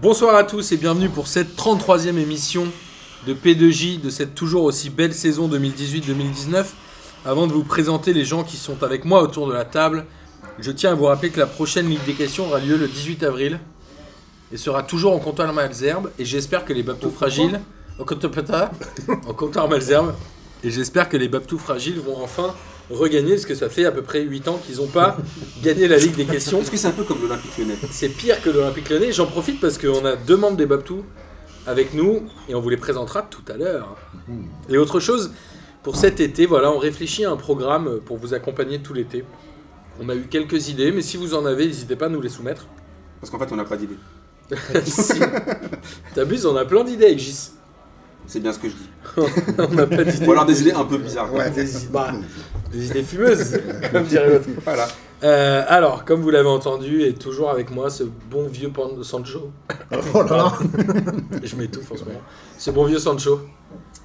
Bonsoir à tous et bienvenue pour cette 33e émission de P2J de cette toujours aussi belle saison 2018-2019. Avant de vous présenter les gens qui sont avec moi autour de la table, je tiens à vous rappeler que la prochaine Ligue des questions aura lieu le 18 avril et sera toujours en comptoir Malzerbe et j'espère que les babtous fragiles en comptoir Pata, en comptoir Malzerbe et j'espère que les babtous fragiles vont enfin regagner parce que ça fait à peu près 8 ans qu'ils n'ont pas gagné la Ligue des questions. Est-ce que c'est un peu comme l'Olympique Lyonnais C'est pire que l'Olympique Lyonnais. J'en profite parce qu'on a deux membres des Babtou avec nous et on vous les présentera tout à l'heure. Et autre chose, pour cet été, voilà, on réfléchit à un programme pour vous accompagner tout l'été. On a eu quelques idées, mais si vous en avez, n'hésitez pas à nous les soumettre. Parce qu'en fait, on n'a pas d'idée. si, t'abuses, on a plein d'idées avec Gis. C'est bien ce que je dis. On n'a pas d'idées. Ou alors des idées un peu bizarres. quoi. Ouais, Des, bah, des idées fumeuses, comme dirait l'autre. Voilà. Euh, alors, comme vous l'avez entendu, et toujours avec moi, ce bon vieux Pan- Sancho. Oh là là. Je m'étouffe en ce moment. Ce bon vieux Sancho.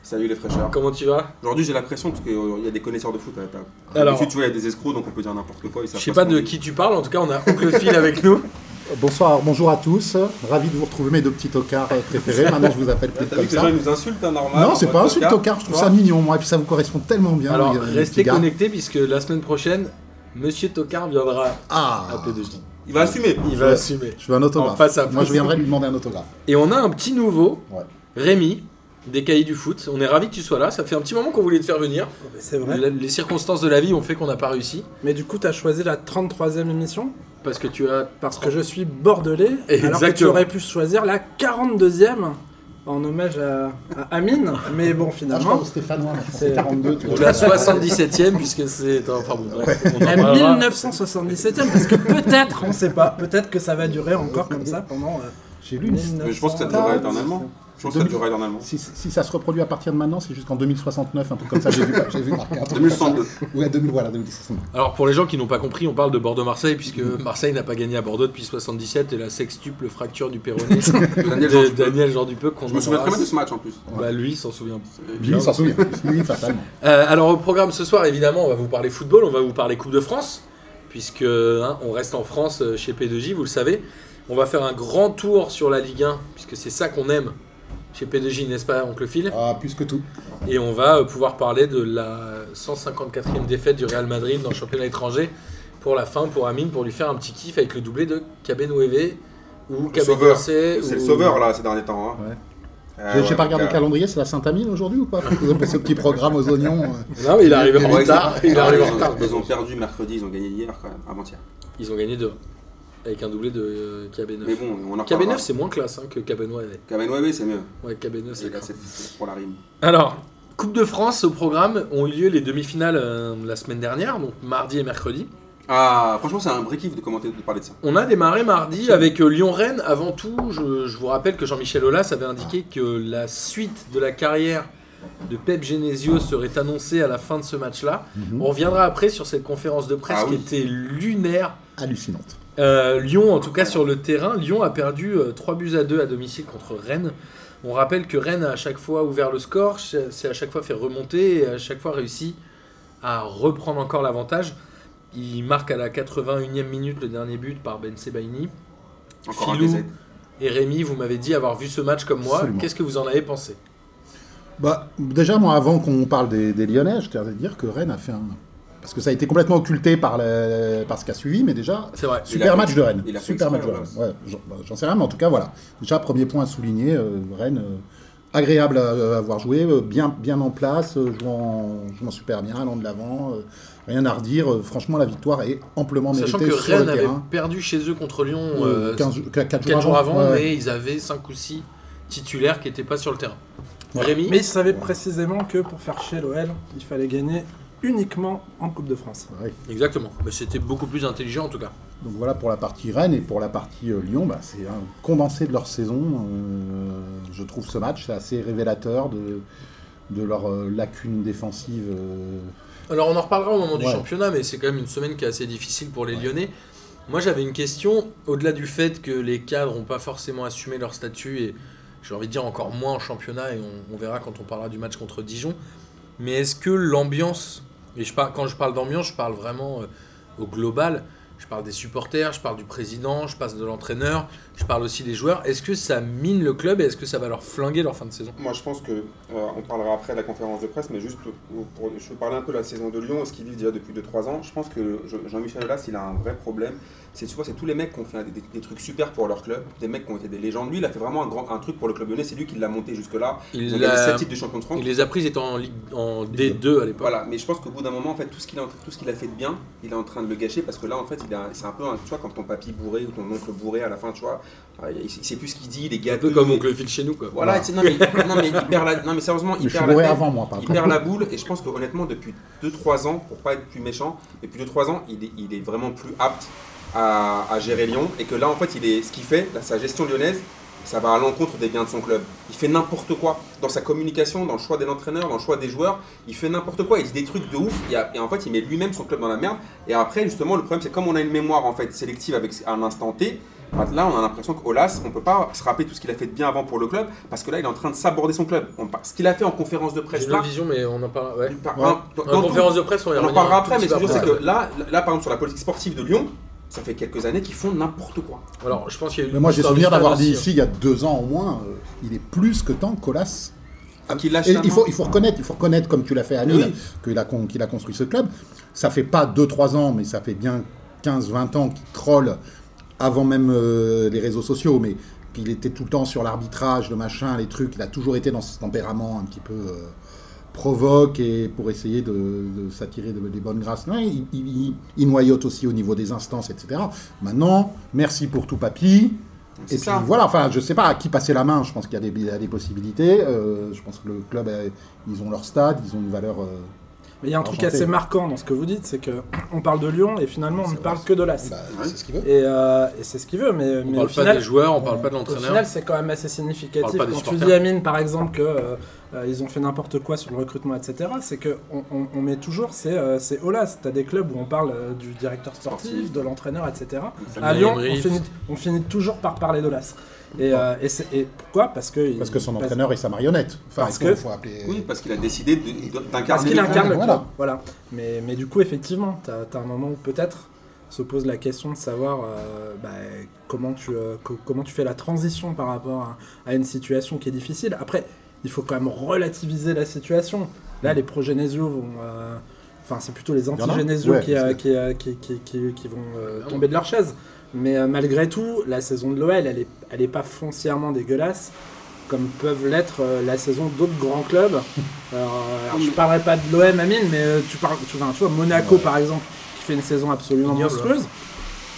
Salut les fraîcheurs. Comment tu vas Aujourd'hui, j'ai la pression parce qu'il y a des connaisseurs de foot hein, à la table. Alors- D'habitude, tu vois, il y a des escrocs, donc on peut dire n'importe quoi. ils Je savent sais ce pas qu'on de dit. qui tu parles, en tout cas on a Oncle Phil avec nous. Bonsoir, bonjour à tous. Ravi de vous retrouver mes deux petits tocards euh, préférés. Maintenant, je vous appelle Ah, plus T'as vu comme que les gens ça. ils nous insultent, hein, normal. Non, c'est on pas va un te sub faire. tocard, je trouve ça mignon, moi, et puis ça vous correspond tellement bien. Alors les gars, les restez petits gars. connectés puisque la semaine prochaine, Monsieur Tocard viendra à Ah, P2J. Il va assumer. Il Je- va assumer. je veux un En autographe. face à moi, face. je viendrai lui demander un autographe. Et on a un petit nouveau, Ouais. Rémi, des cahiers du foot. On est ravi que tu sois là, ça fait un petit moment qu'on voulait te faire venir. Mais C'est vrai. La- Les circonstances de la vie ont fait qu'on n'a pas réussi. Mais du coup, t'as choisi la 33e émission Parce que tu as... parce que je suis bordelais. Alors que tu Exactement. aurais pu choisir la 42e en hommage à, à Amine. Mais Ah, je bon, crois finalement. au Stéphanois, je crois, C'est- c'est 42. tu vois. La 77ème puisque c'est... Enfin bon, bref, on en La parlera. 1977e, parce que peut-être, on sait pas, peut-être que ça va durer encore comme ça pendant. euh, J'ai lu. une- 1900. Mais je pense que ça durera éternellement. Je pense que ça 2000. durera éternellement. Si, si ça se reproduit à partir de maintenant, c'est jusqu'en 2069, un truc comme ça. J'ai vu, j'ai vu marquer un truc. 2062. Ouais, 2000, voilà, 2062. Alors pour les gens qui n'ont pas compris, on parle de Bordeaux-Marseille puisque Marseille n'a pas gagné à Bordeaux depuis 77 et la sextuple fracture du péroné Daniel de Jean-Dupeux. Daniel Jean Dupeux qu'on Je me souviens très bien de embrasse. ce match en plus. Bah lui il s'en souvient. Lui, il s'en souvient. Lui, fatalement. Euh, alors au programme ce soir évidemment on va vous parler football, on va vous parler Coupe de France puisque hein, on reste en France euh, chez P2J, vous le savez. On va faire un grand tour sur la Ligue 1 puisque c'est ça qu'on aime chez P2J, n'est-ce pas oncle Phil Ah, plus que tout. Et on va euh, pouvoir parler de la 154e défaite du Real Madrid dans le championnat étranger pour la fin, pour Amine, pour lui faire un petit kiff avec le doublé de Cabenueve ou Cabenueve. sauveur. C'est le sauveur là ces derniers temps. hein. Ouais. Euh, J'ai ouais, j'ai pas regardé le donc, euh, calendrier, c'est la Saint-Amine aujourd'hui ou pas Vous avez ce petit programme aux oignons. euh. Non, mais il est arrivé en ouais, retard. ils ont- Il arrive en ils ont- retard. Ils ont perdu mercredi, ils ont gagné hier quand même, avant-hier. Ils ont gagné 2 avec un doublé de euh, Mais Cabenueve. bon, on en reparlera. Cabenueve, c'est moins classe hein, que Cabenueve. Cabenueve, c'est mieux. Ouais, Cabenueve, C'est c'est classe. c'est pour la rime. Alors, Coupe de France au programme ont eu lieu les demi-finales euh, la semaine dernière, donc mardi et mercredi. Ah, franchement, c'est un vrai kiff de commenter, de parler de ça. On a démarré mardi avec euh, Lyon-Rennes. Avant tout, je, je vous rappelle que Jean-Michel Aulas avait indiqué Ah. que la suite de la carrière de Pep Genesio serait annoncée à la fin de ce match-là. euh. On reviendra après sur cette conférence de presse Mmh. Ah oui. qui était lunaire. Hallucinante. Euh, Lyon, en tout cas sur le terrain, Lyon a perdu 3 buts à 2 à domicile contre Rennes. On rappelle que Rennes a à chaque fois ouvert le score, c'est c'est à chaque fois fait remonter et à chaque fois réussi à reprendre encore l'avantage. Il marque à la 81e minute le dernier but par Ben Sebaini. Encore Filou. un DZ. Et Rémi, vous m'avez dit avoir vu ce match comme moi. Absolument. Qu'est-ce que vous en avez pensé Bah, déjà, moi, avant qu'on parle des, des Lyonnais, je tiens à dire que Rennes a fait un. Parce que ça a été complètement occulté par, le- par ce qui a suivi, mais déjà, C'est vrai. Il a super fait- match de Rennes. il a fait Super match exprès, de Rennes. Ouais, j'en- bah, J'en sais rien, mais en tout cas, voilà. Déjà, premier point à souligner euh, Rennes, euh, agréable à, à avoir joué, euh, bien, bien en place, euh, jouant, jouant super bien, allant de l'avant. euh, rien à redire. Euh, franchement, la victoire est amplement méritée Sachant que sur Rennes le avait terrain. Euh, perdu chez eux contre Lyon 4 4 jours, avant, Ouais, ouais. mais ils avaient 5 ou 6 titulaires qui n'étaient pas sur le terrain. Ouais. Rémi Mais il savait précisément que pour faire chez l'OL, il fallait gagner uniquement en Coupe de France. Ouais. Exactement. Mais c'était beaucoup plus intelligent en tout cas. Donc voilà pour la partie Rennes et pour la partie euh, Lyon, bah, c'est un condensé de leur saison. Euh, je trouve ce match assez révélateur de, de leur euh, lacune défensive. euh. Alors on en reparlera au moment du Ouais. championnat, mais c'est quand même une semaine qui est assez difficile pour les Lyonnais. Moi j'avais une question, au-delà du fait que les cadres n'ont pas forcément assumé leur statut, et j'ai envie de dire encore moins en championnat, et on, on verra quand on parlera du match contre Dijon, mais est-ce que l'ambiance, et je par- quand je parle d'ambiance, je parle vraiment euh, au global, Je parle des supporters, je parle du président, je passe de l'entraîneur, je parle aussi des joueurs. Est-ce que ça mine le club et est-ce que ça va leur flinguer leur fin de saison Moi, je pense que euh, on parlera après de la conférence de presse, mais juste pour, pour- je veux parler un peu de la saison de Lyon, ce qu'ils vivent déjà depuis 2-3 ans. Je pense que Je- Jean-Michel Aulas, il a un vrai problème. C'est tu vois, c'est tous les mecs qui ont fait des, des- des trucs super pour leur club, des mecs qui ont été des légendes. Lui, il a fait vraiment un grand un truc pour le club lyonnais. C'est lui qui l'a monté jusque là. Il il, a gagné a- 7 titres de champion de France. il les a prises étant en, Ligue- en D2 à l'époque. Voilà, mais je pense qu'au bout d'un moment, en fait, tout ce qu'il a, tout ce qu'il a fait de bien, il est en train de le gâcher parce que là, en fait, il a, c'est un peu, un, tu vois, quand ton papy bourré ou ton oncle bourré à la fin, tu vois, euh, il, il sait plus ce qu'il dit, il est Un gâteux. peu comme il- Oncle Phil chez nous quoi. Voilà, Voilà. c'est- non, mais, non, mais il perd la, non, mais sérieusement, Mais il je suis perd la bourré tête, avant hein. moi, par il contre. perd la boule et je pense que honnêtement, depuis 2-3 ans, pour pas être plus méchant, depuis 2-3 ans, il est, il est vraiment plus apte à, à gérer Lyon et que là, en fait, il est, ce qu'il fait, là, sa gestion lyonnaise, ça va à l'encontre des biens de son club. Il fait n'importe quoi dans sa communication, dans le choix de l'entraîneur, dans le choix des joueurs. Il fait n'importe quoi, il dit des trucs de ouf et, a- et en fait, il met lui-même son club dans la merde. Et après, justement, le problème, c'est comme on a une mémoire en fait sélective avec un instant T. bah, Là, on a l'impression qu'Olas, on peut pas se rappeler tout ce qu'il a fait de bien avant pour le club, parce que là, il est en train de s'aborder son club. On par- ce qu'il a fait en conférence de J'ai presse, une là, autre vision mais on en parle. Ouais. par- Ouais. un- dans- En dans- conférence de presse, on, y on en reviendra un parlé tout après, mais petit ce que je peu veux dire, c'est après. que là, là, par exemple, sur la politique sportive de Lyon, ça fait quelques années qu'ils font n'importe quoi. Alors, je pense qu'il y a eu. Mais moi, j'ai l'histoire souvenir du stade d'avoir aussi, dit hein. ici, il y a deux ans au moins, euh, il est plus que temps, Colas. Faut qu'il lâche Et la il, main. faut, il faut reconnaître, il faut reconnaître, comme tu l'as fait à Lille, Oui. qu'il a, con- qu'il a construit ce club. Ça fait pas 2-3 ans, mais ça fait bien 15-20 ans qu'il troll avant même euh, les réseaux sociaux, mais qu'il était tout le temps sur l'arbitrage, le machin, les trucs. Il a toujours été dans ce tempérament un petit peu euh, provoque et pour essayer de, de s'attirer de- des bonnes grâces. Non, il, il- il- il noyote aussi au niveau des instances, etc. Maintenant, merci pour tout, papy. C'est Et ça. puis voilà, enfin, je sais pas à qui passer la main. Je pense qu'il y a des, il y a des possibilités. Euh, je pense que le club, euh, ils ont leur stade, ils ont une valeur. euh, Mais il y a un truc Enchanté. assez marquant dans ce que vous dites, c'est que on parle de Lyon et finalement on ne C'est parle vrai. que de l'As. bah, Ouais. C'est ce qu'ils veulent. Et, euh, et c'est ce qu'il veut, mais, On mais au parle pas final, des joueurs, on parle pas de au l'entraîneur. final, c'est quand même assez On significatif. parle pas des Quand tu supporters. dis à Mine, par exemple, que euh, euh, ils ont fait n'importe quoi sur le recrutement, etc., c'est que on, on- on met toujours c'est euh, c'est Olas. T'as des clubs où on parle euh, du directeur sportif, Sportif. de l'entraîneur, etc. Ça À met Lyon, on Emery. finit, on finit toujours par parler d'Olas. Et, euh, et, c'est- et pourquoi Parce que Parce que son parce- entraîneur est sa marionnette. Enfin, Parce il faut, que- faut appeler. Oui, parce qu'il a décidé de- d'incarner. Parce qu'il le incarne le Voilà. club, voilà. Mais, mais du coup, effectivement, tu as, un moment où peut-être se pose la question de savoir euh, bah, comment, tu, euh, co- comment tu fais la transition par rapport à, à une situation qui est difficile. Après, il faut quand même relativiser la situation. Là, les pro-Génésio vont... euh, Enfin, c'est plutôt les Mm. en a anti-Génésio Ouais, qui, euh, parce que- qui, euh, qui- qui- qui- qui vont euh, tomber de leur chaise. Mais euh, malgré tout, la saison de l'OL, elle n'est elle est pas foncièrement dégueulasse comme peuvent l'être euh, la saison d'autres grands clubs. Alors, euh, alors, je parlerai pas de l'OM, Amine, mais euh, tu parles, tu, enfin, tu vois, Monaco Ouais. par exemple, qui fait une saison absolument Ignoble. monstrueuse.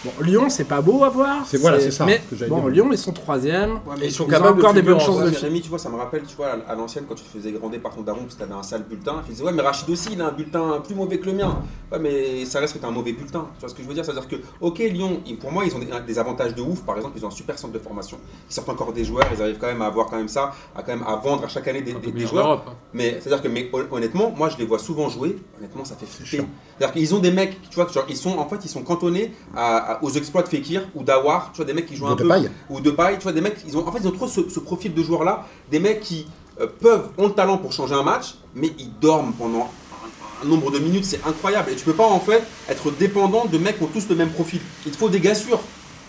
Bon, Lyon, c'est pas beau à voir. C'est- voilà, c'est ça Mais que j'allais bon, dire. Lyon, ils sont troisième. Ouais, Et mais ils tu sont Ils ont capables encore de des finir bonnes en chances vrai. de- Ouais, Jérémy, tu vois, ça me rappelle, tu vois, à l'ancienne, quand tu te faisais gronder par ton daron parce que t'avais un sale bulletin, tu disais, ouais, mais Rachid aussi, il a un bulletin plus mauvais que le mien. Ouais, mais ça reste que t'as un mauvais bulletin. Tu vois ce que je veux dire C'est-à-dire que, ok, Lyon, ils- pour moi, ils ont des, des avantages de ouf. Par exemple, ils ont un super centre de formation. Ils sortent encore des joueurs, ils arrivent quand même à avoir quand même ça, à quand même à vendre à chaque année des, Un des- peu des meilleur joueurs. d'Europe, hein. Mais c'est-à-dire que, mais hon- honnêtement, moi je les vois souvent jouer. Honnêtement, ça fait flipper. chiant. C'est-à-dire qu'ils ont des mecs, tu vois, genre, ils sont en fait, ils sont cantonnés à- à- aux exploits de Fekir ou d'Awar. Tu vois, des mecs qui jouent De un peu Depay. ou de paille. Tu vois, des mecs, ils ont en fait, ils ont trop ce, ce profil de joueurs là, des mecs qui euh, peuvent ont le talent pour changer un match, mais ils dorment pendant un, un nombre de minutes, c'est incroyable. Et tu peux pas en fait être dépendant de mecs qui ont tous le même profil. Il te faut des gars sûrs.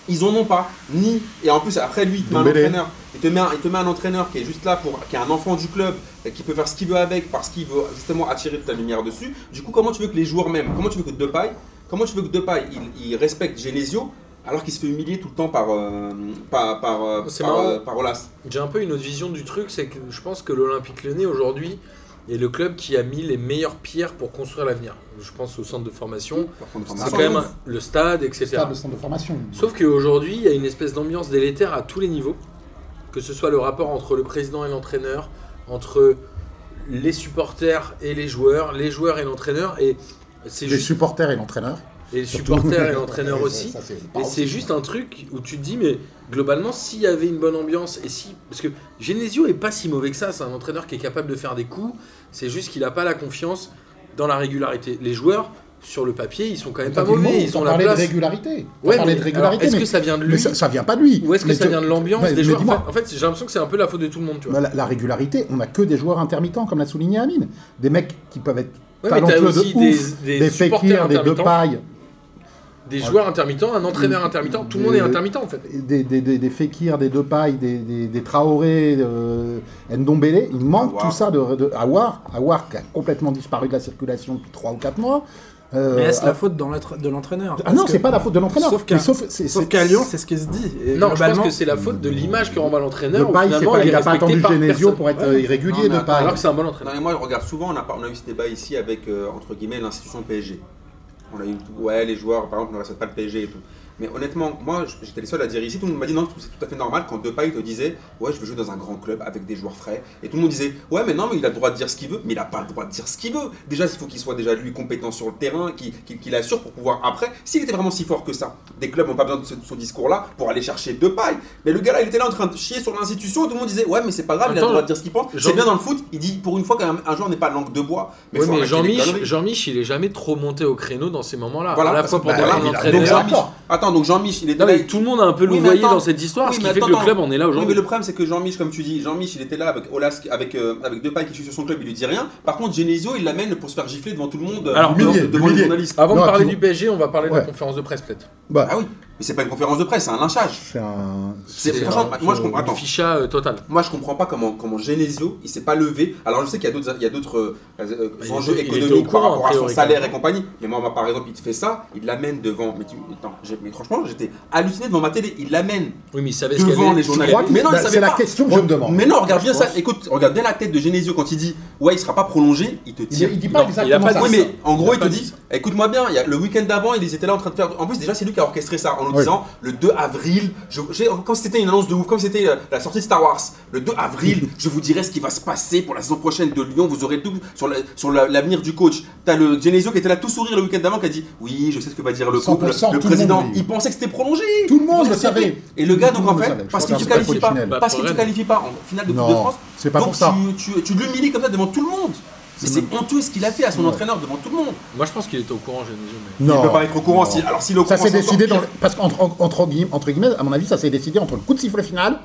Ils en ont pas, ni. Et en plus, après lui, il te met un Dembélé. entraîneur. Il te met un, il te met un entraîneur qui est juste là pour. qui est un enfant du club, euh, qui peut faire ce qu'il veut avec parce qu'il veut justement attirer toute la lumière dessus. Du coup, comment tu veux que les joueurs même, comment tu veux que Depay, comment tu veux que Depay, il, il respecte Genesio alors qu'il se fait humilier tout le temps par. euh, par. par. euh, C'est par, marrant. euh, par Olas. J'ai un peu une autre vision du truc, c'est que je pense que l'Olympique Lyonnais aujourd'hui est le club qui a mis les meilleures pierres pour construire l'avenir. Je pense au centre de formation, Par contre, c'est par- quand même un- le stade, etc. Stade, centre de formation. Sauf qu'aujourd'hui, il y a une espèce d'ambiance délétère à tous les niveaux, que ce soit le rapport entre le président et l'entraîneur, entre les supporters et les joueurs, les joueurs et l'entraîneur, et c'est les juste supporters et l'entraîneur. et les surtout. supporters et l'entraîneur aussi. Ça, c'est- Et c'est juste un truc où tu te dis, mais globalement, s'il y avait une bonne ambiance, et si. Parce que Genesio est pas si mauvais que ça, c'est un entraîneur qui est capable de faire des coups, c'est juste qu'il n'a pas la confiance dans la régularité. Les joueurs, sur le papier, ils sont quand même pas T'as dit le mot, mauvais, ils t'as ont la parlé place. de régularité. T'as Ouais, parlé mais de alors, régularité, est-ce mais, que ça vient de mais lui ça, ça vient pas de lui. Ou est-ce que Mais ça tu- vient de l'ambiance mais- des mais joueurs dis-moi, Enfin, En fait, j'ai l'impression que c'est un peu la faute de tout le monde, tu vois. Bah, la, la régularité, on n'a que des joueurs intermittents, comme l'a souligné Amine. Des mecs qui peuvent être Ouais, mais t'as talentueux de aussi ouf, des- des des, supporters Fekir, des intermittents. Depay. Des joueurs intermittents, un entraîneur intermittent, tout le monde est Euh, intermittent en fait. Des, des, des, des Fekir, des Depay, des, des, des Traoré, euh, Ndombele, il manque Aouar. tout ça de, de Aouar, Aouar qui a complètement disparu de la circulation depuis 3 ou 4 mois. Euh, Mais est-ce ah- la faute dans l'entre- de l'entraîneur Ah non, Parce c'est que- pas la faute de l'entraîneur. Sauf Mais qu'à- sauf- c'est- Sauf c'est- qu'à Lyon, c'est ce qui se dit. Et Non, je pense globalement, que c'est la faute de l'image que renvoie l'entraîneur. où Depay, c'est finalement, pas- il il est n'a pas respecté attendu par Genesio personne. pour être Ouais. euh, Non, irrégulier mais de attends, Alors Depay. que c'est un bon Non, entraîneur. mais moi, je regarde souvent, on a, pas- on a eu ce débat ici avec, euh, entre guillemets, l'institution PSG. On a eu, tout- ouais, les joueurs, par exemple, ne respectent pas le PSG et tout. Mais honnêtement, moi, j- j'étais le seul à dire ici, tout le monde m'a dit non, c'est tout à fait normal quand Depay te disait, ouais, je veux jouer dans un grand club avec des joueurs frais. Et tout le monde disait, ouais, mais non, mais il a le droit de dire ce qu'il veut. Mais il n'a pas le droit de dire ce qu'il veut. Déjà, il faut qu'il soit déjà, lui, compétent sur le terrain, qu'il qu'il- qu'il assure pour pouvoir, après, s'il était vraiment si fort que ça, des clubs n'ont pas besoin de ce- de son discours-là pour aller chercher Depay. Mais le gars-là, il était là en train de chier sur l'institution et tout le monde disait, ouais, mais c'est pas grave, il a le Attends, droit de dire ce qu'il pense. Jean- C'est bien dans le foot, il dit pour une fois qu'un un joueur n'est pas langue de bois. Mais, Oui, faut mais arrêter les Jean-Mich, conneries. Jean-Mich, il est jamais trop monté au créneau dans ces moments-là. Voilà, à la parce fois que, pour bah, devoir il a- Donc, Donc l'entraîneur. Jean-Mich, d'accord. attends, donc Jean-Mich, il est Non, là. mais tout le monde a un peu Oui, mais louvoyé attends. dans cette histoire, Oui, ce qui mais fait que attends, le attends. club en est là Oui, mais aujourd'hui. le problème, c'est que Jean-Mich, comme tu dis, Jean-Mich, il était là avec Olas, avec, euh, avec Depay qui suit sur son club, il lui dit rien. Par contre, Genesio, il l'amène pour se faire gifler devant tout le monde, euh, Alors, Ah. devant, humilié, devant les humilié. journalistes. Avant Non, de parler tu- du PSG, on va parler de la Ouais. conférence de presse peut-être. Bah, Ah oui, mais c'est pas une conférence de presse, c'est un lynchage. c'est un. C'est- C'est franchement, un- moi, je comprends. Du Attends. ficha euh, total. Moi, je comprends pas comment, comment Genesio, il s'est pas levé. Alors, je sais qu'il y a d'autres, il y a d'autres euh, euh, Il enjeux était- il était au économiques par courant, rapport à son théoriquement. salaire et compagnie. Mais moi, moi, par exemple, il te fait ça, il l'amène devant. Mais, tu, attends, j'ai- mais franchement, j'étais halluciné devant ma télé. Il l'amène Oui, mais il savait ce qu'il y devant avait. les Je journalistes. crois que mais non, il bah, savait c'est la pas. question que je me demande. Mais non, regarde bien Je ça. pense. Écoute, regarde bien la tête de Genesio quand il dit Ouais, il sera pas prolongé. Il te Il, tire. il dit pas Non, il a exactement pas ça. Oui, dit mais en gros, a il pas te dit dit écoute-moi bien, il y a- le week-end d'avant, ils étaient là en train de faire. En plus, déjà, c'est lui qui a orchestré ça en nous Oui. disant le 2 avril, je... j'ai- comme si c'était une annonce de ouf, comme si c'était euh, la sortie de Star Wars. Le 2 avril, je vous dirai ce qui va se passer pour la saison prochaine de Lyon, vous aurez tout sur la- sur la- l'avenir du coach. T'as le Genesio qui était là tout sourire le week-end d'avant qui a dit oui, je sais ce que va dire le couple, 100%, le tout le président. monde, oui. il pensait que c'était prolongé. Tout le monde Il le pensait que savait. c'était- Et le gars, Tout donc le en monde le fait, savait. Je parce que regarde tu pas qualifies pas, Pochettino. parce que tu Bah, qualifies pas en finale de Coupe de Non, France. c'est pas donc pour ça. tu- tu- Tu l'humilies comme ça devant tout le monde. Mais c'est honteux ce qu'il a fait à Ah, son Ouais. entraîneur devant tout le monde. Moi, je pense qu'il était au courant, Genesio. mais- Non. Il peut pas être au courant. Non. Si, alors s'il est au Ça courant, s'est c'est encore décidé dans pire. le- parce qu'entre en- entre, guillem- entre guillemets, à mon avis, ça s'est décidé entre le coup de sifflet final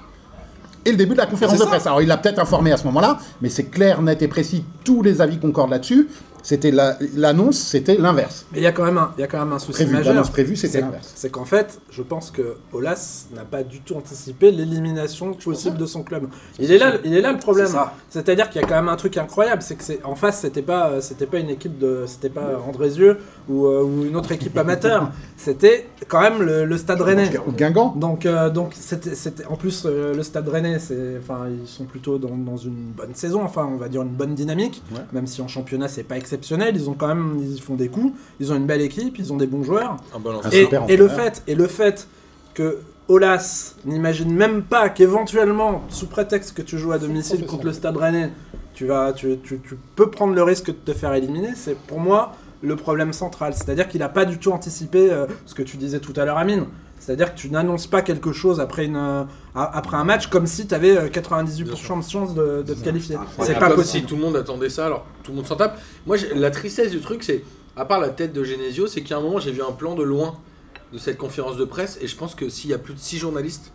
et le début de la conférence C'est de ça. presse. Alors il l'a peut-être informé à ce moment-là, mais c'est clair, net et précis. Tous les avis concordent là-dessus. C'était la- l'annonce, c'était l'inverse. Mais il y a quand même un, il y a quand même un souci Prévu, majeur. l'annonce prévue, c'était C'est- l'inverse. C'est qu'en fait, je pense que Olas n'a pas du tout anticipé l'élimination possible de son club. Il est là, il est là le problème. C'est ça. C'est-à-dire qu'il y a quand même un truc incroyable, c'est que c'est en face, c'était pas, euh, c'était pas une équipe de, c'était pas euh, Andrézieux ou, euh, ou une autre équipe amateur. C'était quand même le, le Stade Rennais. Ou Guingamp. Donc, euh, donc c'était, c'était- en plus, euh, le Stade Rennais, c'est, enfin, ils sont plutôt dans, dans une bonne saison, enfin, on va dire une bonne dynamique. Ouais. Même si en championnat, c'est pas exceptionnel, ils ont quand même, ils font des coups, ils ont une belle équipe, ils ont des bons joueurs. Un bon Ah, entraîneur. Et, super et le entraîneur. fait, et le fait que Olas n'imagine même pas qu'éventuellement, sous prétexte que tu joues à domicile contre le Stade Rennais, tu vas, tu, tu- tu peux prendre le risque de te faire éliminer. C'est pour moi le problème central. C'est-à-dire qu'il n'a pas du tout anticipé euh, ce que tu disais tout à l'heure, Amine. C'est-à-dire que tu n'annonces pas quelque chose après, une, euh, a- après un match comme si euh, tu avais Bien 98% de chance de, de te qualifier. incroyable. C'est C'est pas comme si possible. tout le monde attendait ça, alors tout le monde s'en tape. Moi, j'ai- la tristesse du truc, c'est, à part la tête de Genesio, c'est qu'à un moment, j'ai vu un plan de loin de cette conférence de presse, et je pense que s'il y a plus de 6 journalistes,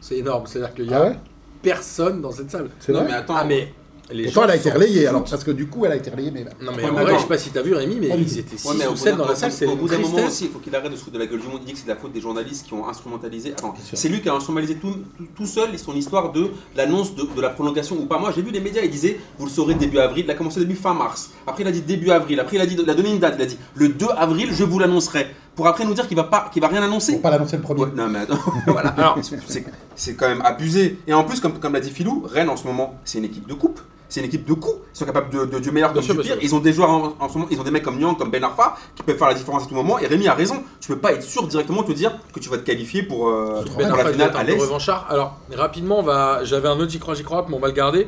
c'est énorme. C'est-à-dire qu'il y a Ah ouais personne dans cette salle. C'est Non, vrai mais attends, Ah, mais les Pourtant, gens elle a été sont- relayée, alors, parce que du coup, elle a été relayée, mais là. Non, mais Ouais, en mais vrai, attends. je sais pas si t'as vu Rémi, mais Ah oui. ils étaient 6 Ouais, mais au ou bout 7 d'un- dans la au salle, bout- c'est Au une bout d'un moment tristesse. aussi, il faut qu'il arrête de se foutre de la gueule du monde. Il dit que c'est de la faute des journalistes qui ont instrumentalisé. Attends, c'est lui qui a instrumentalisé tout, tout- tout seul son histoire de l'annonce de, de la prolongation ou pas. Moi, j'ai vu les médias, il disait vous le saurez début avril. Il a commencé début fin mars. Après, il a dit début avril. Après, il a, dit, il a donné une date. Il a dit le 2 avril, je vous l'annoncerai. Pour après nous dire qu'il va pas, qu'il va rien annoncer. Pour pas l'annoncer le premier. Ouais, non mais attends, voilà. Alors, c'est- c'est quand même abusé. Et en plus, comme, comme l'a dit Philou, Rennes en ce moment, c'est une équipe de coupe. C'est une équipe de coups. Ils sont capables de, de- du meilleur Bien comme sûr, du bien pire. sûr. Ils ont des joueurs en, en ce moment, ils ont des mecs comme Nyang, comme Ben Arfa, qui peuvent faire la différence à tout moment. Et Rémi a raison. Tu peux pas être sûr directement de te dire que tu vas te qualifier pour, euh, Surtout pour Ben la Arfa, finale Zlatan, à le l'Est. revanchard. Alors, rapidement, on va... j'avais un autre J'y crois, J'y crois, mais on va le garder.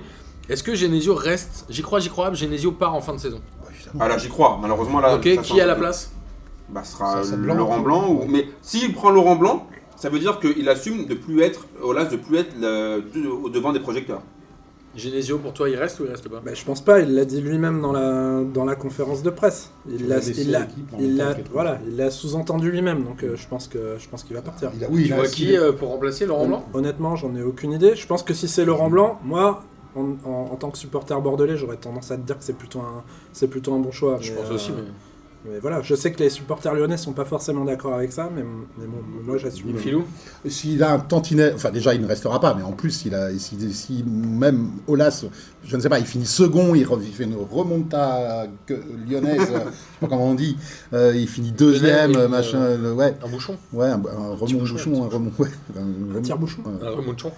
Est-ce que Genesio reste J'y crois, J'y crois, Genesio part en fin de saison. Ah là, j'y crois. Malheureusement, là. Ah, ça ok, qui change à la de- place Bah, ce sera Ça, ça hein. le- Blanc. Laurent Blanc. Ou... Mais s'il prend Laurent Blanc, ça veut dire qu'il assume de plus être, au de plus être le- de- au devant des projecteurs. Genesio, pour toi, il reste ou il reste pas Bah, je pense pas, il l'a dit lui-même dans la, dans la conférence de presse. Il Il l'a a laissé il l'a- l'équipe en il même l'a- temps qu'elle- voilà, il l'a sous-entendu lui-même, donc euh, je pense que je pense qu'il va partir. Il a- oui, Tu il a- vois il- qui euh, pour remplacer Laurent Blanc Hon- Honnêtement, j'en ai aucune idée. Je pense que si c'est Laurent Blanc, moi, en, en- en tant que supporter bordelais, j'aurais tendance à te dire que c'est plutôt un c'est plutôt un bon choix. Je mais, pense euh, aussi, mais Mais voilà, je sais que les supporters lyonnais sont pas forcément d'accord avec ça, mais, mais bon, moi j'assume. Filou euh, S'il a un tantinet, enfin déjà il ne restera pas, mais en plus il a, si, si même Olas, je ne sais pas, il finit second, il rev- il fait une remonta que- lyonnaise, euh, je sais pas comment on dit, euh, il finit deuxième, Lyonnais, euh, machin, euh, ouais, Un bouchon ouais, un, un remont bouchon, un remont, ouais, un remont- tire-bouchon. ouais. Ah, Un remonchon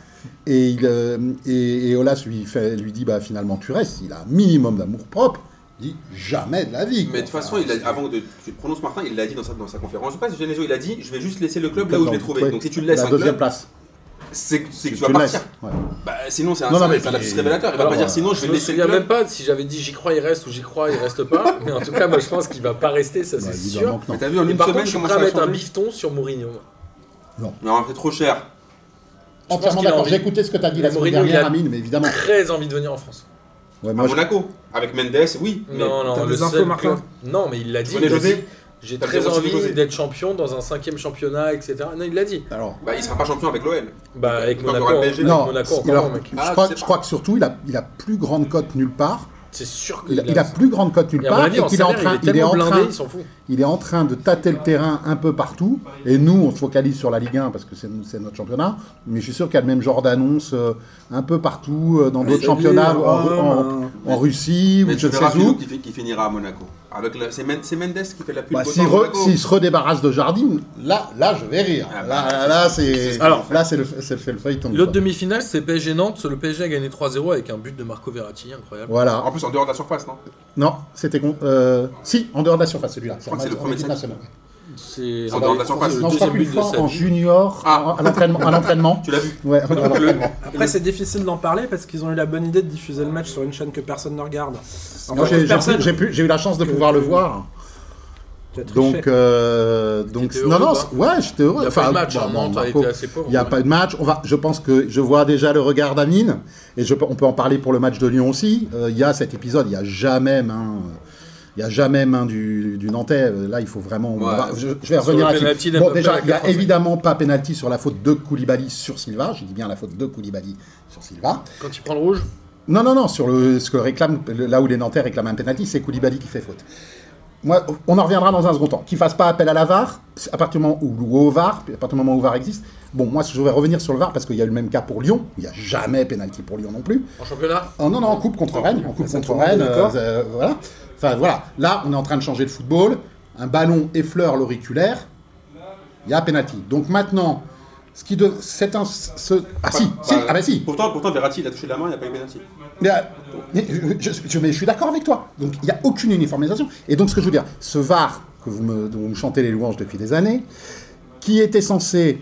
Et, il, euh, et, et Olas lui fait, lui dit bah finalement tu restes, il a un minimum d'amour propre, il dit jamais de la Mais vie. de quoi. toute façon, il a- avant de- que tu te prononces Martin, il l'a dit dans sa, dans sa conférence de presse, Genesio, il a dit je vais juste laisser le club là où je l'ai trouvé. Ouais. Donc si tu le laisses la un deuxième club, place, c'est c'est que tu vas le laisses. partir. Ouais. Bah, sinon, c'est un, Non, non, c'est- mais c'est un lapsus puis- révélateur. Il va alors, pas dire euh, sinon Oh, je Je vais me laisser le souviens même club. pas si j'avais dit j'y crois, il reste ou j'y crois, il reste pas. mais en tout cas, moi je pense qu'il va pas rester, ça Bah, c'est évidemment sûr. que non. Mais t'as vu en Et une par contre, semaine je suis comment prêt ça à a mettre un changé bifton sur Mourinho. Non, c'est trop cher. pense Entièrement qu'il a d'accord, envie. j'ai écouté ce que tu as dit Mais la semaine Mourinho, il dernière, a- Amine, mais évidemment. Très envie de venir en France. Ouais, À moi, je- Monaco, avec Mendes, oui. mais- non, non, t'as le des infos, seul Martin club- Non, mais il l'a dit. connais il a José dit, J'ai T'as très le droit de envie José. d'être champion dans un cinquième championnat, etc. Non, il l'a dit. Alors, Bah, il sera pas champion avec l'OL. Bah, avec Quand il y aura Monaco, le hein, PSG, avec non, Monaco, encore, alors, non, mec. je, Ah, crois, je sais je crois que surtout, il a, il a plus grande cote nulle part. C'est sûr qu'il Il, a- il a plus grande cote nulle Et à mon part. avis, Et en qu'il est en salaire, il train, est il est tellement en blindé, train, il s'en fout. il est en train de tâter le terrain un peu partout. Et nous, on se focalise sur la Ligue 1 parce que c'est c'est notre championnat. Mais je suis sûr qu'il y a le même genre d'annonce euh, un peu partout euh, dans d'autres Salut, championnats, Rome, en, en- hein. en Russie Mais ou je tu ne verras sais où. Filou qui, fait- qui finira à Monaco. Avec la- c'est, Men- c'est Mendes qui fait la pub. Bah, autant s'il à re- Monaco. s'il se redébarrasse de Jardim, là, là, je vais rire. Ah bah, Là, là, là, c'est Alors- là, c'est le, c'est le- c'est le feuilleton. L'autre quoi. demi-finale, c'est PSG Nantes. Le PSG a gagné 3-0 avec un but de Marco Verratti, incroyable. Voilà. En plus, en dehors de la surface, non Non, c'était con. euh, Si, en dehors de la surface, celui-là. crois que c'est le premier équipe sac. nationale. C'est En dehors de la surface. c'est Non, le je crois deuxième qu'une but de fois sa en vie. junior, Ah. à- à l'entraînement. À l'entraînement. Tu l'as vu Ouais, à l'entraînement. Après, c'est difficile d'en parler parce qu'ils ont eu la bonne idée de diffuser le match sur une chaîne que personne ne regarde. Moi, j'ai- j'ai personne. pu- j'ai pu- j'ai eu la chance de Que- pouvoir le que- voir. Tu as triché. Donc, euh, donc, T'étais non, heureux non, ou c'est- ouais, j'étais Il heureux. n'y a pas bah, eu de match, Bah, bon, hein, bon, Nantes a Marco, été assez pauvre. Il n'y a pas eu de match. On va, je pense que je vois déjà le regard d'Amine, et je, peux- on peut en parler pour le match de Lyon aussi. Euh, Il y a cet épisode, il n'y a jamais main, euh, il y a jamais main du, du Nantais. Euh, Là, il faut vraiment. on Ouais. va- je, je vais Sur revenir le là-dessus. penalty Bon, d'Mbappé à déjà, la il n'y a 85. évidemment pas pénalty sur la faute de Koulibaly sur Silva. Je dis bien la faute de Koulibaly sur Silva. Quand il prend le rouge, Non, non, non, sur le, ce que réclame, le- là où les Nantais réclament un penalty, c'est Koulibaly qui fait faute. Moi, on en reviendra dans un second temps. Qu'il fasse pas appel à la VAR, c'est à partir du moment où, ou au VAR, à partir du moment où VAR existe. Bon, moi, je vais revenir sur le VAR parce qu'il y a eu le même cas pour Lyon. Il n'y a jamais pénalty pour Lyon non plus. en championnat, Oh non, non, en coupe contre Rennes. En coupe Ça, contre tout le monde Rennes, est d'accord. euh, euh, voilà. Enfin, voilà. Là, on est en train de changer de football. Un ballon effleure l'auriculaire. Il y a pénalty. Donc maintenant, ce qui de, c'est un, ce, ah si, Bah, si, bah, ah bah si. Pourtant, pourtant, Verratti, il a touché la main, il n'y a pas eu pénalty. Mais, euh, mais, je, je- mais je suis d'accord avec toi. Donc il n'y a aucune uniformisation. Et donc ce que je veux dire, ce VAR que vous me, dont vous me chantez les louanges depuis des années, qui était censé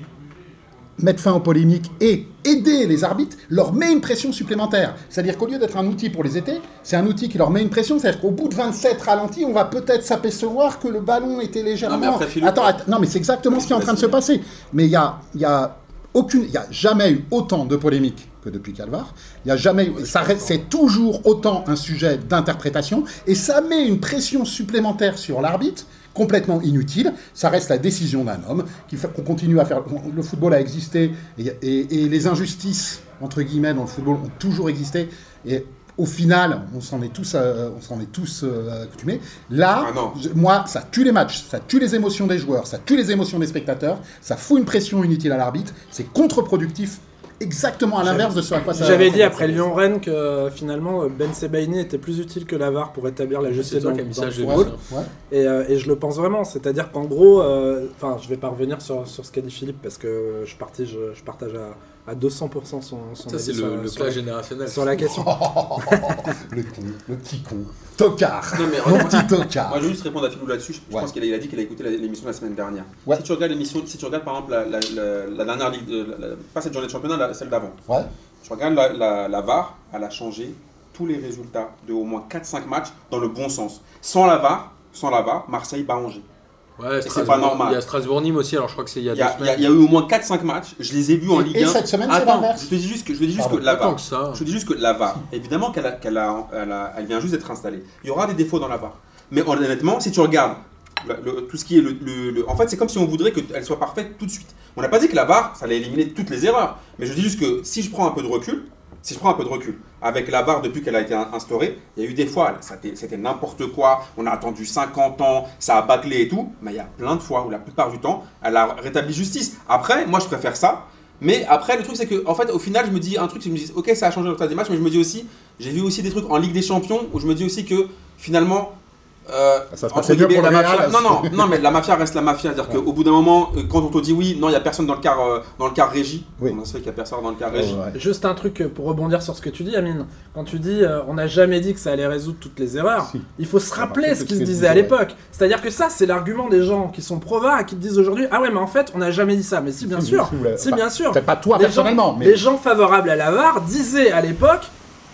mettre fin aux polémiques et aider les arbitres, leur met une pression supplémentaire. C'est-à-dire qu'au lieu d'être un outil pour les étés, c'est un outil qui leur met une pression. C'est-à-dire qu'au bout de 27 ralentis, on va peut-être s'apercevoir que le ballon était légèrement... Non, mais après, Philou- Attends, attends, non mais c'est exactement ce qui est en train de se passer. Mais il y a, il y a aucune, il y a jamais eu autant de polémiques que depuis Calvar. Il y a jamais, eu- ça reste- c'est toujours autant un sujet d'interprétation et ça met une pression supplémentaire sur l'arbitre complètement inutile. Ça reste la décision d'un homme qui fait qu'on continue à faire. Le football a existé et, et- et les injustices entre guillemets dans le football ont toujours existé et au final, on s'en est tous, euh, on s'en est tous euh, accoutumés. Là, Ah non. je- moi, ça tue les matchs, ça tue les émotions des joueurs, ça tue les émotions des spectateurs, ça fout une pression inutile à l'arbitre, c'est contre-productif, exactement à l'inverse de ce à Ah, quoi ça. J'avais dit après Lyon-Rennes que euh, finalement Ben Sebaini était plus utile que Lavar pour établir la Ah, c'est justice toi dans, qui as mis dans ça, hein. le je l'ai football. vu, ça. Ouais. Et, euh, et je le pense vraiment, c'est-à-dire qu'en gros, euh, enfin, je vais pas revenir sur, sur ce qu'a dit Philippe parce que je partage, je, je partage à, à 200% son, son Ça, avis c'est sur, le, le sur plat la, générationnel. sur la question. Le con, le petit con, tocard, Non, mais mon regarde- petit Moi, tocard. je veux juste répondre à Philou là-dessus. Je, je Ah. Ouais. pense qu'il a, il a dit qu'il a écouté la- l'émission la semaine dernière. Ouais. Si tu regardes l'émission, si tu regardes par exemple la, la- la- la dernière ligue, euh, la- la- pas cette journée de championnat, la- celle d'avant. Ouais. Tu regardes la, la- la VAR, elle a changé tous les résultats de au moins 4-5 matchs dans le bon sens. Sans la VAR, sans la VAR, Marseille bat Angers. Ouais, c'est Strasbourg- pas normal. Il y a Strasbourg-Nîmes aussi, alors je crois que c'est il y a Il y a, deux il y a- il y semaines. a eu au moins 4-5 matchs, je les ai vus en Et- Ligue 1. et cette semaine, c'est Attends, l'inverse. je te dis juste que, je te dis juste Pardon. que la Tant VAR, que ça. je te dis juste que la VAR, évidemment qu'elle a- qu'elle a- elle a- elle vient juste d'être installée. Il y aura des défauts dans la VAR. Mais honnêtement, si tu regardes le- le- tout ce qui est le, le- le- En fait, c'est comme si on voudrait qu'elle soit parfaite tout de suite. On n'a pas dit que la VAR, ça allait éliminer toutes les erreurs. Mais je dis juste que si je prends un peu de recul, si je prends un peu de recul, avec la barre depuis qu'elle a été instaurée, il y a eu des fois, ça t'est- c'était n'importe quoi, on a attendu 50 ans, ça a bâclé et tout, mais il y a plein de fois où la plupart du temps, elle a rétabli justice. Après, moi je préfère ça, mais après le truc c'est que, en fait, au final, je me dis un truc, je me dis, ok, ça a changé le résultat des matchs, mais je me dis aussi, j'ai vu aussi des trucs en Ligue des Champions où je me dis aussi que finalement. euh, Ah, Ça se passe entre très bien guillemets, pour le la mafia- Real. Non, non, non, mais la mafia reste la mafia. C'est-à-dire qu'au bout d'un moment, euh, quand on te dit oui, non, il n'y a personne dans le quart, euh, dans le quart régie. Oui. On a se fait qu'il n'y a personne dans le quart Ouais, régie. ouais. Juste un truc euh, pour rebondir sur ce que tu dis, Amine. Quand tu dis euh, on n'a jamais dit que ça allait résoudre toutes les erreurs, Si. il faut Ah, se bah, Ça marche rappeler tout ce ce qui se que tu disait à disais, l'époque. C'est-à-dire que ça, c'est l'argument des gens qui sont pro-VAR et qui te disent aujourd'hui Ah ouais, mais en fait, on n'a jamais dit ça. Mais si, bien Si, sûr. si, vous l'avez- Si, enfin, bien sûr. Peut-être pas toi Les personnellement, gens, mais les gens favorables à la VAR disaient à l'époque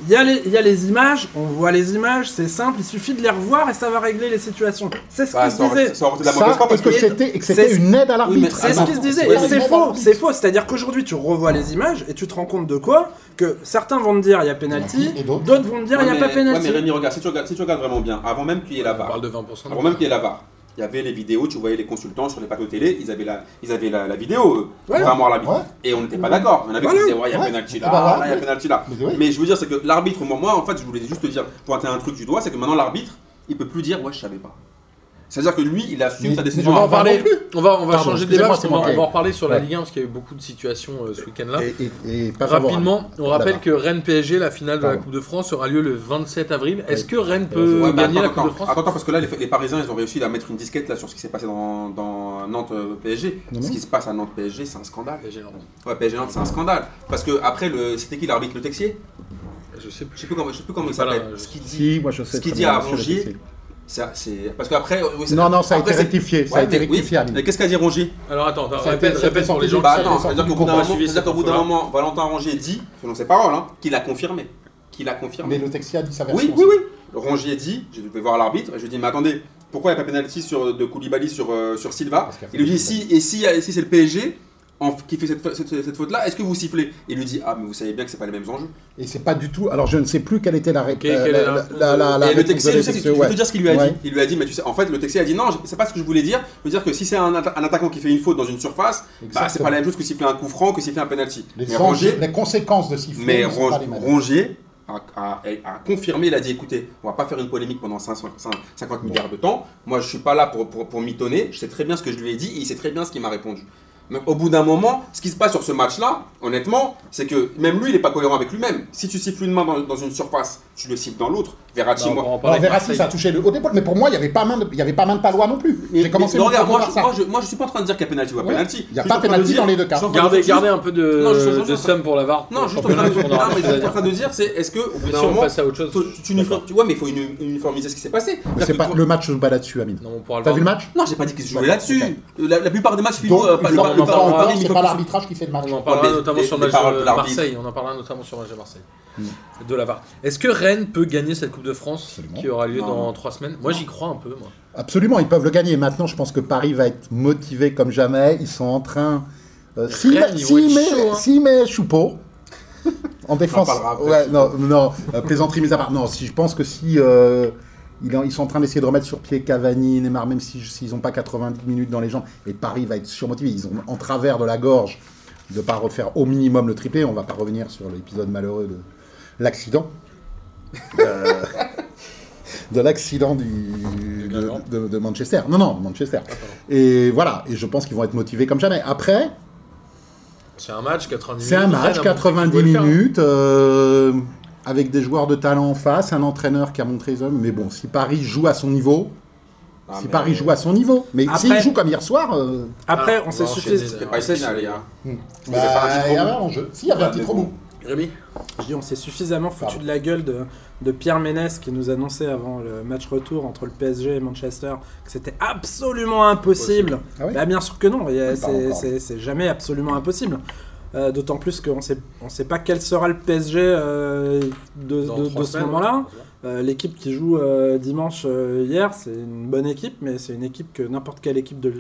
il y, a les- il y a les images, on voit les images, c'est simple, il suffit de les revoir et ça va régler les situations. C'est ce Ça, qu'ils Bah, ça se aurait disaient. ça aurait été de la ça, mauvaise foi parce et que que. c'était et que c'était c'est- une aide à Oui, mais l'arbitre. C'est ce Ah qui non, se disait, c'est et pas c'est une faux, bombe. c'est faux. C'est-à-dire qu'aujourd'hui, tu revois les images et tu te rends compte de quoi Que certains vont te dire il y a pénalty, Et d'autres d'autres vont te dire Ouais, il mais- n'y a pas ouais, mais pénalty. Rémi, regarde, si tu regardes, si tu regardes vraiment bien, avant même qu'il y ait la On barre, parle de 20%. avant même qu'il y ait la barre, il y avait les vidéos, tu voyais les consultants sur les plateaux télé, ils avaient la, ils avaient la, la vidéo, eux, Ouais. contrairement à l'arbitre. Ouais. Et on n'était pas d'accord. Il y en avait qui Voilà. disaient, ouais, il y a Ouais. pénalty Ah bah là, ouais. là, il y a pénalty là. Mais oui. Mais je veux dire, c'est que l'arbitre, moi, moi, en fait, je voulais juste te dire, pointer un truc du doigt, c'est que maintenant l'arbitre, il peut plus dire, ouais, je savais pas. C'est-à-dire que lui, il assume Mais- sa On décision. va en en parle parler. On va, on va Pardon, changer de excusez-moi, débat parce c'est qu'on va, manqué. on va en reparler sur la Ouais. Ligue 1 parce qu'il y a eu beaucoup de situations euh, ce week-end-là. Et, et- et pas Rapidement, favorable. on rappelle Là-bas. que Rennes PSG, la finale de la Pardon. Coupe de France aura lieu le 27 avril. Est-ce que Rennes Ouais, peut Ouais, bah, gagner attends, la Coupe attends, de France Ah. attends, attends, parce que là, les, les Parisiens, ils ont réussi à mettre une disquette là, sur ce qui s'est passé dans, dans euh, Nantes-PSG. Non, Ce non. qui se passe à Nantes-PSG, c'est un scandale. PSG, non. Ouais, PSG Nantes, c'est un scandale. Parce que après, le... c'était qui l'arbitre Le Texier Je sais plus. Je sais plus comment, je sais plus comment il Voilà, s'appelle. je- Ce qu'il dit. Si, moi je sais. Ce qu'il dit très bien, à monsieur le Rongier, PC. ça- c'est- Parce qu'après. oui, c'est- Non, non, ça a après, été c'est- rectifié. Ça a Ouais, été mais- rectifié, oui. Amine. Mais qu'est-ce qu'a dit Rongier Alors attends, attends, Ça a répète, été- ça a répète été pour les gens. sorti Bah ça, attends, ça, c'est-à-dire ça, qu'au bout ça, d'un ça, moment, suivi, c'est-à-dire cette qu'au bout d'un info-là. moment, Valentin Rongier dit, selon ses paroles, hein, qu'il a confirmé. Qu'il a Mais confirmé. le Texia a dit sa version. Oui, oui, oui. Rongier dit, je vais voir l'arbitre, et je lui dis, mais attendez, pourquoi il n'y a pas pénalty sur, de Koulibaly sur, euh, sur Silva Parce qu'il y a Il lui dit, pas si, et si, et si c'est le PSG en- qui fait cette, fa- cette- cette faute-là, est-ce que vous sifflez Il lui dit, ah, mais vous savez bien que c'est pas les mêmes enjeux. Et c'est pas du tout. Alors je ne sais plus quelle était la Ok, quelle est la réponse. réponse La de- la- la et le Bah, réponse Texier, de je sais, Texier, je vais ouais. te dire ce qu'il lui a Ouais. dit. Il lui a dit, mais tu sais, en fait, le Texier a dit, non, je- c'est pas ce que je voulais dire. Je veux dire que si c'est un, atta- un attaquant qui fait une faute dans une surface, bah, c'est Exactement. pas la même chose que siffler un coup franc, que siffler un penalty. Les, Mais sens- Rongier- les conséquences de siffler Mais ne sont pas Ron- les mêmes. Rongier a, a- a confirmé, il a dit écoutez, on va pas faire une polémique pendant 500 cin- 50 milliards de temps. Moi, je suis pas là pour, pour, pour mitonner. Je sais très bien ce que je lui ai dit et il sait très bien ce qu'il m'a répondu. Mais au bout d'un moment, ce qui se passe sur ce match-là, honnêtement, c'est que même lui, il est pas cohérent avec lui-même. Si tu siffles une main dans, dans une surface, tu le siffles dans l'autre. Verratti, Non, moi. Bah, on va en parler Alors avec Verratti, Marseille. ça a touché le haut d'épaule, mais pour moi, il n'y avait pas main de, il y avait pas main de Palois non plus. Mais- J'ai commencé mais mon regarde, propos moi, par je, ça. moi, je, moi, je suis pas en train de dire qu'il y a pénalty ou Ouais. pas pénalty. Il y Je suis a pas en train de pénalty dire- dans les deux cas. je suis en train de Gardez, dire- gardez un peu de, Non, je- je- je- de somme pour la VAR. Non, je suis en Pour train de qu'on non, arrête mais je suis en la- train de dire, c'est est-ce que au bout Mais d'un si on moment, passe à autre chose. tu, tu uniform- tu vois, mais il faut une, uniformiser ce qui s'est passé. Mais c'est C'est-à-dire pas, que- le Bah match ne joue pas là-dessus, Amine. Non, on pourra T'as vu le voir. match Non, j'ai pas dit qu'ils se jouaient Ouais, là-dessus. La, la plupart des matchs finaux, Donc, euh, une pas- le- fois le- le- parle- encore, on parle- Paris, c'est faut- pas l'arbitrage qui fait le match. On en parlera les- notamment les- sur les le match paroles de de l'arbitre. Marseille. On en parlera notamment sur le match de Marseille. Hmm. De la VAR. Est-ce que Rennes peut gagner cette Coupe de France Absolument. qui aura lieu Non. dans trois semaines Moi, j'y crois un peu. Moi. Absolument, ils peuvent le gagner. Maintenant, je pense que Paris va être motivé comme jamais. Ils sont en train. Euh, S'il Rennes, met, ils si vont être met, chauds, hein. s'il met Choupeau en défense. parlera après. ouais, non, non euh, plaisanterie mise à part. Non, si, je pense que si. euh, il en- ils sont en train d'essayer de remettre sur pied Cavani, Neymar, même si- s'ils n'ont pas 90 minutes dans les jambes. Et Paris va être surmotivé. Ils ont en travers de la gorge de ne pas refaire au minimum le triplé. On va pas revenir sur l'épisode malheureux de l'accident. Euh, de l'accident du- de, de- de Manchester. Non, non, de Manchester. Et voilà, et je pense qu'ils vont être motivés comme jamais. Après, C'est un match 90 minutes. c'est un match, Rennes a montré qu'il 90 pouvait le faire. minutes, euh, avec des joueurs de talent en face, un entraîneur qui a montré les hommes. Mais bon, si Paris joue à son niveau, Ah, si mais- Paris joue à son niveau, mais Après- s'il joue comme hier soir, euh, Après, Ah, on on s'est va suffi- enchaîner, là. C'était pas une finale, hein. les gars. bah, il C'était pas un titre Ah, au y avait bout. un enjeu. Si, il y avait un titre au bout. Rémi je dis, on s'est suffisamment foutu de la gueule de, de Pierre Ménès qui nous annonçait avant le match retour entre le PSG et Manchester que c'était absolument impossible. Ah oui Bah, bien sûr que non, il y a- On parle c'est- encore. c'est c'est jamais absolument impossible. Euh, D'autant plus qu'on sait, on sait pas quel sera le PSG euh, de, Dans de- trois de ce semaines, hein. moment-là. ouais. Euh, L'équipe qui joue euh, dimanche euh, hier, c'est une bonne équipe, mais c'est une équipe que n'importe quelle équipe de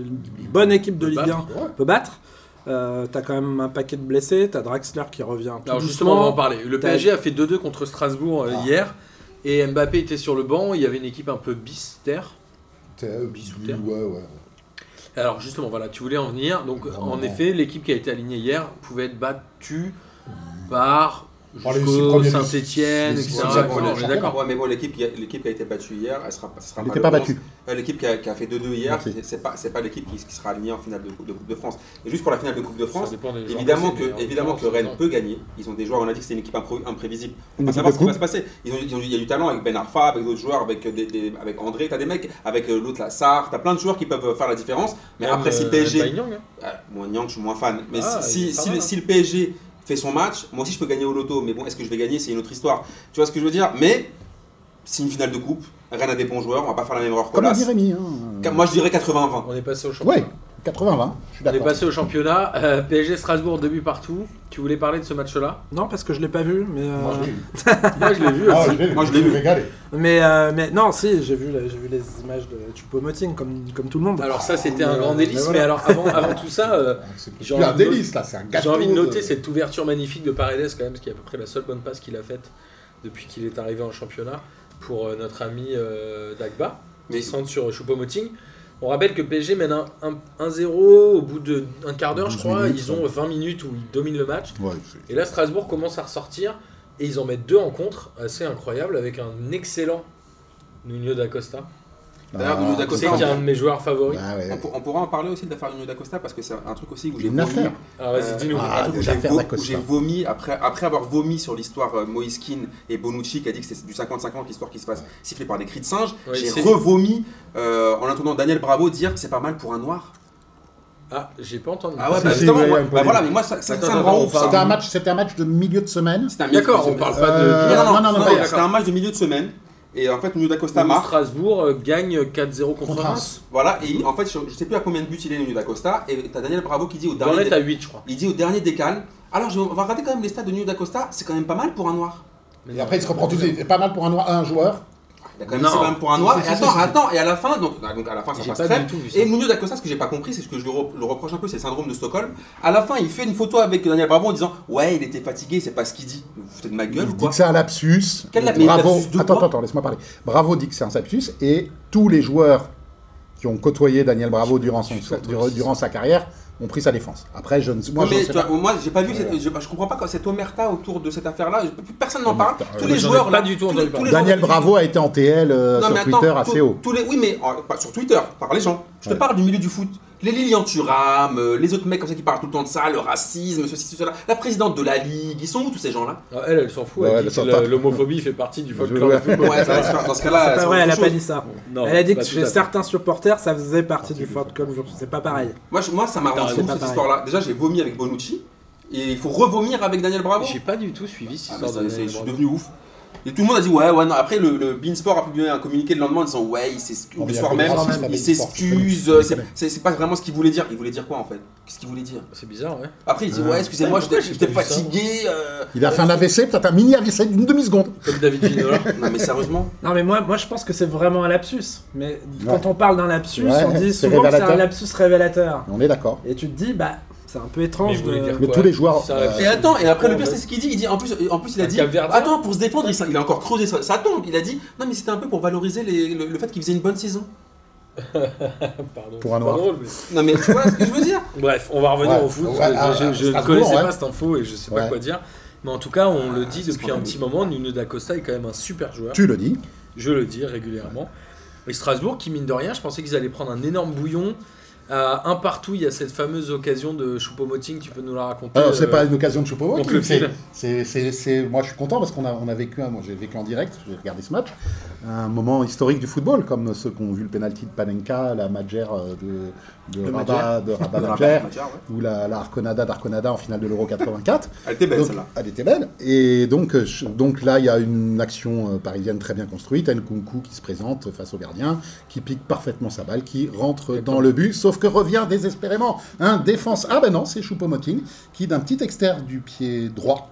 bonne équipe de Peut Ligue 1 battre, ouais. peut battre. Euh, t'as quand même un paquet de blessés, t'as Draxler qui revient. tout Alors doucement. justement, on va en parler. Le T'as- PSG a fait 2-2 contre Strasbourg euh, Ah. hier. Et Mbappé était sur le banc. Il y avait une équipe un peu bister. Euh, Bisous, terre. ouais, ouais. Alors justement, voilà, tu voulais en venir. Donc Vraiment. en effet, l'équipe qui a été alignée hier pouvait être battue par parlait de ses Jusqu'au premiers- Saint-Etienne, etc. c'est- c'est- Ouais, c'est- Voilà, bon, c'est- on est c'est- d'accord. Ouais, mais bon, l'équipe qui a- l'équipe qui a été battue hier, elle sera, elle sera Elle n'était le pas 11. battue. Euh, L'équipe qui, a- qui a fait 2-2 hier, Merci. c'est- c'est pas, c'est pas l'équipe qui, qui sera alignée en finale de, Coupe- de Coupe de France. Et juste pour la finale de Coupe de France, dépend des joueurs évidemment blessés, mais en que, évidemment que l'occurrence, Rennes non. peut gagner. Ils ont des joueurs, on a dit que c'est une équipe impro- imprévisible. On Une va équipe savoir de ce qui va coupe. se passer. Ils ont, ils ont- il y a du talent avec Ben Arfa, avec d'autres joueurs, avec, des, des- avec André, t'as des mecs, avec euh, l'autre, la Sarr, t'as plein de joueurs qui peuvent euh, faire la différence. Mais Même, après, si euh, PSG. Banyang, hein. Euh, moi, Nyang, je suis moins fan. Mais Ah, il si, est si, pas si, mal, le- hein. si le PSG fait son match, moi aussi je peux gagner au loto. Mais bon, est-ce que je vais gagner C'est une autre histoire. Tu vois ce que je veux dire Mais c'est une finale de coupe. Rennes a des bons joueurs. On va pas faire la même erreur que Comme l'a dit Las. Rémi. hein. Moi, je dirais 80-20. On est passé au championnat. Ouais, 80-20, je suis On est d'accord. passé au championnat. Euh, PSG Strasbourg, deux buts partout. Tu voulais parler de ce match-là Non, parce que je l'ai pas vu, mais. euh, Moi, je l'ai vu. Moi, je l'ai vu. Ah, aussi. je l'ai vu. Moi, je l'ai Je me vu. suis régalé. mais, euh, mais non, si, j'ai vu, j'ai vu les images de Choupo-Moting, comme, comme tout le monde. Alors ça, c'était Mais, un euh, grand délice. Mais, voilà. alors, avant, avant tout ça, euh, Ah, C'est J'ai plus envie un de noter- délice là, c'est un gâteau. j'ai envie de noter euh, cette ouverture magnifique de Paredes quand même, ce qui est à peu près la seule bonne passe qu'il a faite depuis qu'il est arrivé en championnat pour euh, notre ami euh, Dagba, Mais- qui centre sur Choupo-Moting. On rappelle que PSG mène un, un- 1-0 au bout d'un quart d'heure, je 12 crois. minutes, ils ont 20 minutes où ils dominent le match. Ouais, c'est- Et là, Strasbourg commence à ressortir et ils en mettent deux en contre, assez incroyable, avec un excellent Nuno d'Acosta. D'ailleurs, Nuno da Ah, Tu sais Costa, qui est un on- de mes joueurs favoris. Bah ouais. On, pour- on pourra en parler aussi de l'affaire Nuno D'Acosta parce que c'est un truc aussi où j'ai Une affaire. Alors vas-y, Euh, dis-nous. Ah, un truc où des j'ai affaires vo- d'Acosta. où j'ai vomi après, après avoir vomi sur l'histoire euh, Moïse Keane et Bonucci qui a dit que c'est du 50-50 l'histoire qui se fasse siffler par des cris de singe. Ouais, j'ai c'est- revomi euh, en entendant Daniel Bravo dire que c'est pas mal pour un noir. Ah, j'ai pas entendu. Ah ouais, Si, bah si, justement, ouais, moi- ouais, bah Pauline. voilà, mais moi ça, ça, Attends, ça me attends, rend on ouf. parle- C'était ça. un match, c'était un match de milieu de semaine. C'était un milieu de D'accord, on semaine. parle pas de. Non, Euh, non, non, Non, non, non, non, pas hier. c'était un match de milieu de semaine. Et en fait, Nuno d'Acosta Le marque. Strasbourg euh, gagne 4-0 contre Contre Reims. Voilà, et en fait, je, je sais plus à combien de buts il est, Nuno d'Acosta. Et t'as Daniel Bravo qui dit au dernier, Dornet dé- à 8, je crois. il dit au dernier décal. Alors, je, on va regarder quand même les stats de Nuno d'Acosta. C'est quand même pas mal pour un noir. Et après, il se reprend tous. C'est pas mal pour un, noir- un joueur. Il a quand même, Non. c'est quand même pour un noir. Si, si, et si, attends, si. attends, et à la fin, donc, ah, donc à la fin, ça J'ai passe pas crème. du tout vu ça. Et Nuno d'Acosta, ce que j'ai pas compris, c'est ce que je le, re- le reproche un peu, c'est le syndrome de Stockholm. À la fin, il fait une photo avec Daniel Bravo en disant Ouais, il était fatigué, c'est pas ce qu'il dit. Vous vous foutez de ma gueule ou Il dit quoi que c'est un lapsus. Quel lapsus Bravo. Lapsus de Attends, quoi attends, laisse-moi parler. Bravo dit que c'est un lapsus et tous les joueurs qui ont côtoyé Daniel Bravo durant, son, durant, durant sa carrière ont pris sa défense. Après, je ne moi, Ouais, mais je tu sais vois, pas. moi j'ai pas vu, Voilà. cette- je, je comprends pas quand cette omerta autour de cette affaire là, personne n'en parle. Omerta, ouais. Tous Moi, les j'en ai joueurs pas là, du tout tous entendu les- tous parler. les Daniel joueurs- Bravo a été en TL euh, Non, sur mais attends, Twitter tous- assez haut. Tous les, oui, mais euh, pas sur Twitter, par les gens. Je Ouais. te parle du milieu du foot. Les Lilian Thuram, euh, les autres mecs comme ça qui parlent tout le temps de ça, le racisme, ceci, ceci, cela. La présidente de la Ligue, ils sont où tous ces gens là Ah, Elle, elle s'en fout. Ouais, elle elle dit s'en que tape. la- l'homophobie fait partie du folklore. Ouais. du football. Ouais, bah, dans ce cas-là, ah, C'est pas c'est vrai, autre elle a chose. pas dit ça. Non, elle a dit pas que tout chez à fait. certains supporters, ça faisait partie du folklore. C'est pas pareil. Moi, je- moi ça m'a T'as rendu raison, ouf, c'est cette pareil. histoire là. Déjà, j'ai vomi avec Bonucci et il faut revomir avec Daniel Bravo. J'ai pas du tout suivi cette Ah, mais histoire ça, de c'est- Daniel je suis Bravo. devenu ouf. Et tout le monde a dit ouais, ouais, non. Après, le, le Beansport a publié un communiqué le lendemain en disant ouais, il s'excuse. Non, Le mais il y a soir que même, le racisme à il Beansport, s'excuse. je connais, je c'est- connais. C'est c'est pas vraiment ce qu'il voulait dire. Il voulait dire quoi en fait Qu'est-ce qu'il voulait dire C'est bizarre, ouais. Après, il Euh, dit ouais, excusez-moi, Ouais, pourquoi j'étais j'ai j'étais pas vu ça fatigué. euh. Il a fait un AVC, peut-être un mini AVC d'une demi-seconde. Comme David Ginola. Non, mais sérieusement Non, mais moi, moi je pense que c'est vraiment un lapsus. Mais quand on parle d'un lapsus, Ouais, on dit c'est souvent que c'est un révélateur. lapsus révélateur. On est d'accord. Et tu te dis, bah, c'est un peu étrange. Mais vous voulez de- dire Mais Ouais. tous les joueurs. Ça, euh, c'est- Et attends, et après le Ouais, pire, ouais. c'est ce qu'il dit. Il dit en plus, euh, en plus il a Un dit Capverdien. attends pour se défendre, il, s'est- il a encore creusé sa, sa tombe. Il a dit non, mais c'était un peu pour valoriser les- le, le fait qu'il faisait une bonne saison. Pardon, Pour c'est pas un noir. drôle, mais- Non, mais tu vois ce que je veux dire Bref, on va revenir Ouais. au foot. Ouais, Je- à- je à je ne Strasbourg, connaissais ouais. pas cette info et je sais pas Ouais. quoi dire. Mais en tout cas, on le dit c'est depuis un scandaleux. petit moment, Nuno da Costa est quand même un super joueur. Tu le dis. je le dis régulièrement. Et Strasbourg, qui mine de rien, je pensais qu'ils allaient prendre un énorme bouillon. À un partout, il y a cette fameuse occasion de Choupo-Moting, tu peux nous la raconter Alors, Ah, c'est euh, pas une occasion de choupo donc le fil. c'est, c'est, c'est- moi, je suis content parce qu'on a, on a vécu, un- moi, j'ai vécu en direct, j'ai regardé ce match, un moment historique du football, comme ceux qui ont vu le penalty de Panenka, la Magère euh, de, de Le Rabat, de Rabat Bah, Madjer, ou la, la Arconada d'Arconada en finale de l'Euro 84. Elle était belle Donc, celle-là. elle était belle. Et donc, euh, je- donc là, il y a une action euh, parisienne très bien construite. Nkunku qui se présente face au gardien, qui pique parfaitement sa balle, qui rentre dans le but, sauf que revient désespérément un défense. Ah ben non, c'est Choupo-Moting qui, d'un petit externe du pied droit,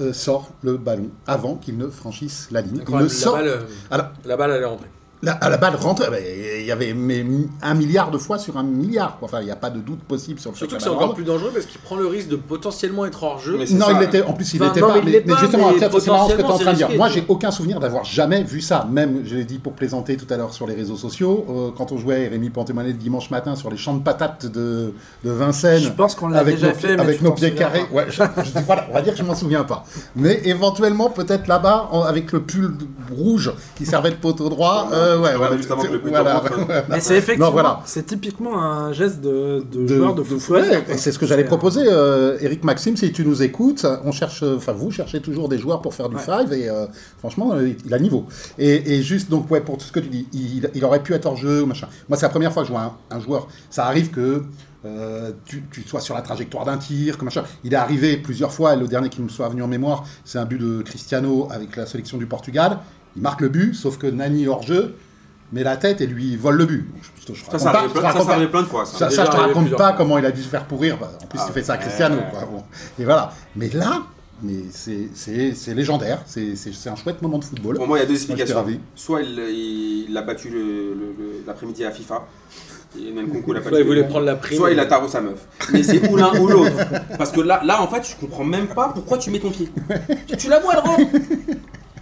euh, sort le ballon avant qu'il ne franchisse la ligne. Il ne incroyable. La sort. balle, euh, Alors, la balle, elle est rentrée. La- à la balle rentre, eh ben, il y avait mais, un milliard de fois sur un milliard. quoi. Enfin, il n'y a pas de doute possible sur le fait Surtout que que c'est la balle encore rentre. plus dangereux parce qu'il prend le risque de potentiellement être hors jeu. Mais c'est Non, ça. il l'était. En plus, il Enfin, l'était non, pas. mais il Mais, l'est mais pas, justement, mais c'est- c'est marrant ce que tu es en train de dire. potentiellement, Moi, c'est j'ai risqué, aucun souvenir d'avoir jamais vu ça. Même, je l'ai dit pour plaisanter tout à l'heure sur les réseaux sociaux, euh, quand on jouait Rémi Pantemonet le dimanche matin sur les champs de patates de, de Vincennes. Je pense qu'on l'a avec déjà nos, fait, mais avec tu nos t'en pieds souviens carrés. pas. Ouais, je, je dis, voilà, on va dire que je m'en souviens pas. Mais éventuellement, peut-être là-bas, en- avec le pull rouge qui servait de poteau droit. euh, ouais, Ouais, voilà, juste avant que le but voilà, rentre, hein. voilà. Mais c'est effectivement, Non, voilà. c'est typiquement un geste de, de, De- joueur de de- foot. ouais, loisir, quoi. et c'est ce que j'allais C'est, proposer, euh, Eric Maxime, si tu nous écoutes, on cherche, euh, enfin vous cherchez toujours des joueurs pour faire du Ouais. five et euh, franchement euh, il a niveau. Et, et juste donc ouais pour ce que tu dis, il, il aurait pu être hors jeu ou machin. Moi c'est la première fois que je vois un, un joueur, ça arrive que euh, tu, tu sois sur la trajectoire d'un tir, que machin. Il est arrivé plusieurs fois, et le dernier qui me soit venu en mémoire, c'est un but de Cristiano avec la sélection du Portugal. Il marque le but, sauf que Nani hors jeu met la tête et lui vole le but. Donc, je- je- je Ça, raconte ça pas- arrivait je plein- ça, raconte ça pas- arrivait plein de fois. ça, Ça. déjà ça, je te arrivé raconte plusieurs pas fois. Ah, comment il a dû se faire pourrir. Bah, en plus, il fait ça à Cristiano. quoi, bon. Et voilà. Mais là, mais c'est- c'est c'est légendaire. C'est- C'est c'est un chouette moment de football. Pour moi, il y a deux Moi, explications. j'étais ravi. Soit il- il l'a battu le- le- le- l'après-midi à FIFA. Et Nkunku l'a battu. Soit il voulait prendre la prime. Soit il a tarot sa meuf. Mais c'est ou l'un ou l'autre. Parce que là, là, en fait, je comprends même pas pourquoi tu mets ton pied. Tu, tu la vois, elle rentre.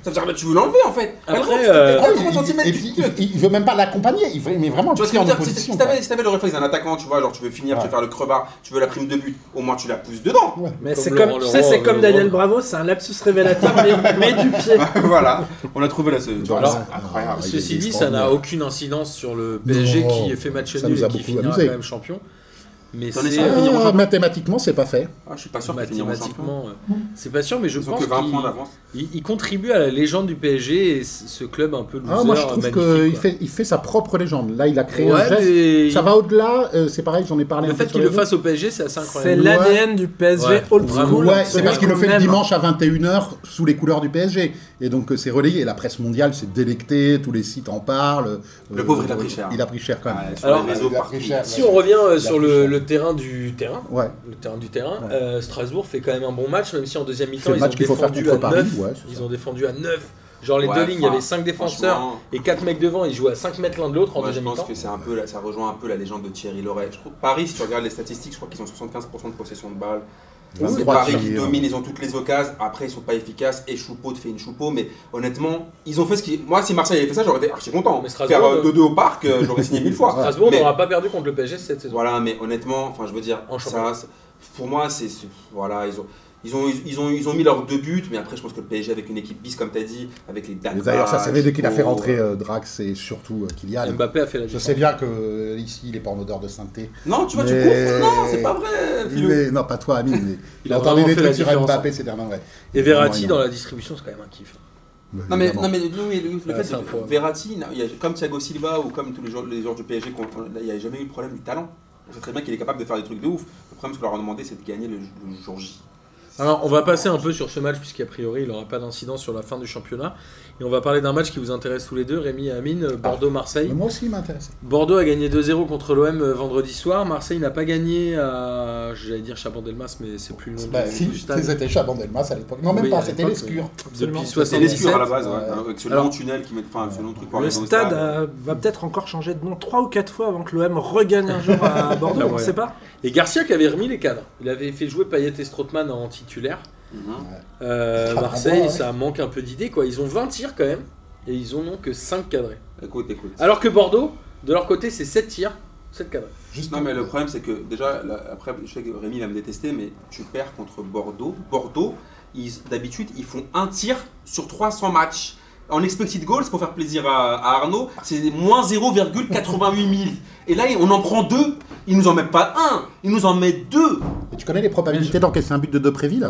Ça veut dire que tu veux l'enlever, en fait. Elle Après, rentre, euh, elle Ah rentre, oui, 30 il- centimètres et du puis, pied. il, il veut même pas l'accompagner. Il veut- mais vraiment, Tu vois ce que je pris en veux dire Si- opposition, Si t'avais si t'avais le réflexe d'un attaquant, tu vois, genre tu veux finir, tu Ouais. veux faire le crevard, tu veux la prime de but, au moins tu la pousses dedans. quoi. Ouais. Mais Comme c'est Laurent comme, tu Leroy sais, c'est avec comme le Daniel Rhône. Bravo, c'est un lapsus révélateur, mais, mais du pied. voilà, on a trouvé la solution. Tu vois, Alors, euh, c'est incroyable. Ah, il est Ceci dit, ça extraordinaire. n'a aucune incidence sur le PSG Non, qui fait match ça nul nous a et qui beaucoup finira amusé. quand même champion. Mais T'en c'est es sûr euh, finir en Euh, champion. mathématiquement, c'est pas fait. Ah, je suis pas sûr qu'ils finiront champion. mathématiquement, euh, c'est pas sûr, mais je Ils ont pense que 20 points qu'il d'avance. il- il contribue à la légende du PSG et c- ce club un peu loser. Ah, moi, je trouve magnifique, qu'il quoi. fait, il fait sa propre légende. Là, il a créé Ouais, un geste. mais Ça va au-delà. euh, c'est pareil, j'en ai parlé Le un peu fait sur qu'il les le fasse au PSG, c'est assez C'est incroyable. la- l'ADN du PSG Ouais, old vraiment. Oh, school. Ouais, c'est c'est parce vrai qu'il le qu'on fait le aime. dimanche à 21h sous les couleurs du PSG. Et donc euh, c'est relayé. La presse mondiale s'est délectée, tous les sites en parlent. euh, Le pauvre, il a pris cher. Il a pris cher quand même. Ouais, sur Alors, les réseaux il a partout. pris cher. Si on revient euh, La sur plus le, chère. le terrain du terrain, Ouais. le terrain du terrain, Ouais. euh, Strasbourg fait quand même un bon match, même si en deuxième C'est mi-temps le ils ont match qu'il faut faire défendu contre à Paris, 9. ouais, c'est ils ça. ont défendu à 9. Genre les Ouais, deux lignes, il y enfin, avait 5 défenseurs franchement, et 4 mecs devant, ils jouaient à 5 mètres l'un de l'autre en moi, je deuxième pense mi-temps. que c'est un peu, la- ça rejoint un peu la légende de Thierry Loret. Je trouve Paris, si tu regardes les statistiques, je crois qu'ils ont 75% de possession de balles. C'est 23 Paris qui tirs. domine, ils ont toutes les occasions. Après, ils sont pas efficaces. Et Choupeau te fait une Choupeau. Mais honnêtement, ils ont fait ce qui. Moi, si Marseille avait fait ça, j'aurais été archi content. Mais Faire Strasbourg, euh, 2-2 au parc, euh, j'aurais signé mille fois. Strasbourg Mais- n'aura pas perdu contre le PSG cette saison. Voilà, mais honnêtement, enfin, je veux dire, En ça, championnat. c'est- pour moi, c'est c'est- voilà, ils ont. Ils ont, ils, ont, ils ont mis leurs deux buts, mais après, je pense que le PSG, avec une équipe bis, comme tu as dit, avec les Dakar. Mais D'ailleurs, ça s'est vu dès qu'il a fait Giroud, rentrer euh, Drax et surtout euh, Kylian. Mbappé a fait la Je différence. sais bien que euh, ici, il est pas en odeur de sainteté. euh, Non, tu vois, tu Mais- confonds. Non, c'est pas vrai, Philou. Mais, non, pas toi, Amine. Mais Il a entendu vraiment des fait trucs la sur différence. Mbappé ces dernières ouais. Et Verratti Vraiment dans la distribution, c'est quand même un kiff. énorme. Non mais, Évidemment. non mais oui, le, le Ouais, fait Ah, c'est un point. de Verratti, il y a- comme Thiago Silva ou comme tous les joueurs, les joueurs du PSG, qu'on- on- il n'y a jamais eu de problème du talent. On sait très bien qu'il est capable de faire des trucs de ouf. Le problème, ce qu'on leur a demandé, c'est de gagner le, le jour J. Alors, on va passer un peu sur ce match, puisqu'a priori, il n'aura pas d'incidence sur la fin du championnat. Et on va parler d'un match qui vous intéresse tous les deux, Rémi et Amine, euh, Mais Bordeaux-Marseille. moi aussi, il m'intéresse. Bordeaux a gagné 2-0 contre l'OM euh, vendredi soir. Marseille n'a pas gagné à, j'allais dire Chabandelmas, mais c'est plus long Bah, si, c'était Chabandelmas à l'époque. Non, même Oui, à pas, c'était l'époque, l'escure. Depuis C'est les 77. à la base, ouais, euh, avec ce alors- long tunnel qui met, enfin, ce long truc pour Le arriver au stade euh, va peut-être encore changer de nom 3 ou 4 fois avant que l'OM regagne un jour à Bordeaux, Ah on ouais. sait pas. Et Garcia qui avait remis les cadres. Il avait fait jouer Payet et Strootman en titulaire. Mhm. Euh, Ah, Marseille, bon, ouais. ça manque un peu d'idées, quoi. Ils ont 20 tirs quand même, et ils en ont que 5 cadrés. Écoute, écoute. Alors que Bordeaux, de leur côté, c'est 7 tirs, 7 cadrés. Juste non mais le problème, c'est que déjà, là, après, je sais que Rémi va me détester, mais tu perds contre Bordeaux. Bordeaux, ils- d'habitude, ils font un tir sur 300 matchs. En expected goals, pour faire plaisir à, à Arnaud, c'est moins 0,88 000. Et là, on en prend deux. Ils nous en mettent pas un, ils nous en mettent deux. Et tu connais les probabilités d'encaisser un but de Depréville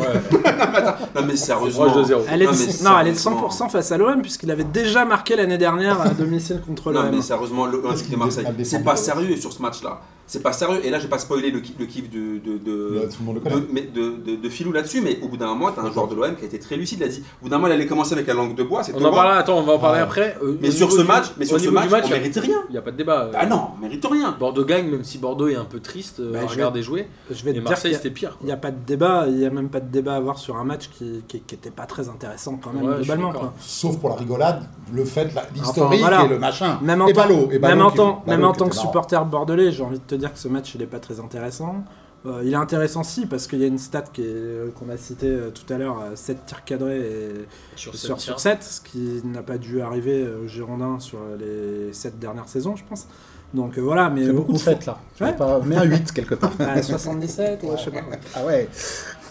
Non mais sérieusement. Proche de 0. Elle est de, Non, mais non, elle est de sérieusement. 100% face à l'OM puisqu'il avait déjà marqué l'année dernière à domicile contre Non l'OM. mais sérieusement, le Olympique de Marseille, c'est pas sérieux sur ce match-là. c'est pas sérieux. Et là, je vais pas spoiler le, ki- le kiff de, de, de- Là, Euh, tout le monde le connaît. de, mais de, de- de Filou là-dessus, mais au bout d'un moment, t'as un joueur de l'OM qui a été très lucide. Il a dit, au bout d'un moment, il allait commencer avec la langue de bois, c'est On en bon. parlera, attends, on va en parler Ouais. après. Euh, Mais au sur niveau ce du- match, mais au sur ce niveau match, du match, on il y a- mérite rien. il n'y a pas de débat. euh. Ah non, on mérite rien. Bordeaux gagne, même si Bordeaux est un peu triste euh, Bah, à je vais- regarder jouer. Je vais Et te dire qu'il Marseille, y a- c'était pire. il quoi. n'y a pas de débat, il n'y a même pas de débat à avoir sur un match qui n'était qui, qui était pas très intéressant quand même Ouais, je suis globalement. d'accord. quoi. Sauf pour la rigolade, le fait, la- l'historique voilà. et le machin. Même en et tant- Ballot. Et Même Ballot en qui- tant, Ballot même en qui tant était que marrant. supporter bordelais, j'ai envie de te dire que ce match il n'est pas très intéressant. Euh, il est intéressant si parce qu'il y a une stat qui est- qu'on a citée euh, tout à l'heure, 7 tirs cadrés et, Sur sur, cette- sur 7, ce qui n'a pas dû arriver euh, aux Girondins sur les 7 dernières saisons, je pense. Donc euh, voilà, mais C'est au- beaucoup de au fond- fêtes là. Ouais. Ah, Pas... Mais à 8 quelque part. à 77, ouais, je sais pas. Ah ouais.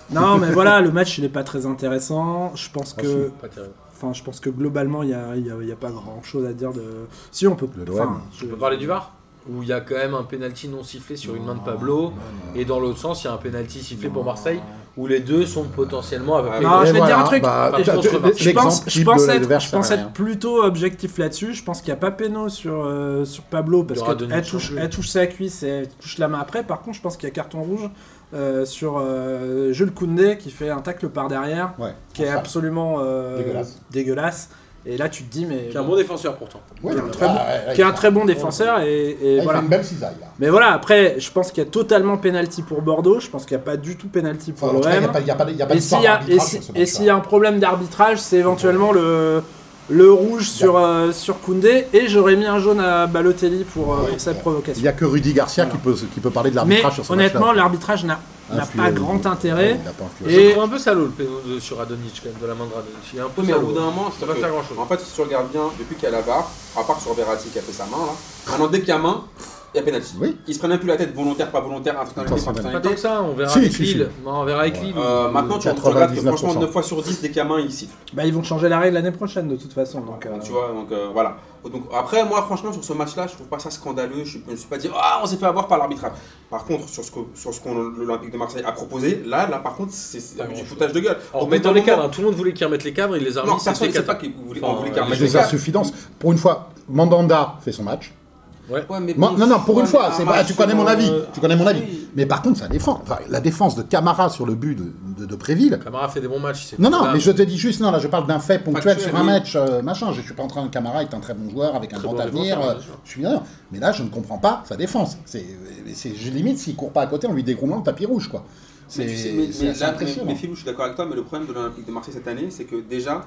Non, mais voilà, le match il n'est pas très intéressant. Je pense Ah, que, Pas terrible. enfin, je pense que globalement il n'y a, il y a- il y a pas grand chose à dire de. Si on peut, De l'OM. enfin, je- On peut parler du VAR où il y a quand même un penalty non sifflé sur une main de Pablo et dans l'autre sens il y a un penalty sifflé pour Marseille où les deux sont potentiellement à peu près Ah, Non, égaux. je vais Et te dire voilà, un truc. bah, Et je t'as- pense que- Je l'exemple pense, je type pense de être, l'adverse, je pense ça, être hein. plutôt objectif là-dessus. Je pense qu'il n'y a pas péno sur, euh, sur Pablo parce Il aura donné qu'elle une touche, chance. elle touche sa cuisse et elle touche la main après. Par contre, je pense qu'il y a carton rouge euh, sur euh, Jules Koundé qui fait un tacle par derrière Ouais. qui est Enfin, absolument euh, dégueulasse. dégueulasse. Et là, tu te dis, mais. Qui est un bon défenseur pourtant. Ouais, qui est un bah, très bon- ouais, ouais, qui est il- un très bon défenseur et, et il fait voilà. une belle cisaille là. Mais voilà, après, je pense qu'il y a totalement pénalty pour Bordeaux. Je pense qu'il n'y a pas du tout pénalty pour Enfin, en tout l'OM. cas, il n'y a pas, il y a pas, il y a pas Et d'histoire s'il y, a- et d'arbitrage si- sur ce et s'il y match-là. a un problème d'arbitrage, c'est éventuellement le, le rouge sur, euh, sur Koundé. Et j'aurais mis un jaune à Balotelli pour, euh, Oui, pour cette ouais. Il provocation. n'y a que Rudy Garcia qui, peut, qui peut parler de Mais l'arbitrage sur ce honnêtement, match-là. l'arbitrage n'a n'a Influé, pas oui. grand intérêt. Ouais, il a pas influé. Et... Et- Je trouve un peu salaud le péno de- sur Adonic quand même, de la main de Radonic. Il est un peu Mais au bout salaud. d'un moment, je Ça te va que- faire grand chose. En fait, si tu regardes bien, depuis qu'il y a la barre, à part sur Verratti qui a fait sa main, là, maintenant dès qu'il y a main, il y a penalty. Oui. Ils se prennent même plus la tête, volontaire, pas volontaire, intentionnalité, pas Attends, Pas tant que intentionnalité. ça, on verra Si, avec si, Lille. Non, on verra avec Lille. Euh, maintenant, tu regardes que franchement, 9 fois sur 10, dès qu'il y a main, ils sifflent. Bah, ils vont changer la règle l'année prochaine, de toute façon. Donc, euh, Donc, tu vois, donc euh, voilà. Donc après, moi, franchement, sur ce match-là, je trouve pas ça scandaleux. Je ne me suis pas dit, ah, on s'est fait avoir par l'arbitrage. Par contre, sur ce que sur ce qu'on l'Olympique de Marseille a proposé, là, là, par contre, c'est c'est Pas du grand-chose. foutage de gueule. En Au bout d'un remettant les moment- cadres, hein, tout le monde voulait qu'ils remettent les cadres, il les a Non, remis. personne C'était ne sait pas cata- qu'ils voulaient Enfin, on voulait euh, Ah, qu'ils les remettent les Des cadres. insuffisances. Pour une fois, Mandanda fait son match. Ouais, mais Man- bon, non, non, pour une ouais, fois, mais c'est un pas- match tu connais mon sur, avis. euh, Tu connais mon avis. oui. Mais par contre, ça défend. Enfin, la défense de Camara sur le but de, de, de Préville. Camara fait des bons matchs. c'est Non, pas non, grave. mais je te dis juste, non, là, je parle d'un fait ponctuel Factuel, sur un oui. match, euh, machin. Je suis pas en train de Camara est un très bon joueur avec un Très grand bon avenir. défenseur, euh, bien sûr. je suis bien. d'accord. Mais là, je ne comprends pas sa défense. C'est, c'est je- limite s'il court pas à côté en lui dégroulant le tapis rouge, quoi. Mais C'est, tu sais, mais- c'est mais assez là, mais- impressionnant. mais Philou, je suis d'accord avec toi, mais le problème de l'Olympique de Marseille cette année, c'est que déjà,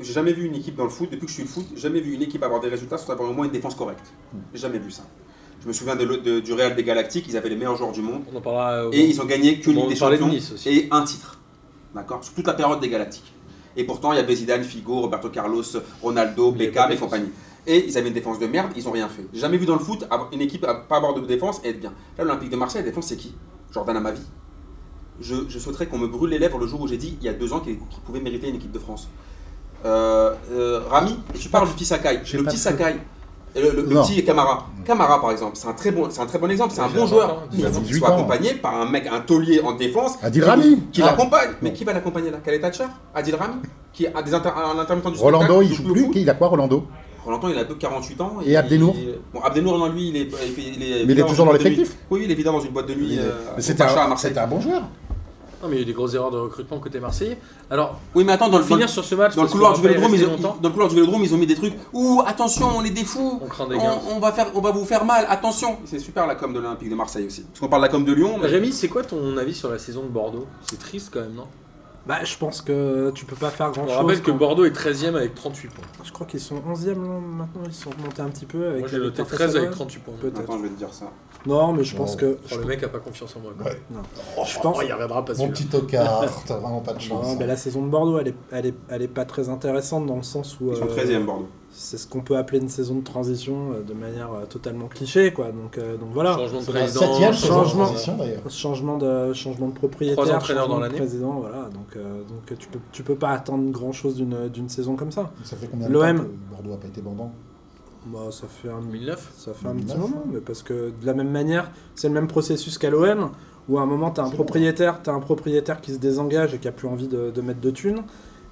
j'ai jamais vu une équipe dans le foot, depuis que je suis le foot, j'ai jamais vu une équipe avoir des résultats sans avoir au moins une défense correcte. J'ai jamais vu ça. Je me souviens de l'autre- de- du Real des Galactiques, ils avaient les meilleurs joueurs du monde, On en parlera. euh, et ils ont gagné que on Ligue des parlait de Champions Nice aussi. et un titre. D'accord Sur toute la période des Galactiques. Et pourtant, il y avait Zidane, Figo, Roberto Carlos, Ronaldo, Mais il y a pas Beckham de et défense. compagnie. Et ils avaient une défense de merde, ils ont rien fait. J'ai Jamais vu dans le foot avoir- une équipe à pas avoir de défense et être bien. Là, l'Olympique de Marseille, la défense, c'est qui Jordan Amavi. Je, je souhaiterais qu'on me brûle les lèvres le jour où j'ai dit, il y a deux ans, qu'il qu'il pouvait mériter une équipe de France. Euh, euh, Rami, tu parles du petit Sakai. J'ai Le pas petit de- Sakai. Et Le, le- le Non. petit Camara. Camara, par exemple, c'est un très bon, c'est un très bon exemple. C'est un J'ai bon 20 joueur. ans, Il faut qu'il 18 soit ans. accompagné par un mec, un taulier en défense. Adil qui- Rami. Qui Ah. l'accompagne. Mais qui va l'accompagner là Khaled Thatcher Adil Rami Qui est un, des inter- un intermittent du Rolando, spectacle, il joue plus. au foot. Qui- Il a quoi, Rolando Rolando, il a peu 48 ans. Et Abdenour Bon, Abdenour, non, lui, il est. il fait- il est Mais il est toujours dans dans une boîte de nuit. l'effectif Oui, il est évidemment dans une boîte de nuit. Il est- euh, Mais au c'était Pacha, à un, Marseille. c'était un bon joueur. Non, mais il y a eu des grosses erreurs de recrutement côté Marseillais. Alors, Oui, mais attends, dans pour le, dans, le- finir sur ce match, dans le parce couloir qu'on va du pas y vélodrome, ils rester ont, longtemps, ils- dans le couloir du vélodrome, ils ont mis des trucs. Ouh, attention, on est des fous. on craint des gains. On, on va faire, on va vous faire mal. Attention. C'est super la com de l'Olympique de Marseille aussi. Parce qu'on parle de la com de Lyon. Mais... Rémi, c'est quoi ton avis sur la saison de Bordeaux C'est triste quand même, non bah, je pense que tu peux pas faire grand On chose. rappelle que Bordeaux est 13ème avec 38 points. Je crois qu'ils sont 11e non, maintenant, ils sont remontés un petit peu. Avec Moi, j'ai la noté victoire 13 face à avec l'OM. 38 points. Peut-être. Attends, je vais te dire ça. Non, mais je pense Oh. que. Oh, le mec a pas confiance en moi. quoi. Ouais. Je pense. Oh, il reviendra pas Mon celui-là. petit tocard, t'as vraiment pas de Non, oh, chance. bah, la saison de Bordeaux, elle est, elle, est, elle est pas très intéressante dans le sens où Ils sont euh, 13e, Bordeaux. c'est ce qu'on peut appeler une saison de transition euh, de manière euh, totalement cliché, quoi. Donc, euh, donc voilà, Changement de C'est la président, septième saison de changement. transition d'ailleurs. changement de changement de propriétaire, Trois entraîneurs changement dans de l'année. président, voilà. Donc, euh, donc euh, tu peux tu peux pas attendre grand chose d'une d'une saison comme ça. Ça fait combien de L'OM. temps que Bordeaux a pas été bandant Bah, ça fait un 2009. Ça fait un petit 2009, moment, mais parce que de la même manière, c'est le même processus qu'à l'OM, où à un moment, tu as un propriétaire, t'as un propriétaire qui se désengage et qui a plus envie de, de mettre de thunes.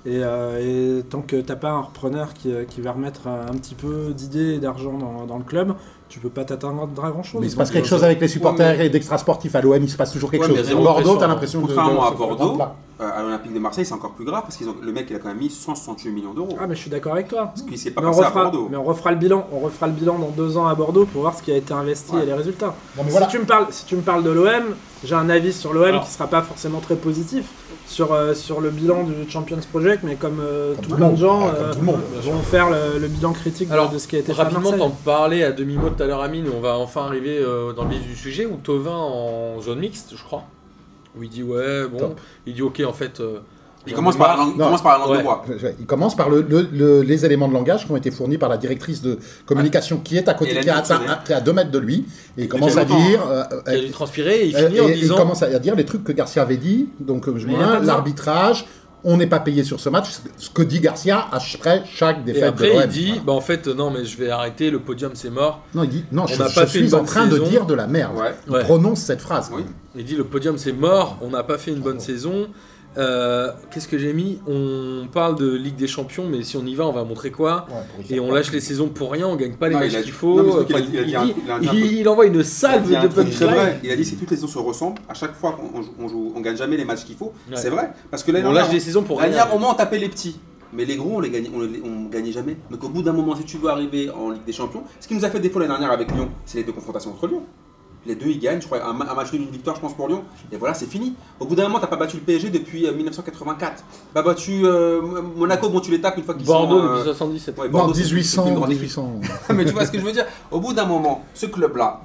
Et, euh, et tant que t'as pas un repreneur qui, euh, qui va remettre euh, un petit peu d'idées et d'argent dans, dans le club, tu peux pas t'atteindre à grand chose. Mais il se passe quelque chose avec les supporters et d'extra sportifs à l'OM, il se passe toujours quelque Ouais, mais chose. zéro Bordeaux, pression. t'as l'impression de. Contrairement de- à de- Bordeaux, là. euh, à l'Olympique de Marseille, c'est encore plus grave parce que le mec, il a quand même mis 168 millions d'euros. Ah mais je suis d'accord avec toi. Ce qui s'est pas Mais on, passé Ah, bah, à refera, Bordeaux. mais on refera le bilan, on refera le bilan dans deux ans à Bordeaux pour voir ce qui a été investi Ouais. et les résultats. Non, mais voilà. si, tu me parles, si tu me parles de l'OM, j'ai un avis sur l'OM Alors. qui sera pas forcément très positif sur, euh, sur le bilan du Champions Project, mais comme, euh, Comme tout tout le plein de monde. gens Ah, comme euh, tout le monde. vont faire le, le bilan critique de- Alors, de, ce qui a été fait à Rapidement, Marseille. t'en parlais à demi-mot tout à l'heure, Amine, et on va enfin arriver euh, dans le vif du sujet, où Tovin en zone mixte, je crois, où il dit ouais, bon, Top. il dit ok, en fait, euh, Il j'en commence ai par la marre. langue- il commence par la langue Ouais. de bois. Ouais, Il commence par le- le- le- les éléments de langage qui ont été fournis par la directrice de communication qui est à côté, Hélène qui est, atteint- Martinet. qui est à 2 mètres de lui, et il commence fait à longtemps, dire. euh, euh, il a dû transpirer, et il euh, finit en et- et il disant commence à à dire les trucs que Garcia avait dit. Donc, euh, je Mais il vois a pas un, besoin. l'arbitrage, on n'est pas payé sur ce match, ce que dit Garcia après chaque Et défaite de après, l'OM. il dit, Voilà. bah en fait, non, mais je vais arrêter, le podium c'est mort. Non, il dit non, je, n'a je pas fait une suis en bonne train de saison. dire de la merde. Ouais. Il Ouais. prononce cette phrase. Oui. Il dit, le podium c'est mort, on n'a pas fait une bonne saison. Euh, Qu'est-ce que j'ai mis On parle de Ligue des Champions, mais si on y va, on va montrer quoi Ouais, pour y faire Et on lâche les saisons pour rien, on gagne pas les Non, matchs il a- qu'il faut. euh, non, mais surtout qu'il a- Enfin, il a dit un- il- il a dit un il- truc- il envoie une Il a salve dit un de truc très punchline. vrai. Il a dit si toutes les saisons se ressemblent, à chaque fois qu'on on joue, on joue- on gagne jamais les matchs qu'il faut. Ouais. C'est vrai. Parce que là, On lâche des saisons pour L'année rien. dernière, au moins, on tapait les petits. Mais les gros, on les gagnait, on les- on gagnait jamais. Donc au bout d'un moment, si tu veux arriver en Ligue des Champions, ce qui nous a fait défaut l'année dernière avec Lyon, c'est les deux confrontations entre Lyon. Les deux, ils gagnent, je crois, un, ma- un match nul, une victoire, je pense, pour Lyon. Et voilà, c'est fini. Au bout d'un moment, t'as pas battu le PSG depuis euh, 1984. Pas battu euh, Monaco, bon, tu les tapes une fois qu'ils sont... Bordeaux euh, depuis 77. ouais, Non, Bordeaux, c'est- c'est une 1800. grande équipe. 1800. mais tu vois ce que je veux dire Au bout d'un moment, ce club-là,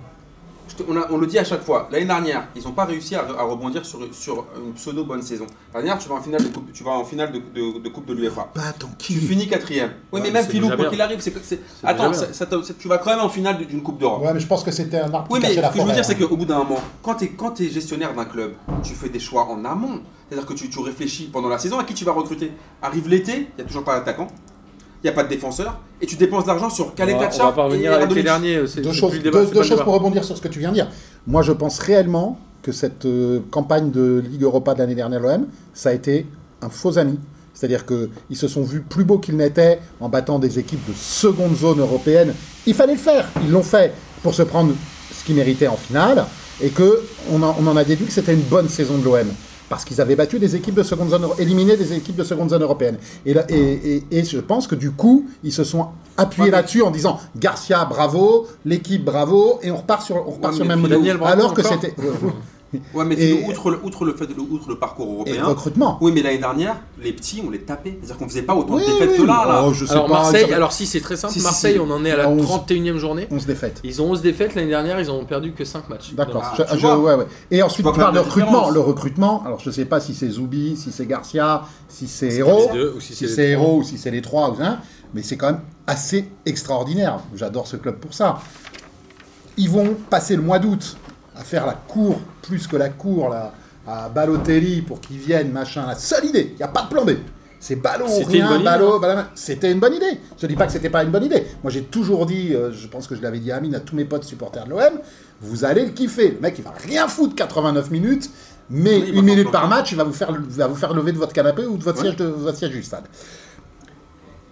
je te- on, a- on le dit à chaque fois, l'année dernière, ils n'ont pas réussi à, re- à rebondir sur, sur une pseudo-bonne saison. L'année dernière, tu vas en finale de Coupe, tu vas en finale de, de- de Coupe de l'UEFA. Pas tant Tu finis quatrième. Oui, Ouais, mais même c'est Philou, déjà quoi bien. qu'il arrive, c'est, que- c'est- C'est attends, déjà bien. ça- ça te- ça- tu vas quand même en finale d'une Coupe d'Europe. Ouais, mais je pense que c'était un arbre qui Oui, mais ce cachait que la je veux forêt, dire, c'est hein. qu'au bout d'un moment, quand tu es, gestionnaire d'un club, tu fais des choix en amont. C'est-à-dire que tu, tu réfléchis pendant la saison à qui tu vas recruter. Arrive l'été, il n'y a toujours pas d'attaquant, il n'y a pas de défenseur, et tu dépenses de l'argent sur On va- on Kaletacha va pas et revenir à l'été Radonjic. dernier. c'est- Deux c'est choses, plus le débat, deux- c'est deux pas le choses débat. pour rebondir sur ce que tu viens de dire. Moi, je pense réellement que cette euh, campagne de Ligue Europa de l'année dernière, l'OM, ça a été un faux ami. C'est-à-dire qu'ils se sont vus plus beaux qu'ils n'étaient en battant des équipes de seconde zone européenne. Il fallait le faire. Ils l'ont fait pour se prendre ce qu'ils méritaient en finale. Et que on, en- on en a déduit que c'était une bonne saison de l'OM. Parce qu'ils avaient battu des équipes de seconde zone, euro- éliminé des équipes de seconde zone européenne. Et, là- et- et- et je pense que du coup, ils se sont appuyés Ouais, mais- là-dessus en disant Garcia, bravo, l'équipe, bravo, et on repart sur, on Ouais, repart sur mais le même Philippe modèle. Daniel Branco Alors que encore. c'était. euh, Ouais, mais Et- Philou, outre, le, outre le fait de, outre le parcours Et hein européen. recrutement. Oui, mais l'année dernière, les petits, on les tapait. C'est-à-dire qu'on faisait pas autant Oui, de défaites oui. que là. là. Oh, je sais Alors pas, Marseille, ça- alors si c'est très simple, Si, si, Marseille, si. on en est à la À 11. 31e journée. 11 défaites. Ils ont 11 défaites l'année dernière, ils en ont perdu que 5 matchs. D'accord. Ah, Je- tu je- vois. ouais, ouais. Et ensuite, vois tu parles de quand même la recrutement. différence. Le recrutement, alors je sais pas si c'est Zoubi, si c'est Garcia, si c'est Les Héros, deux, ou si si c'est les c'est trois. Héros ou si c'est les trois, ou un, mais c'est quand même assez extraordinaire. J'adore ce club pour ça. Ils vont passer le mois d'août à faire la cour, plus que la cour, là, à Balotelli pour qu'il vienne, machin. La seule idée, il n'y a pas de plan B. C'est ballot, C'était une rien, bonne idée, hein. ballot, ballon. C'était une bonne idée. Je dis pas que c'était pas une bonne idée. Moi, j'ai toujours dit, euh, je pense que je l'avais dit à Amine, à tous mes potes supporters de l'OM, vous allez le kiffer. Le mec, il va rien foutre 89 minutes, mais Oui, il va une minute pas par match, il va vous faire, va vous faire lever de votre canapé ou de votre, Ouais. siège, de, votre siège du stade.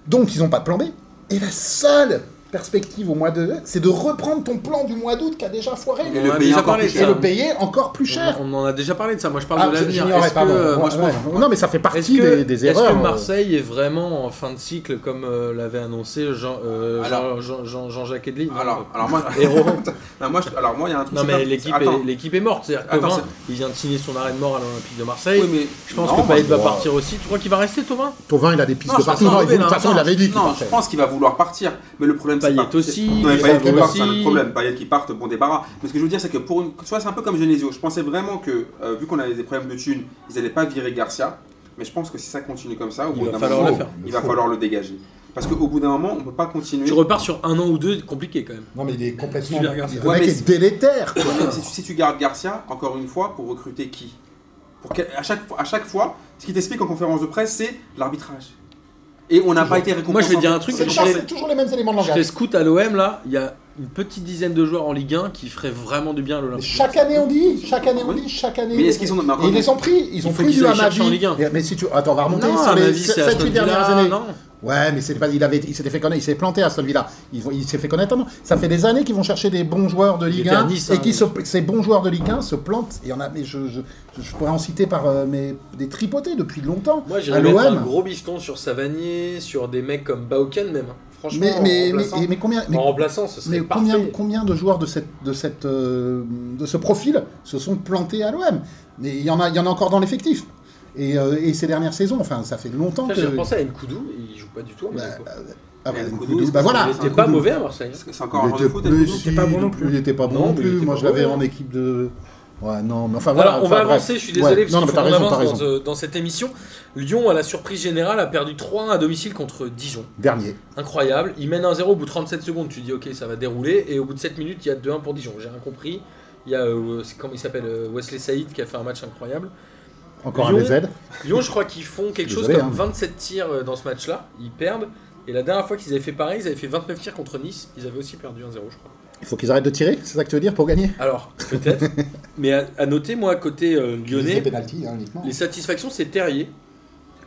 Donc, ils n'ont pas de plan B. Et la seule perspective au mois de c'est de reprendre ton plan du mois d'août qui a déjà foiré Et On le en a payer déjà encore parlé plus de et cher. ça. le payer encore plus cher. On, on en a déjà parlé de ça. Moi, je parle Ah, de je- l'avenir. j'ignorais, Est-ce que, pardon. euh, moi, je Ouais, pense- ouais. Non, mais ça fait Est-ce partie que, des, des est-ce erreurs. que euh. Marseille est vraiment en fin de cycle comme euh, l'avait annoncé Jean, euh, Alors- Jean, Jean, jacques Edli Non, Alors, alors moi, Héros. non, moi, je- alors moi, il y a un truc. non c'est pas- mais l'équipe Attends. est, l'équipe est morte. C'est-à-dire que Attends, Thauvin, c'est- il vient de signer son arrêt de mort à l'Olympique de Marseille. Oui, mais Je pense Non, que moi, Payet je- va vois- partir aussi. Tu crois qu'il va rester, Thauvin Thauvin, il a des pistes Non, de je partout. pense- Non, il- non, de toute non, façon, non, il avait dit qu'il Non, je partait. pense qu'il va vouloir partir. Mais le problème, c'est Payet pas. c'est- aussi, Non, mais les Payet Favre qui part, aussi. c'est un autre problème. Payet qui parte, bon débarras. Mais ce que je veux dire, c'est que pour une. Tu vois, c'est un peu comme Genesio. Je pensais vraiment que, euh, vu qu'on avait des problèmes de thunes, ils n'allaient pas virer Garcia. Mais je pense que si ça continue comme ça, au Il bout va d'un falloir moment, le faire. il va falloir le dégager. Parce qu'au bout d'un moment, on ne peut pas continuer. Tu repars sur un an ou deux, compliqué quand même. Non, mais il est complètement. Tu viens regarder. il- Le Ouais, mec mais est c'est- délétère. Ouais, mais si, tu- si tu gardes Garcia, encore une fois, pour recruter qui pour quel- à, chaque, fois- à chaque fois, ce qui t'explique en conférence de presse, c'est l'arbitrage. Et on n'a pas été récompensé. Moi, je vais dire un truc. C'est je toujours- vais- c'est toujours les mêmes éléments de J'étais langage. scout à l'OM là, il y a une petite dizaine de joueurs en Ligue 1 qui feraient vraiment du bien à Mais l'Olympique. Chaque année on dit, chaque année on Oui. dit, chaque année. Mais est-ce qu'ils sont. mais encore Et ils une les ont pris, ils ont Il faut pris qu'ils du aillent chercher en Hamadi. Ligue 1. Mais, mais si tu attends, on va remonter Non, sur à ma les vie, c'est 7-8 Aston dernières Villa. années. Non. Ouais, mais c'est pas, il avait, il s'était fait connaître, il s'est planté à Aston Villa. Il, il s'est fait connaître. non. Ça fait des années qu'ils vont chercher des bons joueurs de Ligue était à 1 Nice, hein, et qui oui. se, ces bons joueurs de Ligue 1 se plantent. Il y en a, mais je, je, je pourrais en citer par euh, mais des tripotés depuis longtemps Moi, à j'irais mettre un l'OM. gros bifton sur Savanier, sur des mecs comme Bauken même. hein. Franchement, Mais, mais, en mais, remplaçant, mais combien, mais, en remplaçant, ce serait mais parfait. combien, combien de joueurs de cette, de cette, euh, de ce profil se sont plantés à l'OM Mais il y en a, il y en a encore dans l'effectif. Et, euh, et ces dernières saisons, enfin, ça fait longtemps Putain, que. J'ai repensé à Nkoudou, il joue pas du tout. à euh, Bah, Monaco. Ah bah, Mais Nkoudou, Nkoudou, bah voilà, il était pas Nkoudou. mauvais à Marseille. hein. Est-ce que c'est encore un Il joueur de était- foot mais Nkoudou si, était pas bon non plus. Il était pas bon Non, non, mais il plus. était Moi, pas je l'avais bon. en équipe de. Ouais, non, mais enfin Ah, voilà. Voilà, on enfin, va bref. avancer, je suis désolé, Ouais, parce Non, non, qu'il mais faut t'as qu'on raison, t'as avance dans, raison. ce- dans cette émission. Lyon, à la surprise générale, a perdu 3-1 à domicile contre Dijon. Dernier. Incroyable. Il mène 1-0 au bout de 37 secondes. Tu dis, ok, ça va dérouler. Et au bout de 7 minutes, il y a 2-1 pour Dijon. J'ai rien compris. Il y a, euh, c'est- comment il s'appelle, euh, Wesley Saïd qui a fait un match incroyable. Encore Lyon. un BZ. Lyon, je crois qu'ils font quelque chose Désolé, comme hein. 27 tirs euh, dans ce match-là. Ils perdent. Et la dernière fois qu'ils avaient fait pareil, ils avaient fait 29 tirs contre Nice. Ils avaient aussi perdu 1-0, je crois. Il faut qu'ils arrêtent de tirer, c'est ça que tu veux dire, pour gagner Alors, peut-être. mais à, à noter, moi, côté euh, Les lyonnais, pénaltys, hein, uniquement. les satisfactions, c'est Terrier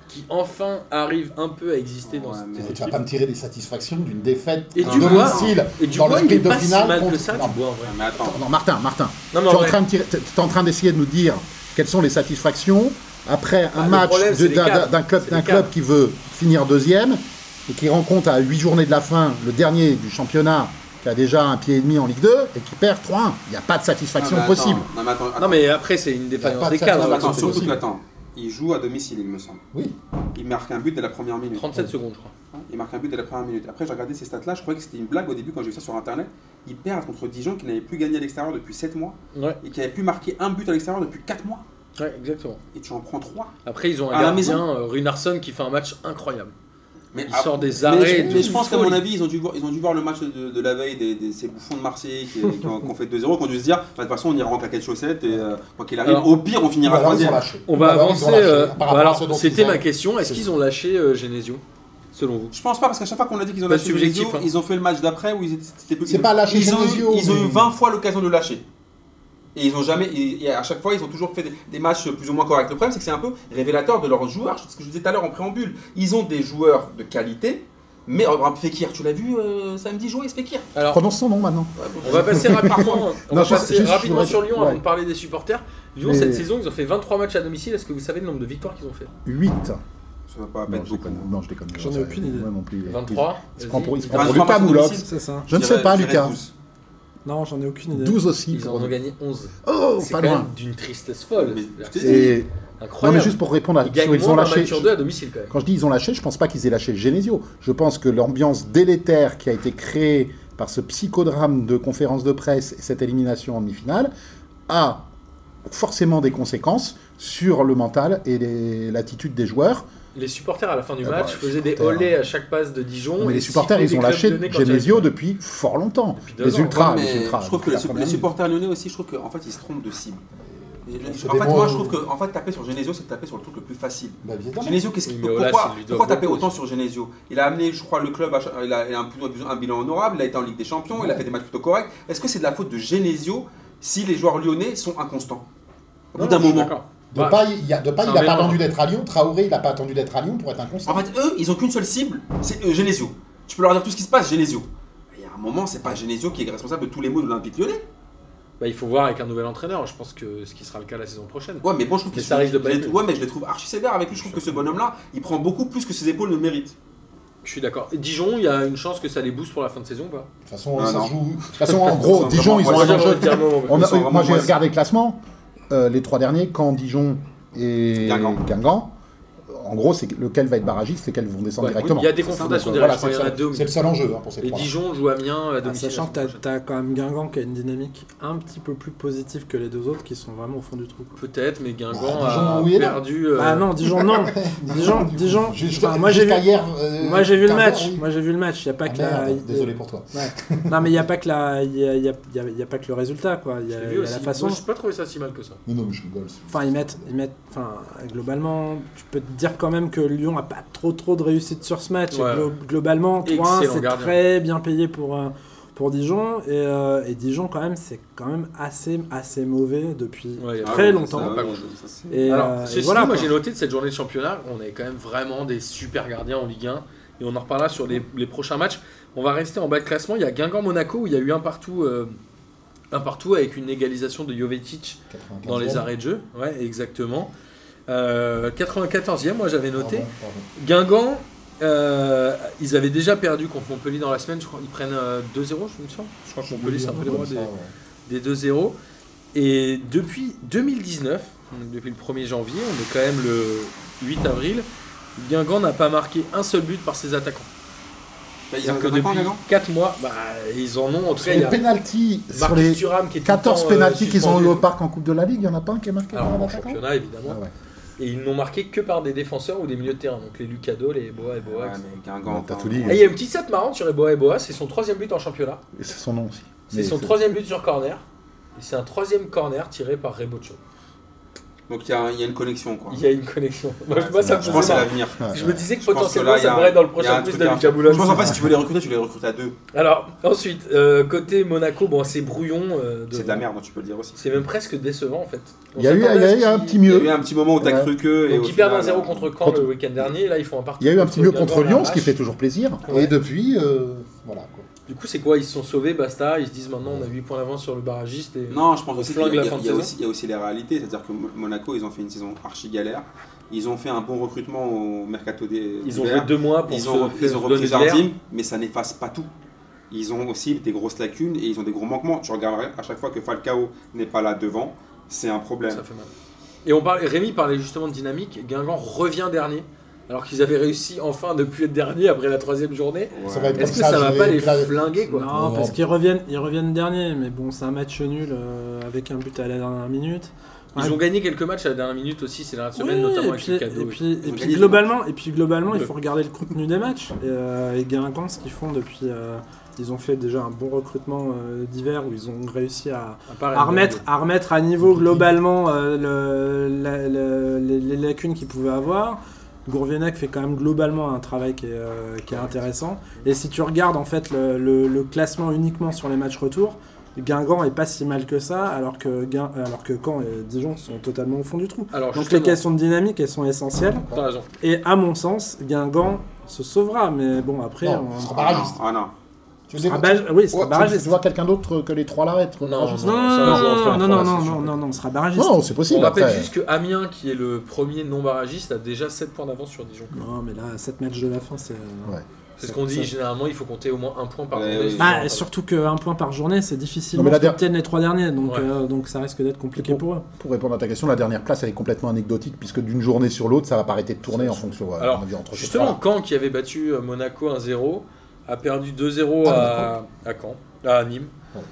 qui enfin arrive un peu à exister dans Ouais, cette mais Tu vas pas me tirer des satisfactions d'une défaite Et à du bois, domicile Et du dans bois, le il est sprint de pas si finale mal que contre- ça, Non, Dubois, en vrai. Ah, Mais attends. Non, Martin, Martin. Non, mais Tu es en en vrai, train de tirer- t'es- t'es en train d'essayer de nous dire quelles sont les satisfactions après Bah, un le match problème, de- c'est les d'un- cadres. d'un club, C'est d'un les club cadres. qui veut finir deuxième et qui rencontre à 8 journées de la fin le dernier du championnat qui a déjà un pied et demi en Ligue 2 et qui perd 3-1. Il n'y a pas de satisfaction Ah, Non, mais attends. possible. Non, mais attends. Non attends. mais après c'est une Il y a défaillance pas des de Non, cadres. hein, mais satisfaction. attends, c'est surtout possible. que, attends, Il joue à domicile, il me semble. Oui. Il marque un but dès la première minute. Hein, 37 secondes je crois. Il marque un but dès la première minute. Après, j'ai regardé ces stats-là, je croyais que c'était une blague au début quand j'ai vu ça sur internet. Ils perdent contre Dijon qui n'avait plus gagné à l'extérieur depuis 7 mois Ouais, et qui n'avait plus marqué un but à l'extérieur depuis 4 mois. ouais exactement. Et tu en prends 3. Après ils ont un À la gardien euh, Runarsson qui fait un match incroyable. Mais Il ah, sort des mais arrêts. je, de mais je pense qu'à folie. mon avis, ils ont dû voir, ils ont dû voir le match de, de la veille des, des- ces bouffons de Marseille qui, qui ont, qui ont fait 2-0, qui ont dû se dire de toute façon, on ira en claquette chaussette et euh, quoi qu'il arrive, Alors, au pire, on finira Bah, là, ils ont troisième. lâché. On va Bah, là, ils ont avancer. lâché, euh, par rapport à alors ce dont c'était ils ont- ma question. Est-ce qu'ils ont lâché euh, Genesio selon vous Je pense pas parce qu'à chaque fois qu'on a dit qu'ils ont Pas lâché subjectif, Genesio, hein. ils ont fait le match d'après où ils étaient c'était plus C'est pas lâcher ils ont, eu- Genesio, ils ont eu mais- 20 fois l'occasion de le lâcher. Et ils ont jamais et, et à chaque fois ils ont toujours fait des, des matchs plus ou moins corrects. Le problème c'est que c'est un peu révélateur de leurs joueurs, ce que je disais tout à l'heure en préambule. Ils ont des joueurs de qualité. Mais euh, Fekir, tu l'as vu euh, samedi jouer ce Fekir Alors Prononce son nom maintenant. on va passer rapidement. on Non, va juste- passer juste, je rapidement voudrais- sur Lyon avant ouais. de parler des supporters. Lyon Mais- cette saison ils ont fait 23 matchs à domicile. Est-ce que vous savez le nombre de victoires qu'ils ont fait 8. Ça va pas Non, être je beaucoup. déconne. Non, je déconne. J'en ai Ça, aucune idée. ouais, non plus. 23. Il se prend pour, il se prend vas-y. pour 23 match du à Pavlov. domicile. C'est ça. Je ne dirais- sais pas, je dirais Lucas. 12. Non, j'en ai aucune idée. 12 aussi. Ils en ont gagné 11. Oh, C'est pas quand loin. même d'une tristesse folle. Mais- C'est-à-dire que je c'est Et... Non, mais Incroyable. juste pour répondre à la Ils gagnent question, ils moins ont d'un match lâché. sur deux à domicile quand même. Quand je dis ils ont lâché, je pense pas qu'ils aient lâché Genesio. Je pense que l'ambiance délétère qui a été créée par ce psychodrame de conférence de presse et cette élimination en demi-finale a forcément des conséquences sur le mental et les- l'attitude des joueurs. Les supporters à la fin du Ah bah, match les faisaient des supporters, olés à chaque passe de Dijon. Non, mais et les supporters, sifflaient ils des ont clubs lâché lyonnais quand Genesio ils- depuis fort longtemps. Depuis deux Les ans. ultras, Ouais, les mais ultras. je trouve que la les, première les ligne. supporters lyonnais aussi, je trouve qu'en fait, ils se trompent de cible. Et le- se en fait, moi, dévoient. je trouve que en fait, taper sur Genesio, c'est taper sur le truc le plus facile. Bah, évidemment. Genesio, qu'est-ce Oui, qu'il mais peut- Olas, pourquoi, il lui doit pourquoi taper beaucoup autant sur Genesio Il a amené, je crois, le club, à, cha- il a, il a un, plutôt- plutôt un bilan honorable, il a été en Ligue des Champions, il a fait des matchs plutôt corrects. Est-ce que c'est de la faute de Genesio si les joueurs lyonnais sont inconstants Au Non, bout Ah d'un je suis moment. d'accord. De Bah, Paille, il a, de Paille, il a c'est un pas mélange. attendu d'être à Lyon. Traoré, il a pas attendu d'être à Lyon pour être En inconstant. fait, eux, ils ont qu'une seule cible, c'est euh, Genesio. Tu peux leur dire tout ce qui se passe, Genesio. Il y a un moment, c'est pas Genesio qui est responsable de tous les maux de l'Olympique lyonnais. bah, il faut voir avec un nouvel entraîneur. Je pense que ce qui sera le cas la saison prochaine. Ouais, mais bon, je trouve Mais que ça risque de pas être lui. Ouais, mais je le trouve archi sévère avec lui. Je trouve que ce bonhomme-là, il prend beaucoup plus que ses épaules ne méritent. Je suis d'accord. Et Dijon, il y a une chance que ça les booste pour la fin de saison ou pas De toute façon, Ah, ça non. se joue. De toute façon, en gros, Ils sont Dijon, ils vraiment ont Moi, un j'ai moisis. enjeu. envie de dire non, mais- On Ils a- sont vraiment moi, j'ai moisis. regardé le classement. Euh, les trois derniers, Caen, Dijon et Guingamp. Guingamp. En gros, c'est lequel va être barragiste, lequel vont descendre Ouais, directement. Il y a des C'est ça, confrontations donc, directes. Voilà, c'est je crois, il y en a le deux. seul- c'est mais- le seul enjeu hein, pour ces Et trois. Dijon joue Amiens à Ah, domicile. sachant que la t'as semaine t'as quand même Guingamp qui a une dynamique un petit peu plus positive que les deux autres qui sont vraiment au fond du trou. quoi. prochaine. Peut-être, mais Guingamp Bah, Dijon, a oui et non. perdu. euh, Ah non, Dijon non. Dijon, Dijon. euh, Enfin, moi j'ai vu, moi j'ai vu le match. Moi j'ai vu le match. Il y Ah, a pas que la. il- Ah, Désolé pour toi. Ouais. Non mais il y a pas que la. Il y a, il y a- il y a- il y a pas que le résultat quoi. Il y je a, l'ai il y vu a aussi. Bah, la façon. Moi, j'ai pas trouvé ça si mal que ça. Non, non, mais je rigole. c'est- Enfin ils mettent, ils mettent. Enfin globalement, tu peux te dire quand même que Lyon a pas trop trop de réussite sur ce match. Et Ouais. glo- globalement, 3-1, Excellent c'est gardien. très bien payé pour, euh, pour Dijon. Et, euh, et Dijon, quand même, c'est quand même assez, assez mauvais depuis Ouais, il y a très Ah, longtemps. ça, Pas oui, grand-chose. ça, c'est- Et, Alors, euh, et ceci dit, voilà, moi quoi. j'ai noté de cette journée de championnat, on avait quand même vraiment des super gardiens en Ligue 1 et on en reparlera sur les, les prochains matchs. On va rester en bas de classement. Il y a Guingamp-Monaco où il y a eu un partout, euh, un partout avec une égalisation de Jovetic dans les arrêts de jeu. Ouais, exactement. Euh, 94e, moi j'avais noté. Guingamp, euh, ils avaient déjà perdu contre Montpellier dans la semaine. Je crois ils prennent euh, 2-0, je me sens. Je crois que Montpellier, c'est un peu les rois des, des 2-0. Et depuis 2019, donc depuis le 1er janvier, on est quand même le 8 avril, Guingamp n'a pas marqué un seul but par ses attaquants. Bah, ils ont C'est-à-dire que un attaquant, depuis Guingamp 4 mois, bah, ils en ont. En tout cas, il y Les a pénalties sur Marcus les Thuram qui est tout le 14 temps, euh, pénalties qu'ils ont eu suspendu. au parc en Coupe de la Ligue, il n'y en a pas un qui est marqué Alors, par un en attaquant championnat, évidemment. Ah ouais. Et ils n'ont marqué que par des défenseurs ou des milieux de terrain. Donc les Lucado, les Boa et Boa. Ouais, etc. mais Guingamp, T'as enfin, tout dit. Et il y a une petite stat marrante sur les Boa et Boa, c'est son troisième but en championnat. Et C'est son nom aussi. C'est Mais son troisième but sur corner. Et c'est un troisième corner tiré par Rebocho. Donc il y, a il y a une connexion quoi. Il y a une connexion. Moi, moi, ça me Je pense faisait que c'est marrer. l'avenir. Ouais. Je me disais que Je pense potentiellement que là, il y ça a- devrait être dans le il y a prochain un quiz truc à- d'Ali Kaboula. Je pense en fait si tu veux les recruter, tu les recrutes à deux. Alors ensuite, euh, côté Monaco, bon c'est brouillon. euh, C'est de la merde, hein, tu peux le dire aussi. C'est même presque décevant en fait. On Il y a eu, il y s'attendait à a ce eu un qu'ils- petit Il y a eu mieux. un petit moment où t'as Ouais. cru que. et Donc au ils perdent final, un 0 euh, contre Caen Contre- le week-end dernier, là ils font un parti. Il y a eu un contre petit mieux Guingamp contre à Lyon, ce qui Arras. fait toujours plaisir. Et depuis, euh, voilà. quoi. Du coup c'est quoi Ils se sont sauvés, basta, ils se disent maintenant on a 8 points d'avance sur le barragiste et Non, je pense aussi qu'il y, flingue la a- fin de il y a saison. aussi- il y a aussi les réalités. C'est-à-dire que Mo- Monaco, ils ont fait une saison archi galère. Ils ont fait un bon recrutement au mercato des. ils ont joué deux mois pour Ils se ont, faire ils ont repris donner de l'air. Jardim, mais ça n'efface pas tout. Ils ont aussi des grosses lacunes et ils ont des gros manquements. Tu regarderas à chaque fois que Falcao n'est pas là devant, c'est un problème. Ça fait mal. Et on parlait, Rémi parlait justement de dynamique. Guingamp revient dernier, alors qu'ils avaient réussi enfin depuis être dernier après la troisième journée. Ouais. Ça va être- Est-ce que ça, ça va j'ai- pas les là- flinguer quoi Non, Non. parce qu'ils reviennent, ils reviennent dernier, mais bon, c'est un match nul euh, avec un but à la dernière minute. Ils Ouais. ont gagné quelques matchs à la dernière minute aussi ces dernières Oui, semaines, notamment et avec puis, le cadeau. et puis, et ont puis gagné des globalement, et puis globalement, il Le- faut regarder le contenu des matchs. Et, euh, et Guingamp, ce qu'ils font depuis, euh, ils ont fait déjà un bon recrutement euh, d'hiver où ils ont réussi à, À part à Mbappé. remettre, à remettre à niveau globalement euh, le- la- le- les, les lacunes qu'ils pouvaient avoir. Gourvenac fait quand même globalement un travail qui est, euh, qui est intéressant. Et si tu regardes en fait le, le- le classement uniquement sur les matchs retour, Guingamp est pas si mal que ça, alors que, Guin- alors que Caen et Dijon sont totalement au fond du trou. Alors Donc les Oh, justement, questions de dynamique, elles sont essentielles. t'as raison. Et à mon sens, Guingamp se sauvera, mais bon après, Non, on- ce sera Ah non, barragiste. ah non. Tu veux dire- Ah, bah, oui, ce Ouais, sera tu- barragiste. tu vois quelqu'un d'autre que les trois là être Non, barragiste Non, Ça va jouer entre non, les non, trois, non, là, c'est non, non, sûr. non, on sera barragiste. Non, c'est On possible. rappelle après. juste que Amiens, qui est le premier non barragiste, a déjà 7 points d'avance sur Dijon. Non, mais là, 7 matchs de la fin, c'est. euh, Ouais. C'est ce qu'on dit, généralement il faut compter au moins un point par Ouais, journée. ouais. sur- Ah, et surtout qu'un point par journée, c'est Non, difficilement mais la ce der- qu'obtiennent les trois derniers, donc, Ouais. euh, donc ça risque d'être compliqué Bon. pour eux. Pour répondre à ta question, la dernière place, elle est complètement anecdotique, puisque d'une journée sur l'autre, ça va pas arrêter de tourner en fonction. euh, Alors, on a vu entre ces Justement, trois-là. Caen, qui avait battu euh, Monaco 1-0, a perdu 2-0 Ah, à, à Caen, à Nîmes. Ouais.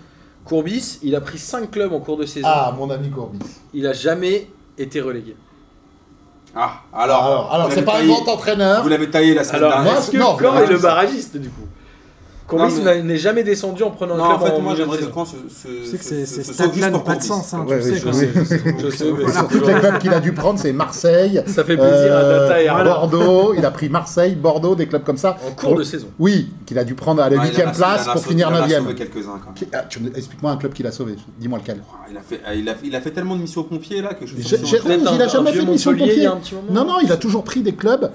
Courbis, il a pris 5 clubs en cours de saison. Ah, mon ami Courbis. Il a jamais été relégué. Ah, alors, alors, vous c'est l'avez pas un taillé- grand entraîneur. Ah. Vous l'avez taillé la semaine Alors, dernière. moi, est-ce que non, Caen est mais- le barragiste du coup Courbis mais- n'a- n'est jamais descendu en prenant Non, un en club fait, en moi, milieu de j'aimerais que saison. Caen se, se, Tu sais que se- ces se- se ces sauve stats-là juste n'ont pour pas de Courbis. sens, hein, tu Ouais, le ouais, sais. je quoi. sais. Je sais, mais Et c'est sur toutes toujours- les clubs qu'il a dû prendre, c'est Marseille, ça fait plaisir à euh, Tata et à Roland. Bordeaux. Il a pris Marseille, Bordeaux, des clubs comme ça. En cours de saison. Oui, qu'il a dû prendre à la Ah, il en a- 8 il en a place pour sauvé- finir il en a 9 sauvé e quelques-uns, quand même. Explique-moi un club qu'il a sauvé. Dis-moi lequel. Ah, Il a, fait, ah, il, a, il a fait tellement de missions aux pompiers là que je J'ai- suis j'ai- Peut-être il a un- jamais un fait de vieux mission de Montpellier, pompier. il y a un petit moment. Non, non, il a toujours pris des clubs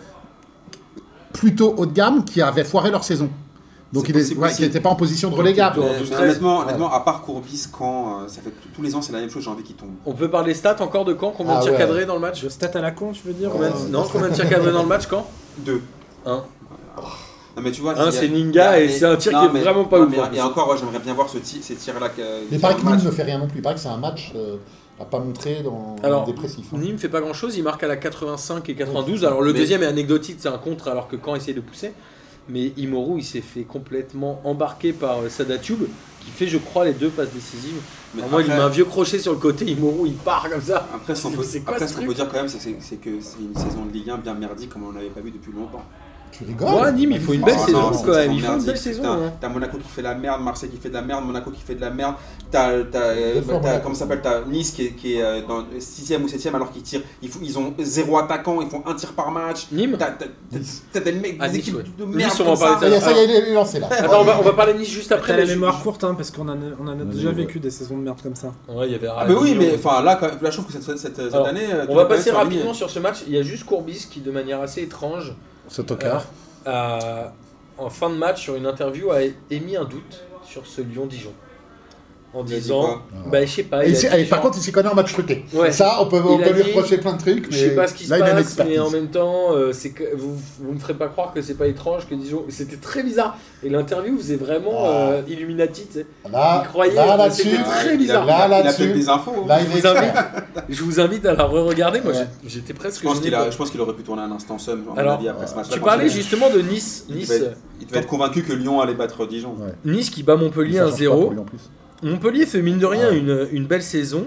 plutôt haut de gamme qui avaient foiré leur saison. Donc C'est il est- possible ouais, aussi. euh, qui n'était pas en position de relégable. plutôt- Mais- douze, mais treize. honnêtement, honnêtement, à part Courbis, quand euh, ça fait t- tous les ans, c'est la même chose, j'ai envie qu'il tombe. On peut parler stats encore de Caen Combien Ah de tirs ouais. cadrés dans le match Je stat à la con, tu veux dire Combien de- Non, combien de tirs cadrés dans le match Caen Deux. Un. Non, mais tu vois, Un, il y a- c'est Ninga il y a- et c'est un tir non, qui est mais- vraiment pas non, ouf, hein. mais- en plus. Et encore, ouais, j'aimerais bien voir ce ti- ces tirs là. Mais Paris Nîmes euh, ne fait rien non plus. Il paraît que c'est un match euh, à pas montrer dans Alors, dépressif. hein. Nîmes fait pas grand chose, il marque à la 85 et 92. Alors le Mais- deuxième est anecdotique, c'est un contre alors que Caen essaie de pousser. Mais Imoru, il s'est fait complètement embarquer par euh, Sadatube, qui fait, je crois, les deux passes décisives. Alors, moi, il met un vieux crochet sur le côté, Imoru, il part comme ça. Après, ce qu'on peut, C'est quoi après, ce ce qu'on truc peut dire quand même, c'est- c'est c'est que c'est une saison de Ligue 1 bien merdique comme on l'avait pas vu depuis longtemps. Tu rigoles Ouais, Nîmes, il faut une belle Ah saison, non, quoi. c'est une saison Ils font une merdique, belle saison, putain. hein. T'as Monaco qui fait de la merde, Marseille qui fait de la merde, Monaco qui fait de la merde. T'as, t'as, euh, Deux fois bah, t'as- Monaco. comment ça s'appelle T'as Nice qui est, qui est euh, dans 6ème ou 7ème alors qu'ils tirent. Ils, font- ils ont zéro attaquant, ils font un tir par match. Nîmes T'as, t'as- t'as- t'as des mecs, Ah, des Nice, équipes ouais. de Nice, merde. on va comme en parler ça. tout à Ah, il y a- ça y Ah, est, il est- il est lancé là. Attends, on va, on va parler de Nice juste après. T'as la mais je- mémoire courte, hein, parce qu'on en a, on en a déjà oui, vécu des saisons de merde comme ça. Ouais, il y avait Ah, mais oui, Ronaldinho. mais enfin là, quand- là, je trouve que cette, cette, cette Alors, année. euh, On va tout le passer monde est aligné. rapidement sur ce match. Il y a juste Courbis qui, de manière assez étrange, Ce tocard. a, en fin de match, sur une interview, a émis un doute sur ce Lyon-Dijon. En Il a dit disant, quoi bah je sais Et pas. il il a s'y- dit allez, par genre, contre, il s'y connaît en match truqué. Ouais. Ça, on peut, on Il peut a lui dit- reprocher plein de trucs, mais je sais pas ce qui se là, il a une passe, mais expertise. en même temps, euh, c'est que vous, vous me ferez pas croire que c'est pas étrange que Dijon. C'était très bizarre. Et l'interview faisait vraiment Ah. euh, Illuminati. tu sais. Là, Il croyait, là, mais là-dessus, c'était Ah, il a- très bizarre. il a- Là, Il a là-dessus. peut-être des infos. là, Je il est vous invite. expert. Je vous invite à la re-regarder. Moi, Ouais. j'ai- j'étais presque. Je pense, qu'il a, gêné. je pense qu'il aurait pu tourner un instant seul, à mon Alors, avis, après ce match Tu parlais justement de Nice. Il Nice, devait être- il devait être convaincu que Lyon allait battre Dijon. Ouais. Nice qui bat Montpellier Ça change pas pour 1-0. lui, en plus. Montpellier fait mine de rien Ah. une, une belle saison.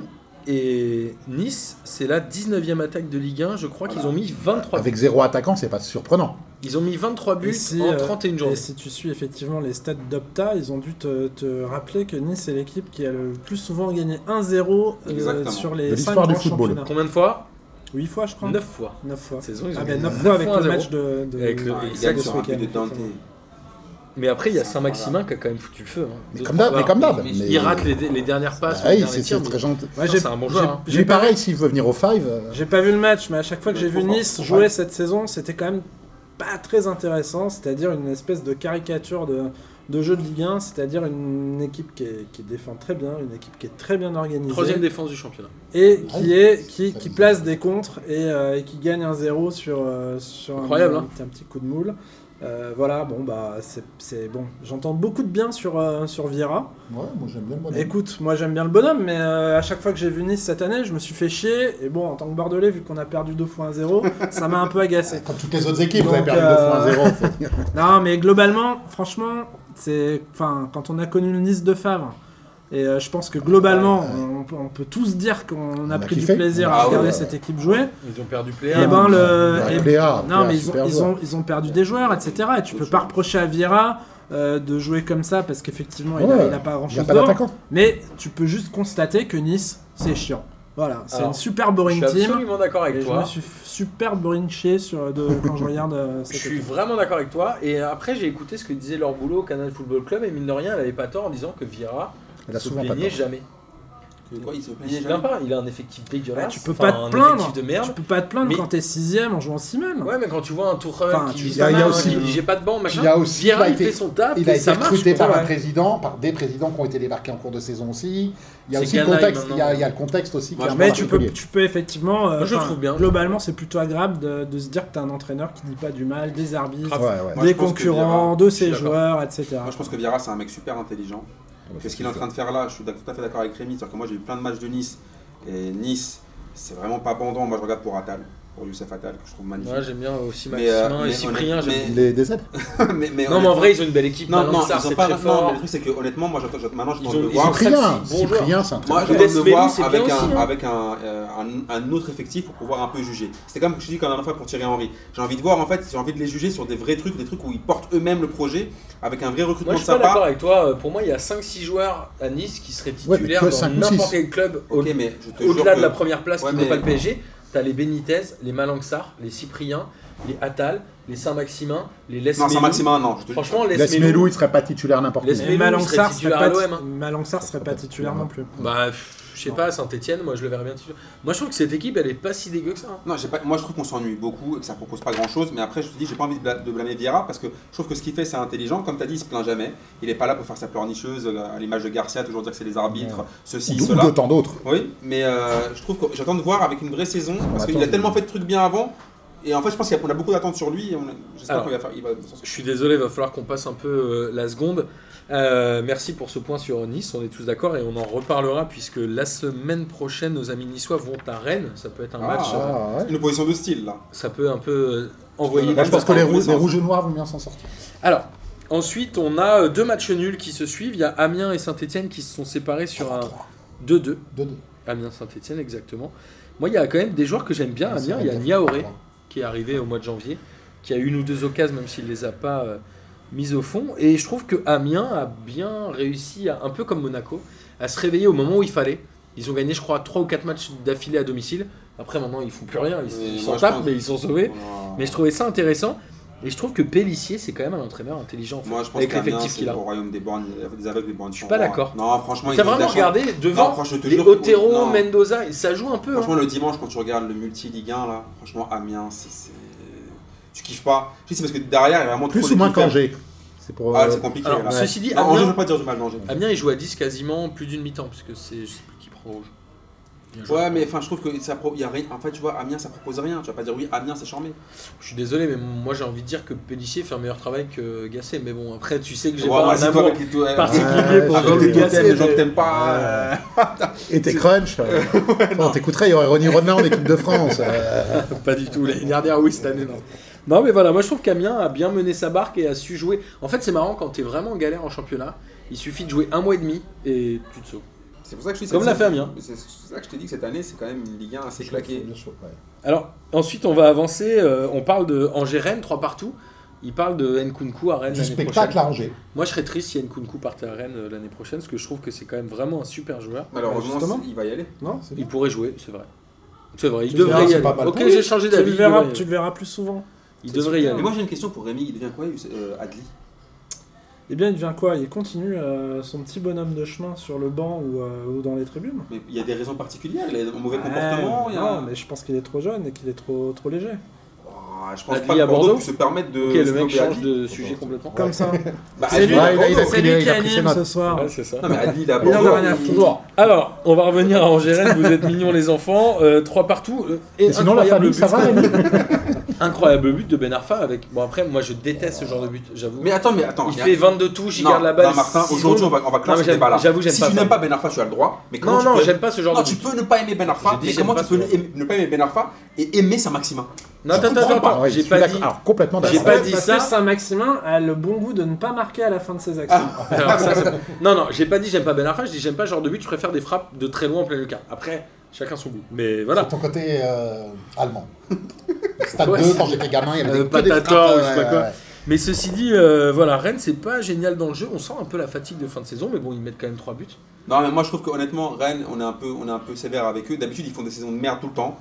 Et Nice, c'est la 19e attaque de Ligue 1. Je crois Voilà. qu'ils ont mis 23 buts. Avec zéro attaquant, c'est pas surprenant. Ils ont mis 23 buts Et si, en euh, 31 Et journées. si tu suis effectivement les stats d'Opta, ils ont dû te, te rappeler que Nice est l'équipe qui a le plus souvent gagné 1-0 euh, Exactement. sur De les 5 l'histoire du football. Combien de fois 8 fois, je crois. 9 fois. Neuf fois. Cette saison, ils ont Ah, ben gagné 9 fois avec 9 à le 0. match de. de- Avec le- Ah, Et il ça, gagne ce sur un but week-end, de Dante. effectivement. Mais après, il y a Saint-Maximin qui a quand même foutu le feu. hein. Mais Deux, comme trois d'hab, mais fois. comme d'hab. Il- Mais- Il rate les, les dernières passes. Ah les oui, derniers c'est tirs, c'est mais- très gentil. Ouais, Putain, j'ai- c'est un bon j'ai- joueur, hein. j'ai Lui, pas- pareil, s'il veut venir au 5, euh, J'ai pas vu le match, mais à chaque fois que Il est j'ai vu trop fort, Nice trop jouer fort. cette saison, c'était quand même pas très intéressant, c'est-à-dire une espèce de caricature de, de jeu de Ligue 1, c'est-à-dire une équipe qui, est- qui défend très bien, une équipe qui est très bien organisée, Troisième défense du championnat. et Ah qui, oui, est, qui, ça qui me place dit. des contres et, euh, et qui gagne un 0 sur, euh, sur un- Incroyable, un, hein. petit- un petit coup de moule. Euh, voilà, bon, bah, c'est- c'est bon. J'entends beaucoup de bien sur, euh, sur Vieira. Ouais, moi j'aime bien le modèle. Écoute, moi j'aime bien le bonhomme, mais euh, à chaque fois que j'ai vu Nice cette année, je me suis fait chier. Et bon, en tant que Bordelais, vu qu'on a perdu 2 fois 1-0, ça m'a un peu agacé. Comme toutes les autres équipes, vous avez Donc, perdu euh, 2 fois 1 0. Non, mais globalement, franchement, c'est. Enfin, quand on a connu le Nice de Favre, et euh, je pense que globalement, on peut- On, peut tous dire qu'on a, On a pris kiffé. du plaisir à Ah ouais, regarder ouais. cette équipe jouer. Ils ont perdu Eh Pléa. ben, le- Ouais, et- Pléa, Non, Pléa, mais ils ont, super ils, joueur. ont, ils ont perdu des joueurs, etc. Et tu peux pas reprocher à Vieira euh, de jouer comme ça parce qu'effectivement, il, a- Ouais, il a pas grand Il n'y a chose pas d'attaquant. Mais tu peux juste constater que Nice, c'est chiant. Voilà, c'est Alors, une super Je boring suis team. absolument d'accord Et avec je me toi. suis f- super boring chier sur de, quand je regarde euh, cette Je suis équipe. vraiment d'accord avec toi. Et après, j'ai écouté ce que disait leur boulot au Canal Football Club. Et mine de rien, elle avait pas tort en disant que Vieira Elle a se souvent pas plaignait tort. jamais. De quoi il se Il se plaignait plaint jamais pas. Il a un effectif dégueulasse. Ah, tu peux enfin, pas te un plaindre. effectif de Tu merde. peux pas te plaindre Mais- quand t'es 6ème en jouant 6 mal. Ouais, mais quand tu vois un Tourelle Enfin, qui tu- dit il y a- ça il y a marche, aussi- qui dit j'ai pas de banc, machin. il y a aussi- Vieira, il a il été- fait son taf. Il a et été ça marche. recruté quoi. par ouais. un président, par des présidents qui ont été débarqués en cours de saison aussi. Il y a C'est aussi le Ghana, contexte, maintenant. il y, a, il y a le contexte aussi qui Moi, est je un Mais peu tu peux, particulier. tu peux effectivement. euh, Moi, je le enfin, trouve bien. Globalement, c'est plutôt agréable de, de se dire que t'as un entraîneur qui dit pas du mal, des arbitres, Ouais, ouais. Moi, je des pense que concurrents, Vieira- de je suis ses d'accord. joueurs, etc. Moi, je pense que Vieira, c'est un mec super intelligent. Parce qu'il est en train de faire là, je suis d'ac- tout à fait d'accord avec Rémi. C'est-à-dire que moi, j'ai eu plein de matchs de Nice. Et Nice, c'est vraiment pas bandant. Moi, je regarde pour Atal, pour Youssef Atal, que je trouve magnifique. Ouais, j'aime bien aussi Mais, euh, Maximin mais et Cyprien. honnête- j'aime mais- bien. Il est décède. mais, mais Non, mais en vrai, ils ont une belle équipe. non, non, Balançard, ils ont c'est pas très maintenant. fort. mais le truc, c'est que honnêtement, moi, j'attends, j'attends- maintenant, je Ils tente ont- de le ils voir. ont- Cyprien, Saxi, bon joueur. Cyprien, c'est un très Moi, Des j'attends de le Smelly, voir c'est avec, bien un, aussi, hein. avec un, euh, un- un autre effectif pour pouvoir un peu juger. C'était comme ce que je dis quand la dernière fois pour Thierry Henry. J'ai envie de voir, en fait, j'ai envie de les juger sur des vrais trucs, des trucs où ils portent eux-mêmes le projet avec un vrai recrutement Moi, je de suis sa pas part. d'accord avec toi. Euh, Pour moi, il y a 5-6 joueurs à Nice qui seraient Ouais, mais titulaires que dans cinq ou n'importe six. quel club au- Ok, mais je te jure au-delà que- de la première place Ouais, qui mais- n'est pas le PSG. T'as les Benitez, les Malanxar, les Cyprien, les Atal, les Saint-Maximin, les Les Non, Saint-Maximin, non. Je te Franchement, les Lesmelou, il ne serait pas titulaire n'importe où. Laisse- Melo Et Malanxar serait serait, pas titulaire à ti- Malanxar serait pas titulaire non plus. Bah, pff, je sais pas, Saint-Etienne, moi je le verrais bien titulaire. Moi, je trouve que cette équipe, elle est pas si dégueu que ça. hein. Non, j'ai pas, moi je trouve qu'on s'ennuie beaucoup et que ça propose pas grand chose, mais après je te dis, j'ai pas envie de, bla- de blâmer Vieira parce que je trouve que ce qu'il fait c'est intelligent. Comme tu as dit, il se plaint jamais. Il est pas là pour faire sa pleurnicheuse euh, à l'image de Garcia, toujours dire que c'est les arbitres, Ou ceci, d'où- cela. ou de tant d'autres. Oui, mais euh, je trouve que j'attends de voir avec une vraie saison parce qu'il a attend. tellement fait de trucs bien avant et en fait je pense qu'on a beaucoup d'attentes sur lui et on a- j'espère Alors. qu'il va faire. Il va, s'en Je sortir. suis désolé, va falloir qu'on passe un peu euh, la seconde. Euh, merci pour ce point sur Nice, on est tous d'accord et on en reparlera puisque la semaine prochaine, nos amis niçois vont à Rennes. Ça peut être un Ah. match, euh, Ah, ouais. une opposition de style là. ça peut un peu euh, envoyer Moi, je pense que les rouges, les rouges et noirs vont bien s'en sortir. Alors, ensuite, on a euh, deux matchs nuls qui se suivent. Il y a Amiens et Saint-Etienne qui se sont séparés sur un 2-2. 2-2. Amiens, Saint-Etienne, Ah, exactement. Moi, il y a quand même des joueurs que j'aime bien. à Amiens, il y a Niaoré qui est arrivé au mois de janvier, qui a une ou deux occasions, même s'il les a pas euh, mises au fond. Et je trouve que Amiens a bien réussi, à, un peu comme Monaco, à se réveiller au moment où il fallait. Ils ont gagné, je crois, trois ou quatre matchs d'affilée à domicile. Après, maintenant, ils font plus rien. Ils- Et Ils moi, s'en je tapent, pense- mais ils sont sauvés. Voilà. Mais je trouvais ça intéressant. Et je trouve que Pélissier, c'est quand même un entraîneur intelligent. en fait. Moi, je pense Avec qu'Amiens, l'effectif c'est qu'il a. Au royaume des bornes, des aveugles, des bornes. Je suis pas d'accord. hein. Non, franchement, ils T'as ont de la vraiment chance. regardé Non, devant franchement, je te les jure que- Otero, non. Mendoza, ça joue un peu. hein. Franchement, le dimanche, quand tu regardes le multi Ligue 1, là, franchement, Amiens, c'est. c'est- Tu kiffes pas. Je sais, c'est parce que derrière, il y a vraiment trop Plus de ou moins kiffeurs. qu'Angers. C'est pour. Ah, euh, c'est compliqué. Alors, là. ceci dit, Non, Angers, je Amiens, veux pas dire du mal d'Angers. Amiens, il joue à 10 quasiment plus d'une mi-temps, parce que c'est, je sais plus qui prend rouge. Ouais, euh, mais enfin, je trouve que ça pro- y a rien. En fait, tu vois, Amiens, ça propose rien. Tu vas pas dire oui, Amiens, c'est charmé. Je suis désolé, mais moi j'ai envie de dire que Pellissier fait un meilleur travail que Gasset. Mais bon, après, tu sais que j'ai Ouais, pas ouais, un c'est toi amour avec les- ouais, particulier Ouais, pour avec Avec Jean-Luc les les Ah, totems, les Gasset. gens que mais- t'aimes pas. euh, Et tes crunchs. euh, bon, T'écouterais, il y aurait Ronnie Rodelin en équipe de France. euh, Pas du tout. L'année dernière, oui, cette année, non. Non, mais voilà, moi je trouve qu'Amiens a bien mené sa barque et a su jouer. En fait, c'est marrant quand t'es vraiment en galère en championnat, il suffit de jouer un mois et demi et tu te sauves. C'est pour ça que je suis Comme l'a hein. fait Amiens. C'est c'est ça que je t'ai dit que cette année, c'est quand même une Ligue 1 assez claquée. Bien sûr, ouais. Alors, ensuite, on va avancer. euh, on parle de Angers-Rennes, trois partout. Il parle de Nkunku à Rennes Du l'année spectacle prochaine. à Angers. Moi, je serais triste si Nkunku partait à Rennes euh, l'année prochaine, parce que je trouve que c'est quand même vraiment un super joueur. Malheureusement, justement. c'est- il va y aller. Non, c'est Il pourrait jouer, c'est vrai. C'est vrai, il Tu devrait verras, y c'est aller. pas mal Ok, pour j'ai changé tu le, d'avis. Il devrait verras, y tu aller. le verras plus souvent. Il devrait y super. aller. Mais moi, j'ai une question pour Rémi. Il devient quoi, euh, Adli Eh bien, il devient quoi Il continue euh, son petit bonhomme de chemin sur le banc ou, euh, ou dans les tribunes Mais il y a des raisons particulières. Il a un mauvais Ouais, comportement. il y a- Non, mais je pense qu'il est trop jeune et qu'il est trop, trop léger. Oh, je pense Adli pas que à Bordeaux Bordeaux puisse se permettre de. Ok, le snobber mec change Adli. de sujet complètement. Comme ça. Bah, C'est Adli, lui. à ouais, il a- il a Bordeaux. pris les- il a pris ses notes. ce soir. c'est ça. Non, mais Adli, il a Il en a Bordeaux. rien il- à foutre. Alors, on va revenir à Angers-Rennes, vous êtes mignons les enfants, Euh, trois partout. euh, et Et sinon, la incroyable famille, ça but. va, Rémi Incroyable but de Ben Arfa avec. Bon, après, moi je déteste ce genre de but, j'avoue. Mais attends, mais attends. Il y a- fait 22 touches, il Non, garde la balle. non, Martin, six aujourd'hui, on secondes. va, on va Non, mais clasher ce j'aime- débat-là. j'avoue, j'aime hein. si pas tu ça. n'aimes pas Ben Arfa, tu as le droit. Mais comment Non, tu non, peux- j'aime pas ce genre Non, de tu but. peux ne pas aimer Ben J'ai Arfa, dit, mais j'aime comment pas tu peux ce- aimer- ne pas aimer Ben Arfa et aimer sa Maxima Non, attends, comprends attends, pas. attends, Ouais, j'ai je suis pas d'accord. dit. Alors, complètement J'ai d'accord. pas Ouais, dit parce ça. que Saint-Maximin a le bon goût de ne pas marquer à la fin de ses actions. Alors, ça, c'est bon. Non, non, j'ai pas dit j'aime pas Ben Arfa, je dis j'aime pas ce genre de but, je préfère des frappes de très loin en plein lucas. Après, chacun son goût. Mais voilà. C'est ton côté euh, allemand. Stade Ouais, 2, c'est- quand j'étais gamin, il y Euh, avait que des Patator, frappes, ou je sais pas ouais, quoi. ouais, ouais. Mais ceci dit, euh, voilà, Rennes, c'est pas génial dans le jeu. On sent un peu la fatigue de fin de saison, mais bon, ils mettent quand même 3 buts. Non, mais moi je trouve qu'honnêtement, Rennes, on est, un peu, on est un peu sévère avec eux. D'habitude, ils font des saisons de merde tout le temps.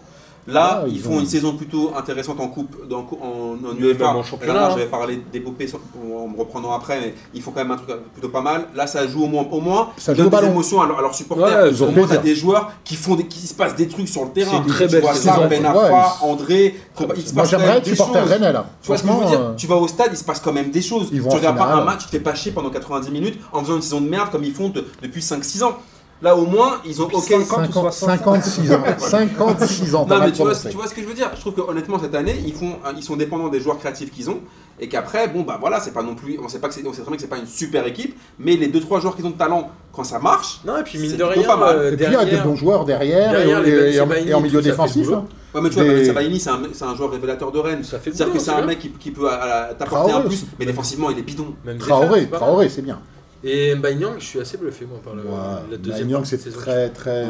Là, Ah, ils, ils font ont- une saison plutôt intéressante en coupe, dans- en, en Mais UEFA. même en championnat, Là, hein. j'avais parlé d'épopée sur- en me reprenant après, mais ils font quand même un truc plutôt pas mal. Là, ça joue au moins, au moins Ça donne joue au des ballon. émotions à, leur- à leurs supporters. Ouais, ils ont au moins, t'as plaisir. des joueurs qui font, des, qui se passent des trucs sur le terrain. C'est une très tu belle vois saison. ça, Ben Ouais, Arfa, ils- André, faut pas- il se Moi, passe quand j'aimerais même être des supporter choses. Rennes, là. Tu vois ce que je veux dire Franchement, euh, Tu vas au stade, il se passe quand même des choses. Ils vont tu en regardes pas finale. un match, tu te fais pas chier pendant 90 minutes en faisant une saison de merde comme ils font de- depuis 5-6 ans. Là au moins, ils ont Depuis ok. 50. 50 56 ans. 56 ans. Non t'as mais tu vois, prononcé. ce- tu vois ce que je veux dire Je trouve que honnêtement cette année, ils font, ils sont dépendants des joueurs créatifs qu'ils ont et qu'après, bon bah voilà, c'est pas non plus, on sait pas que c'est, on sait très bien que c'est pas une super équipe, mais les deux trois joueurs qui ont de talent, quand ça marche, Non, et puis mine C'est de plutôt rien, pas mal. euh, Et puis, il y derrière, a des bons joueurs derrière, derrière, et, les Ben et en, Sebaini et en et milieu tout, ça fait le défensif. boulot. hein. ouais, mais tu vois, Mais- Bernard Sabaini, c'est un, c'est un joueur révélateur de Rennes. ça fait C'est-à-dire beaucoup, que c'est c'est un vrai. mec qui, qui peut à- à- t'apporter Traoré un plus, aussi. mais défensivement il est bidon. même Zephyr, Traoré, c'est pas Traoré, c'est bien. mal. Et Mbagnon, je suis assez bluffé, moi, par le, la Ouais, deuxième. Magnan, partie de c'est saison. Ah, très, très. un-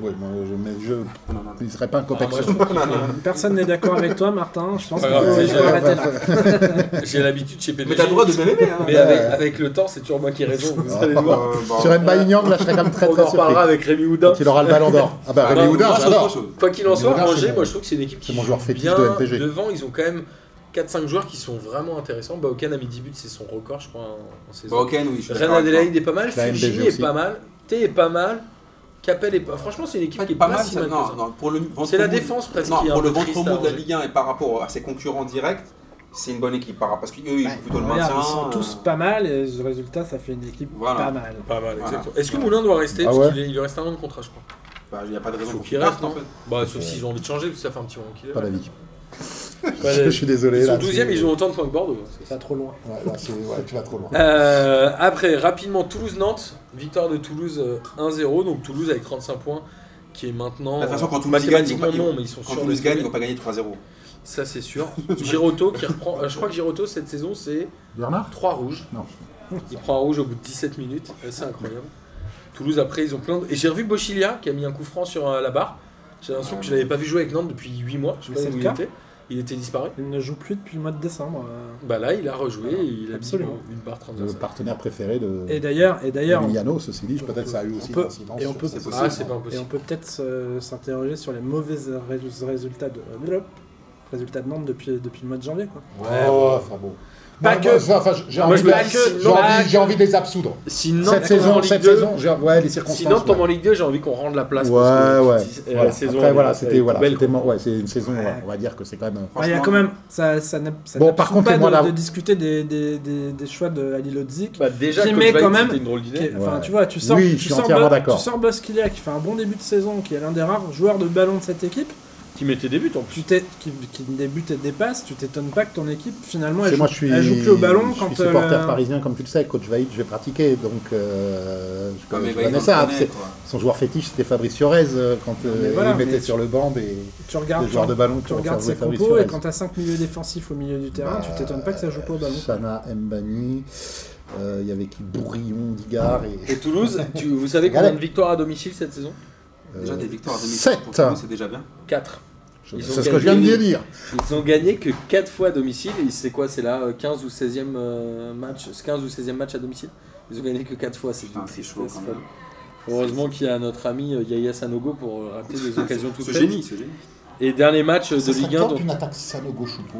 Ouais, moi, je, mais je Non, non, non. ne serais pas un Ah, copain. moi, je trouve qu'il fait- Personne n'est d'accord avec toi, Martin. Je pense Pas qu'il grave, faut, c'est il faut arrêter là. J'ai l'habitude chez PDG. Mais t'as le droit de même aimer. Hein. Mais avec, avec le temps, c'est toujours moi qui ai raison. Vous allez le voir. Euh, bon. Sur Mbaye Nyang, là, je serais quand même très, On très en reparlera surpris. avec Rémi Houdin. Quand il aura le ballon d'or. Ah bah, Ah, Rémi Rémy non, Houdin, moi, c'est autre j'adore. chose. Quoi qu'il en Mais soit, Houdin, Angers, c'est moi mon- je trouve que c'est une équipe qui c'est mon joue joueur fétiche bien de LPG. devant. Ils ont quand même 4-5 joueurs qui sont vraiment intéressants. Baokan a mis 10 buts, c'est son record, je crois, en, en saison. Bah, ok, oui, je suis Reine d'accord avec toi. Adelaide est pas mal, La Fulgi MBG est aussi. pas mal, T est pas mal, Capel est pas. Franchement, c'est une équipe Pas, qui est pas mal, si ça- mal. que non, ça. non, pour le ventre C'est la mou- défense presque Non, qui est pour un le peu ventre triste mou à de la Angers. Ligue 1 et par rapport à ses concurrents directs, c'est une bonne équipe par parce qu'eux ils jouent plutôt le Regarde, maintien. Ah, ils sont tous euh, pas mal et le résultat, ça fait une équipe Voilà. pas mal. Pas mal, Voilà. exactement. Est-ce que Moulin doit rester Ah Parce ouais. qu'il est- il lui reste un an de contrat, je crois. bah, il n'y a pas de raison Faut pour qu'il qu'ils reste, restent en non fait. Bah, sauf s'ils ont envie de changer, parce que ça fait un petit moment qu'il est. Pas là. d'avis. Pas Je d'avis. suis désolé. Ils sont là, 12 e c'est- ils ont autant de points que Bordeaux. C'est Pas trop loin. Ouais, là, c'est- ouais, tu vas trop loin. Euh, après, rapidement, Toulouse-Nantes. Victoire de Toulouse euh, 1-0. Donc Toulouse avec 35 points, qui est maintenant. De toute façon, euh, quand Toulouse gagne, ils vont mathématiquement, pas- non, mais ils sont Quand sûrs de Toulouse gagne, ils vont gagner. pas gagner 3-0. Ça, c'est sûr. Giroto qui reprend. euh, je crois que Giroto, cette saison, c'est Bernard 3 rouges. Non. Il prend un rouge au bout de 17 minutes, Euh, c'est incroyable. Toulouse après ils ont plein de... Et j'ai revu Bochilia qui a mis un coup franc sur euh, la barre. J'ai l'impression que je l'avais pas vu jouer avec Nantes depuis 8 mois, je sais Mais pas c'est où le il cas. était. Il était disparu. Il ne joue plus depuis le mois de décembre. euh. Bah là, il a rejoué et il a mis Absolument. une barre Le 35. partenaire préféré de Et d'ailleurs, et d'ailleurs, Emiliano, ceci dit, peut-être ça a eu on aussi peut- d'incidence et on sur peut- sa c'est saison. Ah, c'est pas Et on impossible. peut peut-être se- s'interroger sur les mauvais rés- résultats de euh, résultats de Nantes depuis, depuis le mois de janvier. Quoi. Ah, Ouais, Oh, enfin bon. Pas Moi, que. moi, enfin, j'ai Moi, envie, je de- me dis que- j'ai non, envie- pas j'ai envie de les absoudre. Si Nantes cette tombe en saison, Ligue cette 2, saison, j'ai- ouais, les si circonstances. Nantes tombe ouais. en Ligue 2, j'ai envie qu'on rende la place. parce Ouais, que dis- ouais. euh, Voilà. La saison, Après, elle- voilà, elle c'était est voilà, belle, c'était quoi. mo- ouais, c'est une saison. ouais, on va dire que c'est quand même. euh, Ouais, il y a quand même, ça, ça, n'a- ça Bon, n'absout par contre, pas de, moi, la- de discuter des, des, des, des choix de Ali Lodzik. Bah, déjà, Qui Coach met Veit, quand même- c'était une drôle qui d'idée. est- Enfin, Ouais. tu vois, tu sors, Oui, tu je suis sors, entièrement Bo- d'accord. tu sors Bosquilia qui fait un bon début de saison, qui est l'un des rares joueurs de ballon de cette équipe, Qui mettait des buts en plus. tu t'es- qui, qui débute et dépasse, tu t'étonnes pas que ton équipe finalement Tu sais, elle, moi, joue, je suis, elle joue plus au ballon je suis quand supporter euh, parisien, comme tu le sais, coach Vaïd, je vais pratiquer. Donc, euh, Ah, je, Comme connais- les je Vaïd, on connais le ça. connaît, C'est- quoi. Son joueur fétiche, c'était Fabrice Fiorez euh, quand euh, Ah, mais voilà, il mettait mais- sur le banc des, tu regardes, des joueurs de ballon tu pour faire regardes jouer ses Fabrice compos Fiorez. et quand t'as 5 milieux défensifs au milieu du terrain, tu t'étonnes pas que ça joue pas au ballon. Sana Mbani, euh, il y avait qui Bourillon, Digard et. Et Toulouse, tu- vous savez combien de victoires à domicile cette saison Déjà des victoires à demi euh, sept. hein. pour Toulouse, c'est déjà bien. 4. Je- Ils ont C'est ce que je viens de gagné. dire. Ils ont gagné que 4 fois à domicile. Et c'est quoi C'est là 15 ou 16e euh, match c'est 15 ou 16e match à domicile Ils ont gagné que 4 fois. C'est Putain, une Ah. c'est tristesse chaud quand folle. même. Heureusement qu'il y a notre ami euh, Yaya Sanogo pour euh, rater des occasions toutes Ce faites. génie, ce génie. Et dernier match euh, Ça de serait Ligue 1, top donc une attaque Sano Goshupo.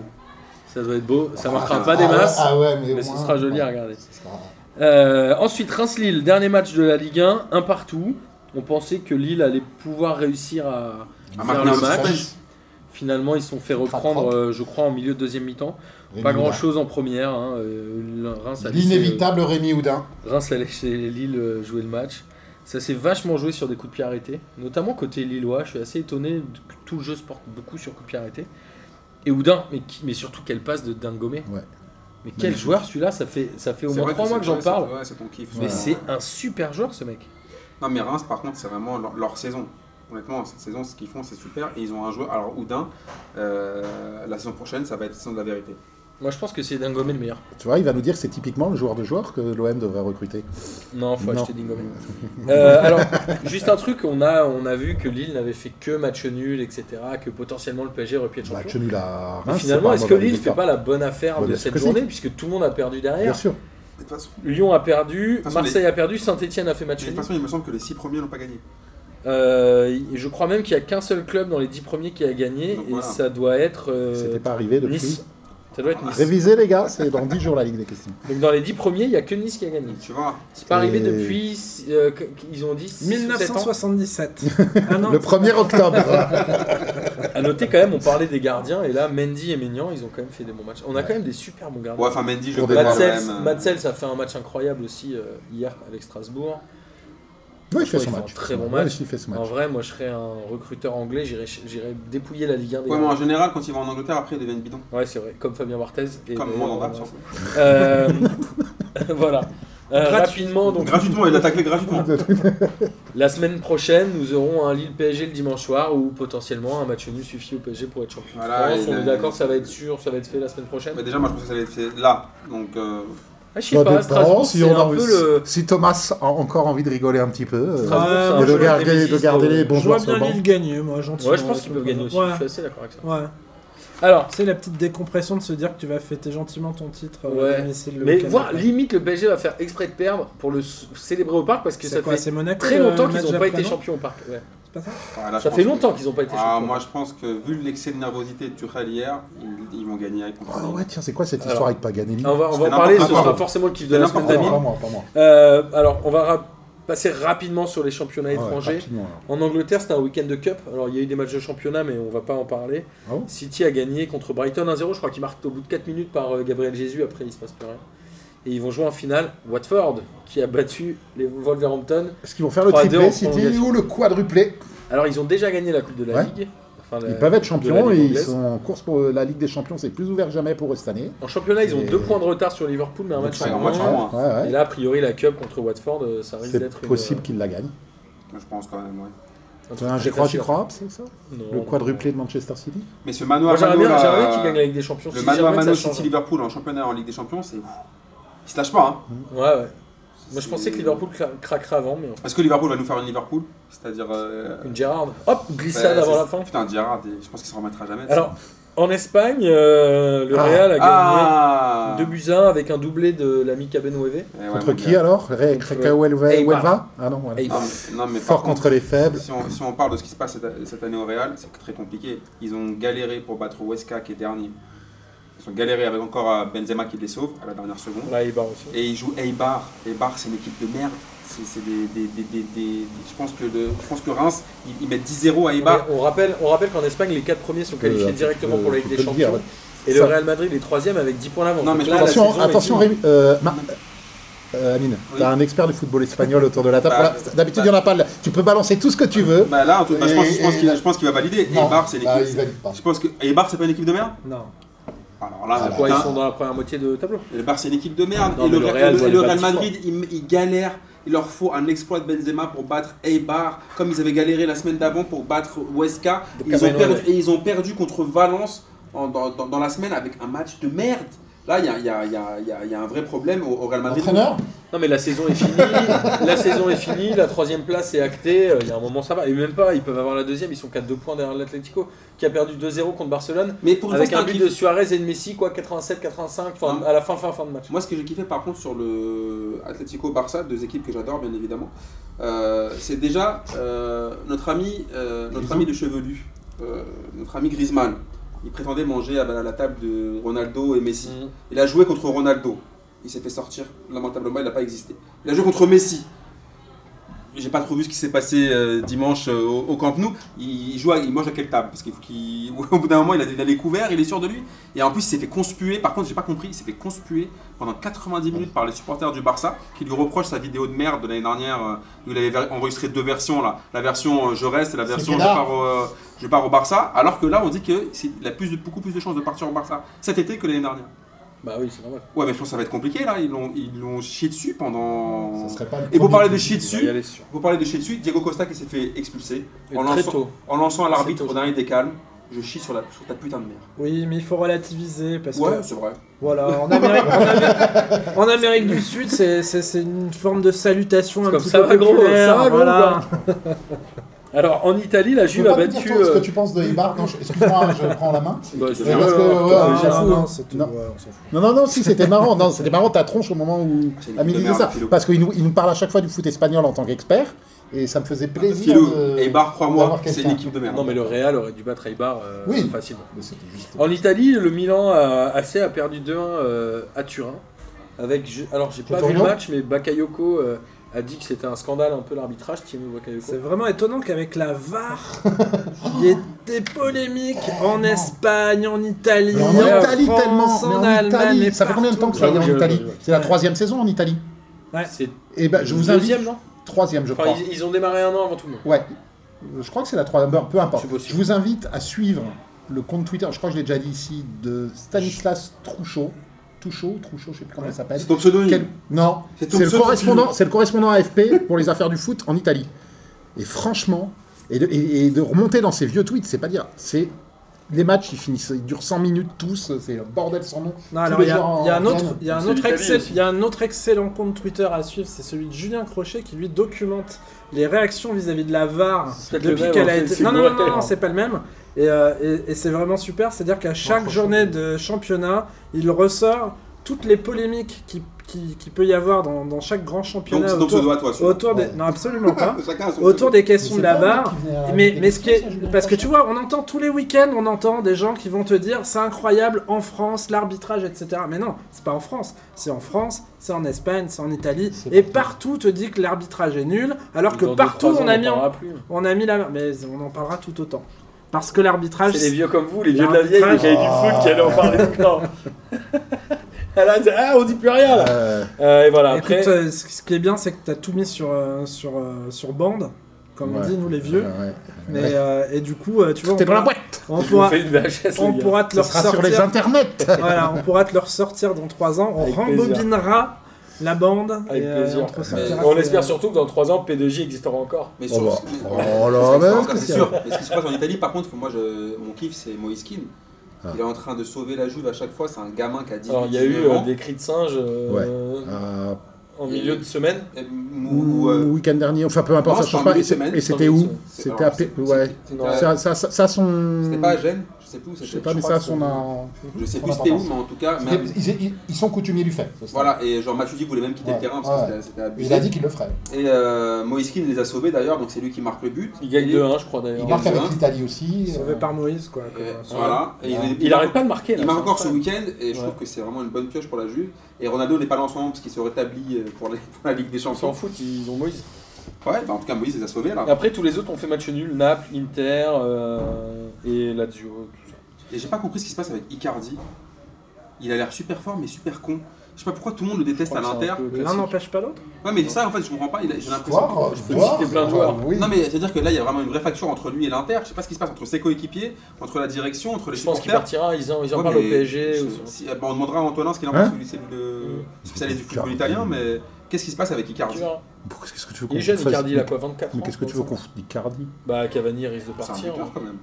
ça doit être beau. Ça marquera Ah, pas des ouais, masses. Ah ouais, mais, au mais ce moins, sera joli ouais, à regarder. ce sera- Euh, ensuite, Reims-Lille, dernier match de la Ligue 1, un partout. On pensait que Lille allait pouvoir réussir à Ah, faire maintenant, le c'est match. ça. Finalement, ils se sont fait reprendre, euh, je crois, en milieu de deuxième mi-temps. Pas Rémi grand Houdin. chose en première. hein. Euh, Reims a laissé, L'inévitable Rémi Houdin. euh, Reims a laissé Lille euh, jouer le match. Ça s'est vachement joué sur des coups de pied arrêtés, notamment côté lillois. Je suis assez étonné de- que tout le jeu se porte beaucoup sur coups de pied arrêtés. Et Oudin, mais, qui- mais surtout quelle passe de Dingomé. Ouais. Mais quel Magnifique. joueur celui-là, ça fait, ça fait au C'est moins vrai trois mois que j'en c'est- ouais, parle. c'est- ouais, c'est ton kiff. Mais Ouais. c'est un super joueur ce mec. Non, mais Reims, par contre, c'est vraiment leur, leur saison. Honnêtement, cette saison, ce qu'ils font, c'est super. Et ils ont un joueur. Alors, Oudin, euh, la saison prochaine, ça va être saison de la vérité. Moi je pense que c'est Dingomé le meilleur. Tu vois, il va nous dire que c'est typiquement le joueur de joueur que l'OM devrait recruter. Non, faut Non. acheter Dingomé. Euh, alors, juste un truc, on a, on a vu que Lille n'avait fait que match nul, etc. Que potentiellement le PSG aurait pu être champion. Match Bah, nul à Mais Reims. finalement, est-ce que Lille ne fait pas la bonne affaire Bah, de bien sûr cette que si. journée puisque tout le monde a perdu Bien derrière sûr. De toute façon, Lyon a perdu, façon, Marseille a perdu, Saint-Etienne a fait de match toute nul. façon, il me semble que les six premiers n'ont pas gagné. Euh, je crois même qu'il n'y a qu'un seul club dans les 10 premiers qui a gagné Donc et voilà. ça doit être euh, C'était pas arrivé depuis. Nice. Ça doit être Nice. Révisez les gars, c'est dans 10 jours la Ligue des questions. Donc dans les 10 premiers, il n'y a que Nice qui a gagné. Tu vois, C'est pas arrivé Et- depuis, euh, que- ils ont dit 6 ou sept ans. 1977. Un an. Le 1er octobre. À noter quand même, on parlait des gardiens et là, Mendy et Maignan, ils ont quand même fait des bons matchs. On a quand même des super bons gardiens. ouais, enfin, Mendy, je Pour le des vois quand Matsels, même, euh, Matsels a fait un match incroyable aussi euh, hier avec Strasbourg. Oui, il fait Franchement, il fait son un match. très bon Ouais, match. il fait ce En match. vrai, moi, je serais un recruteur anglais, j'irais j'irais dépouiller la Ligue 1 des Ouais, mais gardiens. en général, quand ils vont en Angleterre, après, ils deviennent bidons. Ouais, c'est vrai, comme Fabien Barthez. Et Comme d'ailleurs, moi, hein. en euh, rap, surtout. euh, voilà. Euh, Gratuit. rapidement, donc Gratuitement, il attaque les gratuitement. la semaine prochaine, nous aurons un Lille PSG le dimanche soir où potentiellement un match nul suffit au PSG pour être champion. de Voilà, France. et on le- est d'accord, ça va être sûr, ça va être fait la semaine prochaine. Mais déjà, moi, je pense que ça va être fait là. Donc, euh, Ah, je sais Ça pas, dépend, Strasbourg, si, c'est on a un envie- peu le. si Thomas a encore envie de rigoler un petit peu, euh, Strasbourg, Ouais, c'est un mais peu de le garder, de Rémésiste, garder euh, les bons Je vois joueurs sur bien le banc. Lille gagner, moi, gentiment. Ouais, je pense qu'ils peuvent gagner aussi. Ouais. Je suis assez d'accord avec ça. Ouais. Alors, C'est la petite décompression de se dire que tu vas fêter gentiment ton titre euh, Ouais. à domicile le mais week-end voir, d'après. limite, le PSG va faire exprès de perdre pour le s- célébrer au parc parce que C'est ça quoi fait C'est Monaco très le Euh, longtemps qu'ils match n'ont pas été d'après, non champions au parc. ouais. C'est pas ça voilà, je Ça pense fait que- longtemps qu'ils n'ont pas été Ah, champions. moi, je pense que vu l'excès de nervosité de Tuchel hier, ils, ils vont gagner avec Ah compagnie. ouais, tiens, c'est quoi cette Alors. histoire avec Paganelli On va, on va en C'était parler, ce n'importe sera quoi. forcément le kiff de C'était la n'importe semaine Ah, d'Amine. Pas moi, pas moi. Euh, alors, on va ra- passer rapidement sur les championnats Ah ouais, étrangers. rapidement, alors. En Angleterre, c'était un week-end de cup. Alors, il y a eu des matchs de championnat, mais on va pas en parler. Ah bon City a gagné contre Brighton 1-0. Je crois qu'il marque au bout de 4 minutes par euh, Gabriel Jésus. Après, il se passe plus rien. Et ils vont jouer en finale Watford, qui a battu les Wolverhampton. Est-ce qu'ils vont faire le 3-2 en triplé, City prolongation. Ou le quadruplé. Alors, ils ont déjà gagné la Coupe de la Ouais. Ligue. Enfin, la- Ils peuvent être champions de la et Ligue ils anglaise. sont en course pour la Ligue des Champions. C'est plus ouvert que jamais pour eux cette année. En championnat, ils ont Et- 2 points de retard sur Liverpool, mais un Donc, match c'est en un match en moins. moins. Ouais, ouais. Et là, a priori, la Cup contre Watford, euh, ça risque C'est d'être une, possible qu'ils la gagnent. Je pense quand même, euh, ouais. un truc Un très J'y crois, j'y facile. crois, c'est ça Non, Le non, quadruplé de Manchester City Mais ce mano Moi, à j'aimerais mano, bien, là, j'aimerais bien qu'il gagne la Ligue des Champions. euh, le si mano à jamais ça mano change. City Liverpool en championnat en Ligue des Champions, c'est ils se lâchent pas. Hein. Ouais, ouais. Moi, je C'est- pensais que Liverpool cra- craquerait avant, mais en fait, Est-ce que Liverpool va nous faire une Liverpool C'est-à-dire. euh, une Gerrard. Hop, bah, glissade avant c'est- la fin. Putain, Gérard, je pense qu'il s'en remettra jamais. de ça. Alors, En Espagne, euh, le Ah. Real a gagné Ah 2 buts à 1 avec un doublé de l'ami Cabenueve. Eh ouais, Contre mon qui gars. alors Ré- Contre- Cracao Elva- Eibar. Elva Ah non, voilà. Eibar. Ah, mais- non, mais par Fort contre les faibles. Si on, si on parle de ce qui se passe cette, cette année au Real, c'est très compliqué. Ils ont galéré pour battre Huesca qui est dernier. Ils ont galéré avec encore euh, Benzema qui les sauve à la dernière seconde. Là, Eibar aussi. Et ils jouent Eibar. Eibar, c'est une équipe de merde. C'est c'est des, des- des- des- des- je, pense que le- je pense que Reims, ils, ils mettent 10-0 à Eibar. On rappelle, on rappelle qu'en Espagne, les 4 premiers sont qualifiés Euh, directement euh, pour la faut Ligue des le Champions. dire, ouais. Et le Ça- Real Madrid est 3 avec 10 points d'avance. Non, mais Donc je là, pense- la Attention, saison est attention, finie. Bah. Rémi. euh, Mar- euh, Amine, t'as un expert du football espagnol autour de la table. Bah, Voilà, D'habitude, il n'y en a pas. là. Tu peux balancer tout ce que tu veux. Bah là, en tout cas, je pense, je pense Et- et qu'il la- je pense qu'il va valider. Non, Eibar, c'est une bah, il équipe. valide pas. Je pense que Eibar, c'est pas une équipe de merde. Non. Alors là, Ah, putain, Quoi, ils sont dans la première moitié de tableau. Eibar, c'est une équipe de merde. Non, et mais le, le Real- Real et le- doit et le les Real battre Madrid, ils, ils galèrent. Il leur faut un exploit de Benzema pour battre Eibar, comme ils avaient galéré la semaine d'avant pour battre Huesca. De Ils ont Caballero, perdu, ouais. et ils ont perdu contre Valence en- dans, dans- dans la semaine avec un match de merde. Là, il y a, il y a- il y a- il y a- il y a un vrai problème au, au Real Madrid. Entraîneur Non, mais la saison est finie. la saison est finie. La troisième place est actée. euh, Il y a un moment, ça va. Et même pas, ils peuvent avoir la deuxième. Ils sont qu'à 2 points derrière l'Atlético qui a perdu 2-0 contre Barcelone. Mais pour une Avec fois, un c'est un but kiff. de Suarez et de Messi, quoi, 87-85, enfin, Hein Non. à la fin, fin, fin de match. Moi, ce que j'ai kiffé par contre sur le Atlético Barça, deux équipes que j'adore bien évidemment, euh, c'est déjà euh, notre ami, euh, notre Grisou. ami de chevelu, euh, notre ami Griezmann. Il prétendait manger à la la table de Ronaldo et Messi. Mmh. Il a joué contre Ronaldo. Il s'est fait sortir. Lamentablement, il n'a pas existé. Il a joué contre Messi. J'ai pas trop vu ce qui s'est passé euh, dimanche euh, au, au Camp Nou. Il, il joue, à- il mange à quelle table Parce qu'il faut qu'il- au bout d'un moment, il a, il a les couverts, il est sûr de lui. Et en plus, il s'est fait conspuer. Par contre, j'ai pas compris. Il s'est fait conspuer pendant 90 minutes par les supporters du Barça qui lui reprochent sa vidéo de merde de l'année dernière euh, où il avait ver- enregistré deux versions là. La version euh, je reste et la C'est version je Kédar. pars, au, euh, je pars au Barça. Alors que là, on dit qu'il a plus de- beaucoup plus de chances de partir au Barça cet été que l'année dernière. Bah oui, c'est normal. Ouais, mais je pense que ça va être compliqué là. Ils l'ont, ils l'ont chié dessus pendant. Ça serait pas le Et pour premier parler de but. chier On va y dessus, aller sûr. pour parler de chier dessus, Diego Costa qui s'est fait expulser Et en très lançant, tôt. en lançant à l'arbitre Très tôt. au dernier des calmes. Je chie sur, la, sur ta putain de mère. Oui, mais il faut relativiser parce Ouais, que c'est vrai. voilà, en Amérique, en Amérique- en Amérique du Sud, c'est- c'est c'est une forme de salutation un Comme petit ça peu va, gros, populaire, ça va, gros, voilà. Alors en Italie, la Tu Juve peux a pas me dire battu. toi ce que euh, tu penses de Ibar Non, je- excuse-moi, je prends la main. bah, c'est Mais bien, parce que, ouais, ouais, ouais, ouais, j'avoue, j'avoue, hein. non, c'est tout, Non. ouais, on s'en fout. Non, non, non, si, c'était marrant. Non, c'était marrant ta tronche au moment où C'est une Amine équipe de merde, disait ça. Philo. Parce qu'il nous, il nous parle à chaque fois du foot espagnol en tant qu'expert. Et ça me faisait plaisir. Filou, de- Ah, et Bar, crois-moi, d'avoir c'est quelqu'un. une équipe de merde. Non mais le Real aurait dû battre Eibar euh, Oui. facilement. Mais c'était juste- En Italie, le Milan a, AC a perdu 2-1 euh, à Turin. Avec je- alors j'ai pas vu le Torino match, mais Bakayoko euh, a dit que c'était un scandale un peu l'arbitrage. Thibaut Bakayoko. C'est vraiment étonnant qu'avec la VAR, il y ait des polémiques en Espagne, en Italie, Mais en, en Italie France, tellement, mais en, en Allemagne, Italie, mais ça fait combien de temps que ça partout. y est en J'avoue, Italie j'avoue, ouais. C'est la troisième saison en Italie. C'est Et ben, je vous invite deuxième non troisième, je Enfin crois. ils, ils ont démarré un an avant tout le monde. Ouais, je crois que c'est la troisième. Bon, peu importe. C'est possible. Je vous invite à suivre le compte Twitter. Je crois que je l'ai déjà dit ici de Stanislas Trouchot. Touchot, Trouchot, je sais plus comment il s'appelle. C'est ton pseudonyme. Quel- Non, C'est c'est ton le pseudo, correspondant, c'est le correspondant AFP pour les affaires du foot en Italie. Et franchement, et de, et- et de remonter dans ces vieux tweets, c'est pas dire, c'est les matchs ils finissent, ils durent 100 minutes tous, c'est un bordel sans nom. Non, Tous alors les il y, a- joueurs en il y a un autre, Ukraine. il y a un C'est autre l'Italie excell- aussi. il y a un autre excellent compte Twitter à suivre, c'est celui de Julien Crochet qui lui documente les réactions vis-à-vis de la VAR C'est peut-être le depuis même, qu'elle en a fait, été. c'est Non, le non, non, bordel, non, hein. c'est pas le même. Et, euh, et- et c'est vraiment super, c'est-à-dire qu'à chaque journée de championnat, il ressort toutes les polémiques qui, qui, qui peut y avoir dans, dans chaque grand Donc championnat c'est ton pseudo autour, à toi. celui-là. autour des. Non, absolument pas. Chacun a son autour pseudo. des questions Mais de la c'est pas moi VAR. qui venais Euh, à la Mais, mais ce télévision, qui est, ça, je l'ai parce que pas tu vois, on entend tous les week-ends, on entend des gens qui vont te dire c'est incroyable en France l'arbitrage, etc. Mais non, c'est pas en France, c'est en France, c'est en Espagne, c'est en Italie, C'est et partout. partout te dit que l'arbitrage est nul, alors que Dans deux, partout trois on ans, a mis, en- parlera plus. on a mis la, mais on en parlera tout autant, parce que l'arbitrage, C'est les vieux comme vous, les vieux de la Ah, L'arbitrage. vieille, les vieilles du Ah. foot qui allaient en parler tout le temps. Alors, ils disaient, ah, on dit plus rien là. Euh, Euh, et voilà, après. Écoute, euh, ce ce qui est bien, c'est que t'as tout mis sur euh, sur euh, sur bande, comme on Ouais. dit nous les vieux, ouais. mais Ouais. euh, et du coup, euh, tu vois, on T'es dans la pourra, boîte. on je vous pourra, fais une VHS, on les gars. pourra te Ça le sera sur les ressortir internets. voilà, on pourra te le ressortir dans 3 ans. On Avec rembobinera la bande. Avec et, euh, plaisir. on te ressortira Mais on ces- espère surtout que dans 3 ans, P2J existera encore. Mais Oh sur- bah. mais- Oh parce là, que ça, mais ça, qu'est-ce c'est qu'il y a sûr. Mais ce qui se passe en Italie, par contre, moi, je, mon kiff, c'est Moïse Keane. Il est en train de sauver la Juve à chaque fois. C'est un gamin qui a 18 Alors, il y a eu 19 euh, ans. des cris de singe euh, Euh, en milieu de semaine. Et- ou- ou, ou euh, le week-end dernier, enfin peu importe, Non, ça c'est change pas pas. une Et c'est- semaine, et c'est c'était une où semaine. c'est- C'était alors, à P- c'est- ouais. c'est- c'est- Ça, ça, ça, ça, son. C'était pas à Gênes Je sais plus où Hmm. Je c'était. sais pas, mais crois ça, que son. c'était- en- Je sais son plus c'était où, importance. mais en tout cas, C'était- même- Ils, ils- ils sont coutumiers du fait. c'est ça. Ah, voilà. Et genre Matuidi voulait même quitter Ouais, le terrain parce que ouais. c'était- c'était Il a abusé. dit qu'il le ferait. Et euh, Moïskine les a sauvés d'ailleurs, donc c'est lui qui marque le but. Il gagne Et- 2-1, je crois Il d'ailleurs. marque bien. avec l'Italie aussi. Sauvé euh, par Moïse, quoi. Et comme, euh, Voilà. Et Ouais. Il arrête pas de marquer. là, Il marque c'est encore ce incroyable. week-end et je Ouais. trouve que c'est vraiment une bonne pioche pour la Juve. Et Ronaldo n'est pas là en ce moment parce qu'il se rétablit euh, pour, les- pour la Ligue des On s'en Champions. fout, ils ont Moïse. Ouais, bah en tout cas Moïse les a sauvés là. Et après, tous les autres ont fait match nul Naples, Inter euh, et Lazio. tout ça. Et j'ai pas compris ce qui se passe avec Icardi. Il a l'air super fort mais super con. Je sais pas pourquoi tout le monde le déteste à crois que c'est l'Inter. un peu L'un classique. n'empêche pas l'autre. Ouais mais ça en fait je comprends pas, il a- j'ai l'impression. Voir, Je peux voir, citer plein de joueurs. Ah oui. Non mais c'est-à-dire que là il y a vraiment une vraie facture entre lui et l'Inter. Je sais pas ce qui se passe entre ses coéquipiers, entre la direction, entre les Je pense qu'il supporters. partira, ils en, ils en Ouais, parlent au mais PSG. je- ou- si- euh, bah, on demandera à Antonin ce qu'il en Hein pense, lui, c'est le spécialiste du football Icardi. italien, mais qu'est-ce qui se passe avec Tu Icardi vois, Pourquoi- Qu'est-ce que tu veux Il qu'on est jeune, fasse- Icardi, il a quoi 24 ans Mais qu'est-ce que tu veux qu'on foute Icardi Bah, Cavani risque de C'est un partir. buteur, hein. quand même.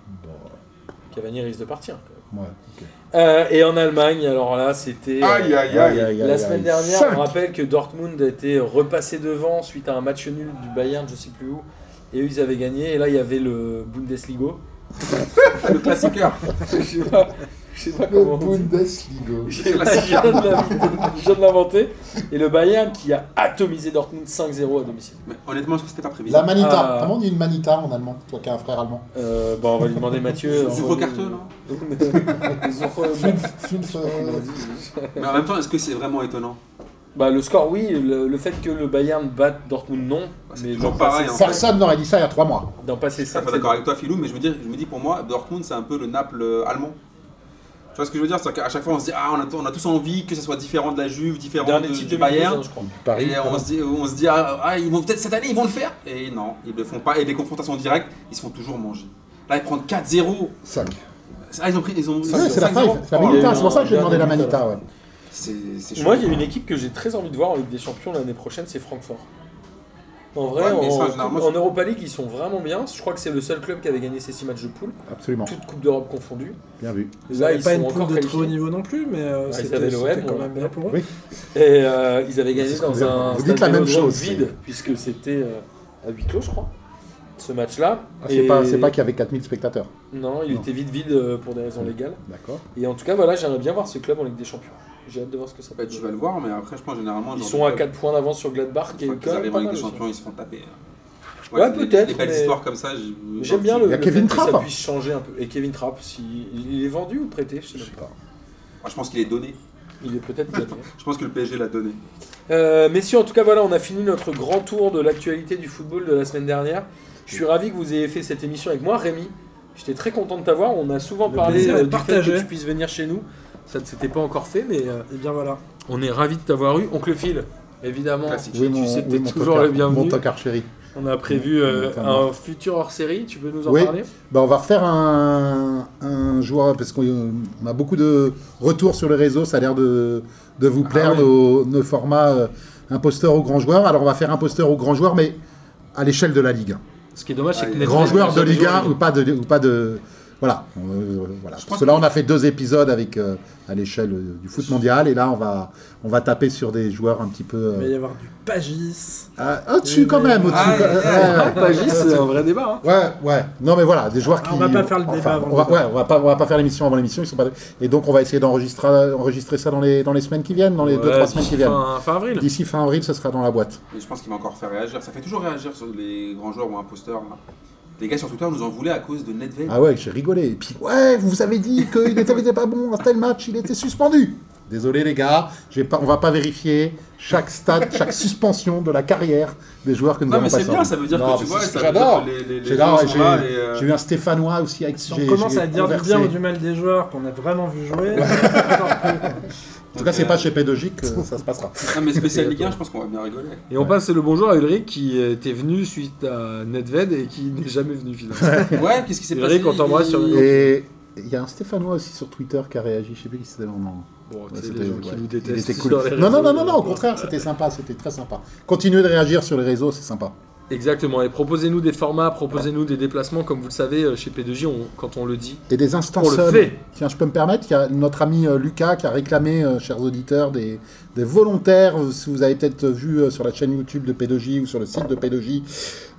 Cavani risque de partir. quand même. Ouais, ok. Euh, et en Allemagne, alors là, c'était. euh, Aïe aïe aïe. aïe, La semaine aïe. dernière, Cinq on rappelle que Dortmund a été repassé devant suite à un match nul du Bayern, je sais plus où. Et eux, ils avaient gagné. Et là, il y avait le Bundesliga. Ah, Le classiqueur. je sais pas, je sais pas Le comment on dit. Bundesliga. Je viens de la- je viens de l'inventer. Et le Bayern qui a atomisé Dortmund 5-0 à domicile. Mais honnêtement, je pense que c'était pas prévisible. La manita. Ah. Comment on dit une manita en allemand Toi qui as un frère allemand. Euh, bon, on va lui demander Mathieu. hein. Zuro Carteux, non Fünf- fünf, euh, Mais en même temps, est-ce que c'est vraiment étonnant Bah, le score, oui. Le, le fait que le Bayern batte Dortmund, non. Bah, c'est Mais toujours d'en pareil, passer- hein. Personne n'aurait dit ça il y a trois mois. d'en passer Ça, 5 je suis d'accord avec toi, Philou, mais je me dis, je me dis pour moi, Dortmund, c'est un peu le Naples euh, allemand. Tu vois ce que je veux dire C'est qu'à chaque fois, on se dit, ah, on a, on a tous envie que ça soit différent de la Juve, différent Dernier de- titre du 2012, Bayern. hein, je crois. Paris. Et on se dit, on se dit ah, ah, ils vont peut-être cette année, ils vont le faire. Et non, ils le font pas. Et les confrontations directes, ils se font toujours manger. Là, ils prennent 4-0. 5. Ah, ils ont pris. Ils ont, ils ont c'est la 5-0. fin, c'est la Oh là là. manita, c'est pour ça que j'ai demandé la dernier manita. ouais. C'est c'est Moi, chaud. hein. il y a une équipe que j'ai très envie de voir en Ligue des Champions l'année prochaine, c'est Francfort. En vrai, Ouais, mais ça, en, généralement, en c'est- Europa League, ils sont vraiment bien. Je crois que c'est le seul club qui avait gagné ces 6 matchs de poule, Absolument, toute Coupe d'Europe confondue. bien vu. Ils Là, avaient ils pas sont une poule encore de très haut qualifiés. niveau non plus, mais euh, ils c'était avaient l'OM, c'était quand on même bien l'appelle. pour eux. Oui. Et euh, ils avaient C'est gagné ce qu'on dans vient- un vous stade dites la même Vélodrome chose, vide, puisque c'était euh, à huis clos, je crois, ce match-là. Ah, c'est Et- pas, c'est pas qu'il y avait 4000 spectateurs. Non, il Non. était vide, vide euh, pour des raisons légales. D'accord. Et en tout cas, voilà, j'aimerais bien voir ce club en Ligue des Champions. J'ai hâte de voir ce que ça peut Bah, être. tu vas le voir, mais après, je pense généralement. Ils genre, sont à le- 4 points d'avance sur Gladbach, qui Une est fois qu'ils quand même arrivent pas en Ligue mal. des aussi. Champions, ils se font taper. hein. Ouais, peut-être, Les belles mais- histoires comme ça, j'ai- J'aime bien le, Il y a le Kevin fait que Trapp. ça puisse changer un peu. Et Kevin Trapp, si, il est vendu ou prêté Je sais même pas. Moi, je pense qu'il est donné. Il est peut-être gagné. Je pense que le PSG l'a donné. Euh, messieurs, en tout cas, voilà, on a fini notre grand tour de l'actualité du football de la semaine dernière. Je suis ravi que vous ayez fait cette émission avec moi, Rémi. J'étais très content de t'avoir. On a souvent Le parlé plaisir est euh, du fait que partagé. tu puisses venir chez nous. Ça ne s'était pas encore fait, mais euh, Et bien voilà. on est ravi de t'avoir eu. Oncle Phil, évidemment, Classique. tu, tu sais que t'es toujours tocard- le bienvenu. Mon tocard chéri. On a prévu euh, Notamment. un futur hors série. Tu peux nous en Oui. parler Bah, on va refaire un, un joueur, parce qu'on on a beaucoup de retours sur les réseaux, ça a l'air de, de vous plaire, ouais. nos, nos formats euh, imposteur au grand joueur. Alors on va faire imposteur au grand joueur, mais à l'échelle de la Ligue. un. Ce qui est dommage, c'est Ah, que il y a Netflix Grand n'a joueur de jamais Ligue joué en 1 ou pas de... Ou pas de voilà, euh, voilà. Je Parce pense que là, on a fait deux épisodes avec euh, à l'échelle euh, du foot mondial, et là, on va on va taper sur des joueurs un petit peu euh, Il va y avoir du Pagis. ah, au-dessus quand même, au-dessus. Aïe, quand- aïe, ouais, Ah, ouais. Pagis, c'est un vrai débat. hein. Ouais, ouais. Non, mais voilà, des joueurs Ah, qui. on va pas faire le débat avant on le va, ouais, on va pas, on va pas faire l'émission avant l'émission. Ils sont pas. Et donc, on va essayer d'enregistrer, enregistrer ça dans les, dans les semaines qui viennent, dans les deux Ouais, trois semaines qui d'ici viennent. fin- fin avril. D'ici fin avril, ce sera dans la boîte. Et je pense qu'il va encore faire réagir. Ça fait toujours réagir sur les grands joueurs ou imposteurs. là. Les gars sur Twitter nous en voulaient à cause de Nedved. Ah ouais, j'ai rigolé. Et puis, ouais, vous avez dit qu'il était, il était pas bon à tel match, il était suspendu. Désolé les gars, j'ai pas, on va pas vérifier chaque stade, chaque suspension de la carrière des joueurs que nous non, avons mais c'est passés. bien, ça veut dire Non, que tu mais vois, c'est- ça veut dire j'adore. que les, les, les J'ai gens là, sont j'ai- là et, euh, j'ai eu un Stéphanois aussi avec Si j'ai- on commence j'ai à dire du renversé. bien ou du mal des joueurs qu'on a vraiment vu jouer, En tout cas, c'est pas chez Pédogique que ça se passera. Non, Ah, mais spécial Ligue 1, je pense qu'on va bien rigoler. Et on passe le bonjour à Ulrich qui était venu suite à Nedved et qui n'est jamais venu finalement. Ouais, qu'est-ce qui s'est passé Ulrich, on t'embrasse sur le- Et il y a un Stéphanois aussi sur Twitter qui a réagi, je sais plus qui c'était. Non, non. Bon, tu Ouais, sais, c'était- les gens qui ouais. nous Il détestent. était cool. sur les Non, non, réseaux, non, non, non, au euh, contraire, c'était sympa, c'était très sympa. Continuez de réagir sur les réseaux, c'est sympa. Exactement. Et proposez-nous des formats, proposez-nous des déplacements. Comme vous le savez, euh, chez P2J, on- quand on le dit, Et des instants On le seuls. fait. Tiens, je peux me permettre, il y a notre ami euh, Lucas qui a réclamé, euh, chers auditeurs, des, des volontaires. Euh, Si vous avez peut-être vu euh, sur la chaîne YouTube de P2J ou sur le site de P2J,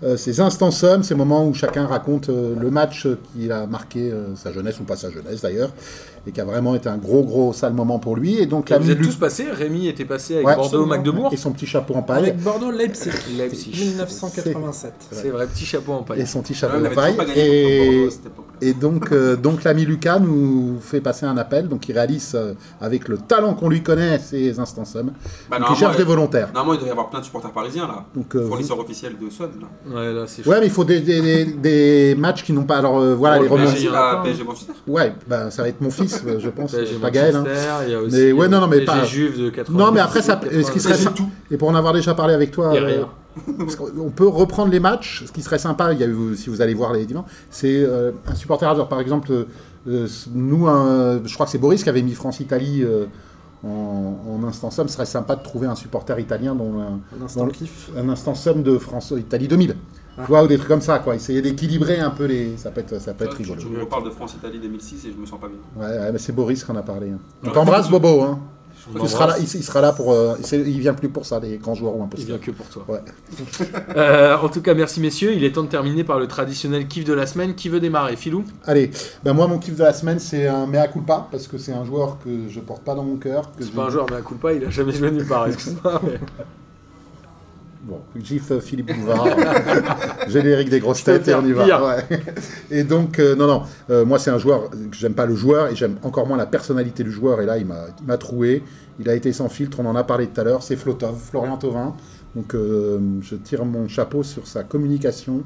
euh, ces instants seuls, ces moments où chacun raconte euh, le match euh, qui a marqué euh, sa jeunesse ou pas sa jeunesse d'ailleurs, et qui a vraiment été un gros, gros sale moment pour lui. Et donc, Et vous l'ami êtes Lucas tous passés. Rémi était passé avec Ouais, Bordeaux, absolument. Magdebourg. et son petit chapeau en paille. Avec Bordeaux Leipzig. Leipzig. 1987. C'est vrai, petit chapeau en paille. Et son petit Ouais, on chapeau en avait toujours paille. pas gagné contre Et, Bordeaux à cette époque-là. Et donc, euh, donc l'ami Lucas nous fait passer un appel, donc il réalise euh, avec le talent qu'on lui connaît ses instants sommes. Ah Bah, donc il cherche normalement, des volontaires. Normalement, il devait y avoir plein de supporters parisiens là. Donc, euh, Fournisseur officiel de Sod là. Ouais, là, c'est chaud. Ouais, mais il faut des, des- des- des matchs qui n'ont pas. Alors euh, voilà, Oh, les le remontes. PSG, PSG, hein. là, PSG Manchester. Ouais, ben, ça va être mon fils, euh, je pense, PSG, pas Gaël. hein. Manchester, Il y a aussi Mais ouais, non, non, mais le PSG pas- Juve de 90. Non, mais après, ça, ce qui serait C'est sympa- tout. Et pour en avoir déjà parlé avec toi, euh, Et rien. parce qu'on- on peut reprendre les matchs. Ce qui serait sympa, il y a eu- si vous allez voir les dimanches, c'est euh, un supporter adverse. Par exemple, euh, euh, nous, un- je crois que c'est Boris qui avait mis France-Italie euh, en, en instant somme. Ce serait sympa de trouver un supporter italien dont un, Un instant Dans le- kiff. un instant somme de France-Italie 2000. Ah. Tu vois, ou des trucs comme ça, quoi. Essayer d'équilibrer un peu les. Ça peut être, ça peut être Tu- tu- rigolo. Tu me reparles de France-Italie 2006 et je me sens pas bien. Ouais, ouais, mais c'est Boris qui en a parlé. hein. On Ouais. t'embrasse, Bobo. hein. On Il, sera là, l'embrasse. il, il sera là pour. euh, c'est- il vient plus pour ça, les grands joueurs ou un peu Il vient que pour toi. Ouais. Euh, en tout cas, merci messieurs. Il est temps de terminer par le traditionnel kiff de la semaine. Qui veut démarrer Filou Allez, ben moi mon kiff de la semaine c'est un mea culpa parce que c'est un joueur que je porte pas dans mon cœur. que C'est j'ai- pas un joueur, mais un coup de pas, il a jamais joué nulle part. Excuse-moi. mais- Bon, gif euh, Philippe Bouvard, générique des grosses Je peux têtes et faire on y pire. va. ouais. Et donc euh, non non, euh, moi c'est un joueur que j'aime pas le joueur et j'aime encore moins la personnalité du joueur et là il m'a il m'a troué. Il a été sans filtre, on en a parlé tout à l'heure. C'est Flotov, Florian Thauvin. Donc euh, je tire mon chapeau sur sa communication.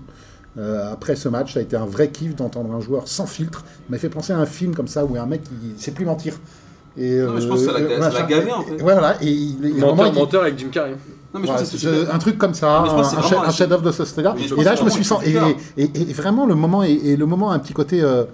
Euh, après ce match, ça a été un vrai kiff d'entendre un joueur sans filtre. Il m'a fait penser à un film comme ça où un mec il sait plus mentir. Et, Non, mais je pense que ça l'a- euh, ça l'a machin. gavé, en fait. Et- Voilà, et il, il- à un moment, Menteur, il dit- menteur avec Jim Carrey. Non, mais je voilà, pense que c'est je- un truc comme ça, Mais je pense que c'est un, vraiment chef- un- un chef-d'œuvre de ce style-là. Mais je Et pense là, que je me suis c'est senti. Et, vraiment et- et- et vraiment, le moment est, et le moment a un petit côté, euh,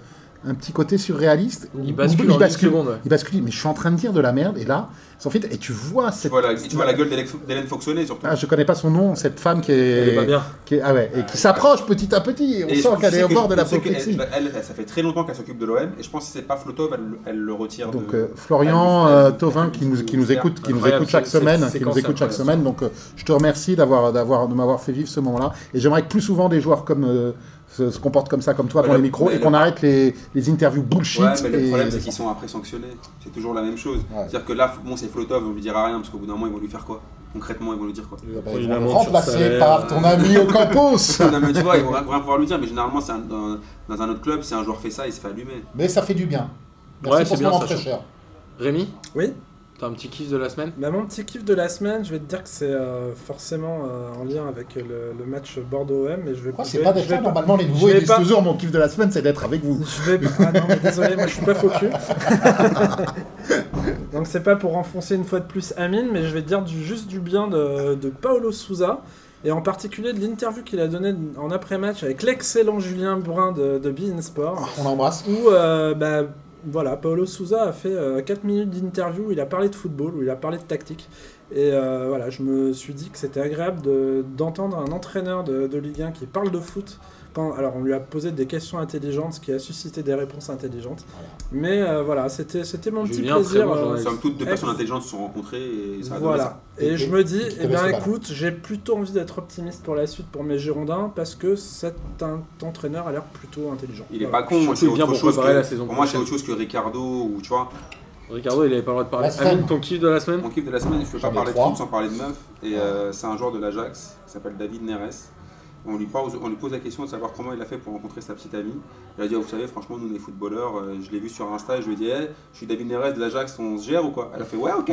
un petit côté surréaliste. Il bascule Où- où en une seconde, ouais. Il bascule. Mais je suis en train de dire de la merde. Et là, sans filtre. Et tu vois tu cette. vois la, et tu vois la gueule d'Hélène- d'Hélène Foxonnet surtout. Ah, je connais pas son nom, cette femme qui est, Elle est pas bien. qui est- ah ouais, et qui s'approche petit à petit. On Et sent je qu'elle sais est au que- bord de je la sais qu'elle- prophétie. elle- elle- Ça fait très longtemps qu'elle s'occupe de l'OM et je pense que si c'est pas Flotov, elle, elle le retire. Donc de- euh, Florian elle- euh, elle- Tovin elle- qui nous, elle- qui nous elle- écoute, qui nous Incroyable, écoute chaque c'est- semaine, hein, c'est- qui nous séquence écoute chaque incroyable. semaine. Donc euh, je te remercie d'avoir d'avoir de m'avoir fait vivre ce moment-là. Et j'aimerais que plus souvent des joueurs comme euh, se, se comportent comme ça, comme toi, Ouais, dans le- les micros, mais et le- qu'on arrête les, les interviews bullshit. Ouais, mais le et- problème, c'est qu'ils sont après sanctionnés. C'est toujours la même chose. Ouais. C'est-à-dire que là, bon, c'est Flotov, on lui dira rien parce qu'au bout d'un moment, ils vont lui faire quoi Concrètement, ils vont lui dire quoi Bah, Oui, ils il a vont monté sur remplacé salaire. par ton ami au campus. Non, mais tu vois, ils vont rien rien pouvoir lui dire, mais généralement, c'est un- dans, dans un autre club, si un joueur fait ça, il se fait allumer. Mais ça fait du bien. Ouais, Merci c'est pour ce bien, moment ça de change. fraîcheur. Rémi, Oui. t'as un petit kiff de la semaine Bah, mon petit kiff de la semaine, je vais te dire que c'est euh, forcément euh, en lien avec le, le match Bordeaux-OM. Mais je vais Pourquoi je c'est vais- pas hein. je d'être vais là Normalement, les nouveaux Je vais ils disent pas- toujours mon kiff de la semaine, c'est d'être avec vous. Je vais pas- Ah non, mais désolé, moi je suis pas faux cul. Donc c'est pas pour enfoncer une fois de plus Amine, mais je vais te dire du, juste du bien de, de Paolo Souza. Et en particulier de l'interview qu'il a donnée en après-match avec l'excellent Julien Brun de, de Bein Sport. On l'embrasse. Où, euh, bah, voilà, Paolo Souza a fait 4 minutes d'interview où il a parlé de football, où il a parlé de tactique. Et euh, voilà, je me suis dit que c'était agréable de- d'entendre un entraîneur de, de Ligue 1 qui parle de foot. Quand, alors, on lui a posé des questions intelligentes, ce qui a suscité des réponses intelligentes. Mais euh, voilà, c'était c'était mon petit Julien, plaisir. très bon journaliste. Somme toute, deux Eh, personnes vous- intelligentes se sont rencontrées et ça a donné ça. Voilà. Et, Et- je et- me dis, et qui te eh bien laisse le ballon. écoute, j'ai plutôt envie d'être optimiste pour la suite pour mes Girondins parce que cet un- entraîneur a l'air plutôt intelligent. Il est Voilà. pas con, Surtout, c'est il vient autre pour chose. préparer la Que, saison pour moi, c'est prochaine. autre chose que Ricardo ou tu vois. Ricardo, il avait pas le droit de parler. La semaine. Amine, ton kiff de la semaine Mon kiff de la semaine, je peux J'en pas ai parler de trois. foot sans parler de meuf. Et euh, c'est un joueur de l'Ajax qui s'appelle David Neres. On lui, pose, on lui pose la question de savoir comment il a fait pour rencontrer sa petite amie. Il a dit Ah, Vous savez, franchement, nous, on est footballeurs. euh, je l'ai vu sur Insta et je lui ai dit Eh, Je suis David Neres de l'Ajax, on se gère ou quoi Elle a fait Ouais, ok.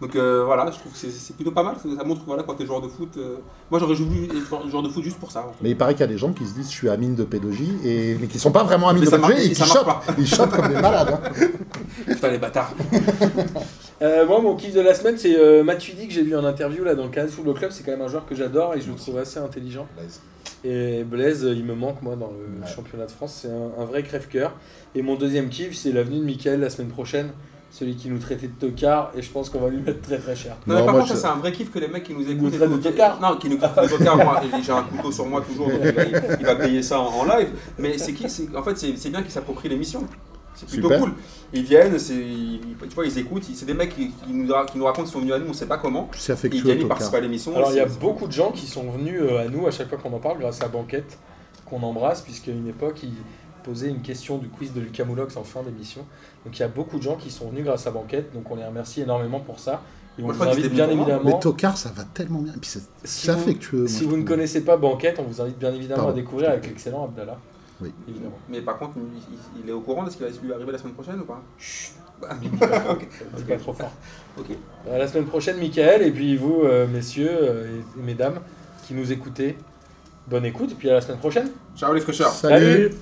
Donc euh, voilà, je trouve que c'est- c'est plutôt pas mal. Ça ça montre que voilà, quand t'es joueur de foot. euh, moi, j'aurais voulu être joueur- joueur de foot juste pour ça. hein. en fait. Mais il paraît qu'il y a des gens qui se disent je suis amine de pédogie et mais qui sont pas vraiment amines Mais de ça pédogie marche- et qui ça marche chopent, pas. ils chopent comme des malades. hein. Putain, les bâtards. Euh, moi, mon kiff de la semaine, c'est euh, Matuidi que j'ai vu en interview là dans le Canal Football Club. C'est quand même un joueur que j'adore et je le trouve assez intelligent. Et Blaise, euh, il me manque moi dans le Ouais. championnat de France. C'est un, un vrai crève-cœur. Et mon deuxième kiff, c'est l'avenue de Michael la semaine prochaine. celui qui nous traitait de tocard, et je pense qu'on va lui mettre très très cher. Non, Non, mais par moi, contre, je- ça, c'est un vrai kiff que les mecs qui nous nous écoutent. et traitent tout, de qui- tocards. Non, qui nous traitent de tocards. Moi, et j'ai un couteau sur moi toujours, donc il va, il va payer ça en, en live. Mais c'est qui c'est- En fait, c'est c'est bien qu'ils s'approprient l'émission. C'est plutôt Super. cool. Ils viennent, c'est- ils- tu vois, ils écoutent. ils- C'est des mecs qui, qui nous, ra- qui nous racontent qu'ils sont venus à nous, on sait pas comment. C'est Ils affectueux, viennent, ils Tocard. participent à l'émission. Alors il y a c'est- beaucoup de gens qui sont venus euh, à nous à chaque fois qu'on en parle grâce à Banquette, qu'on embrasse, puisqu'à une époque ils posaient une question du quiz de Lucas Moulox en fin d'émission. Donc il y a beaucoup de gens qui sont venus grâce à Banquette, donc on les remercie énormément pour ça. Et on Moi, je vous crois que invite c'était bien bon pour moi. évidemment. Mais Tocard, ça va tellement bien. Et puis c'est Si c'est vous- affectueux. moi, Si je vous ne trouve. connaissez pas Banquette, on vous invite bien évidemment Pardon. à découvrir avec l'excellent Abdallah. Oui. Évidemment. Mais par contre, il, il est au courant de ce qui va lui arriver la semaine prochaine ou pas Ah, Ok. Dis pas trop fort. Ok. À la semaine prochaine, Michael, et puis vous, euh, messieurs euh, et, et mesdames, qui nous écoutez, bonne écoute, et puis à la semaine prochaine. Ciao les fraîcheurs Salut.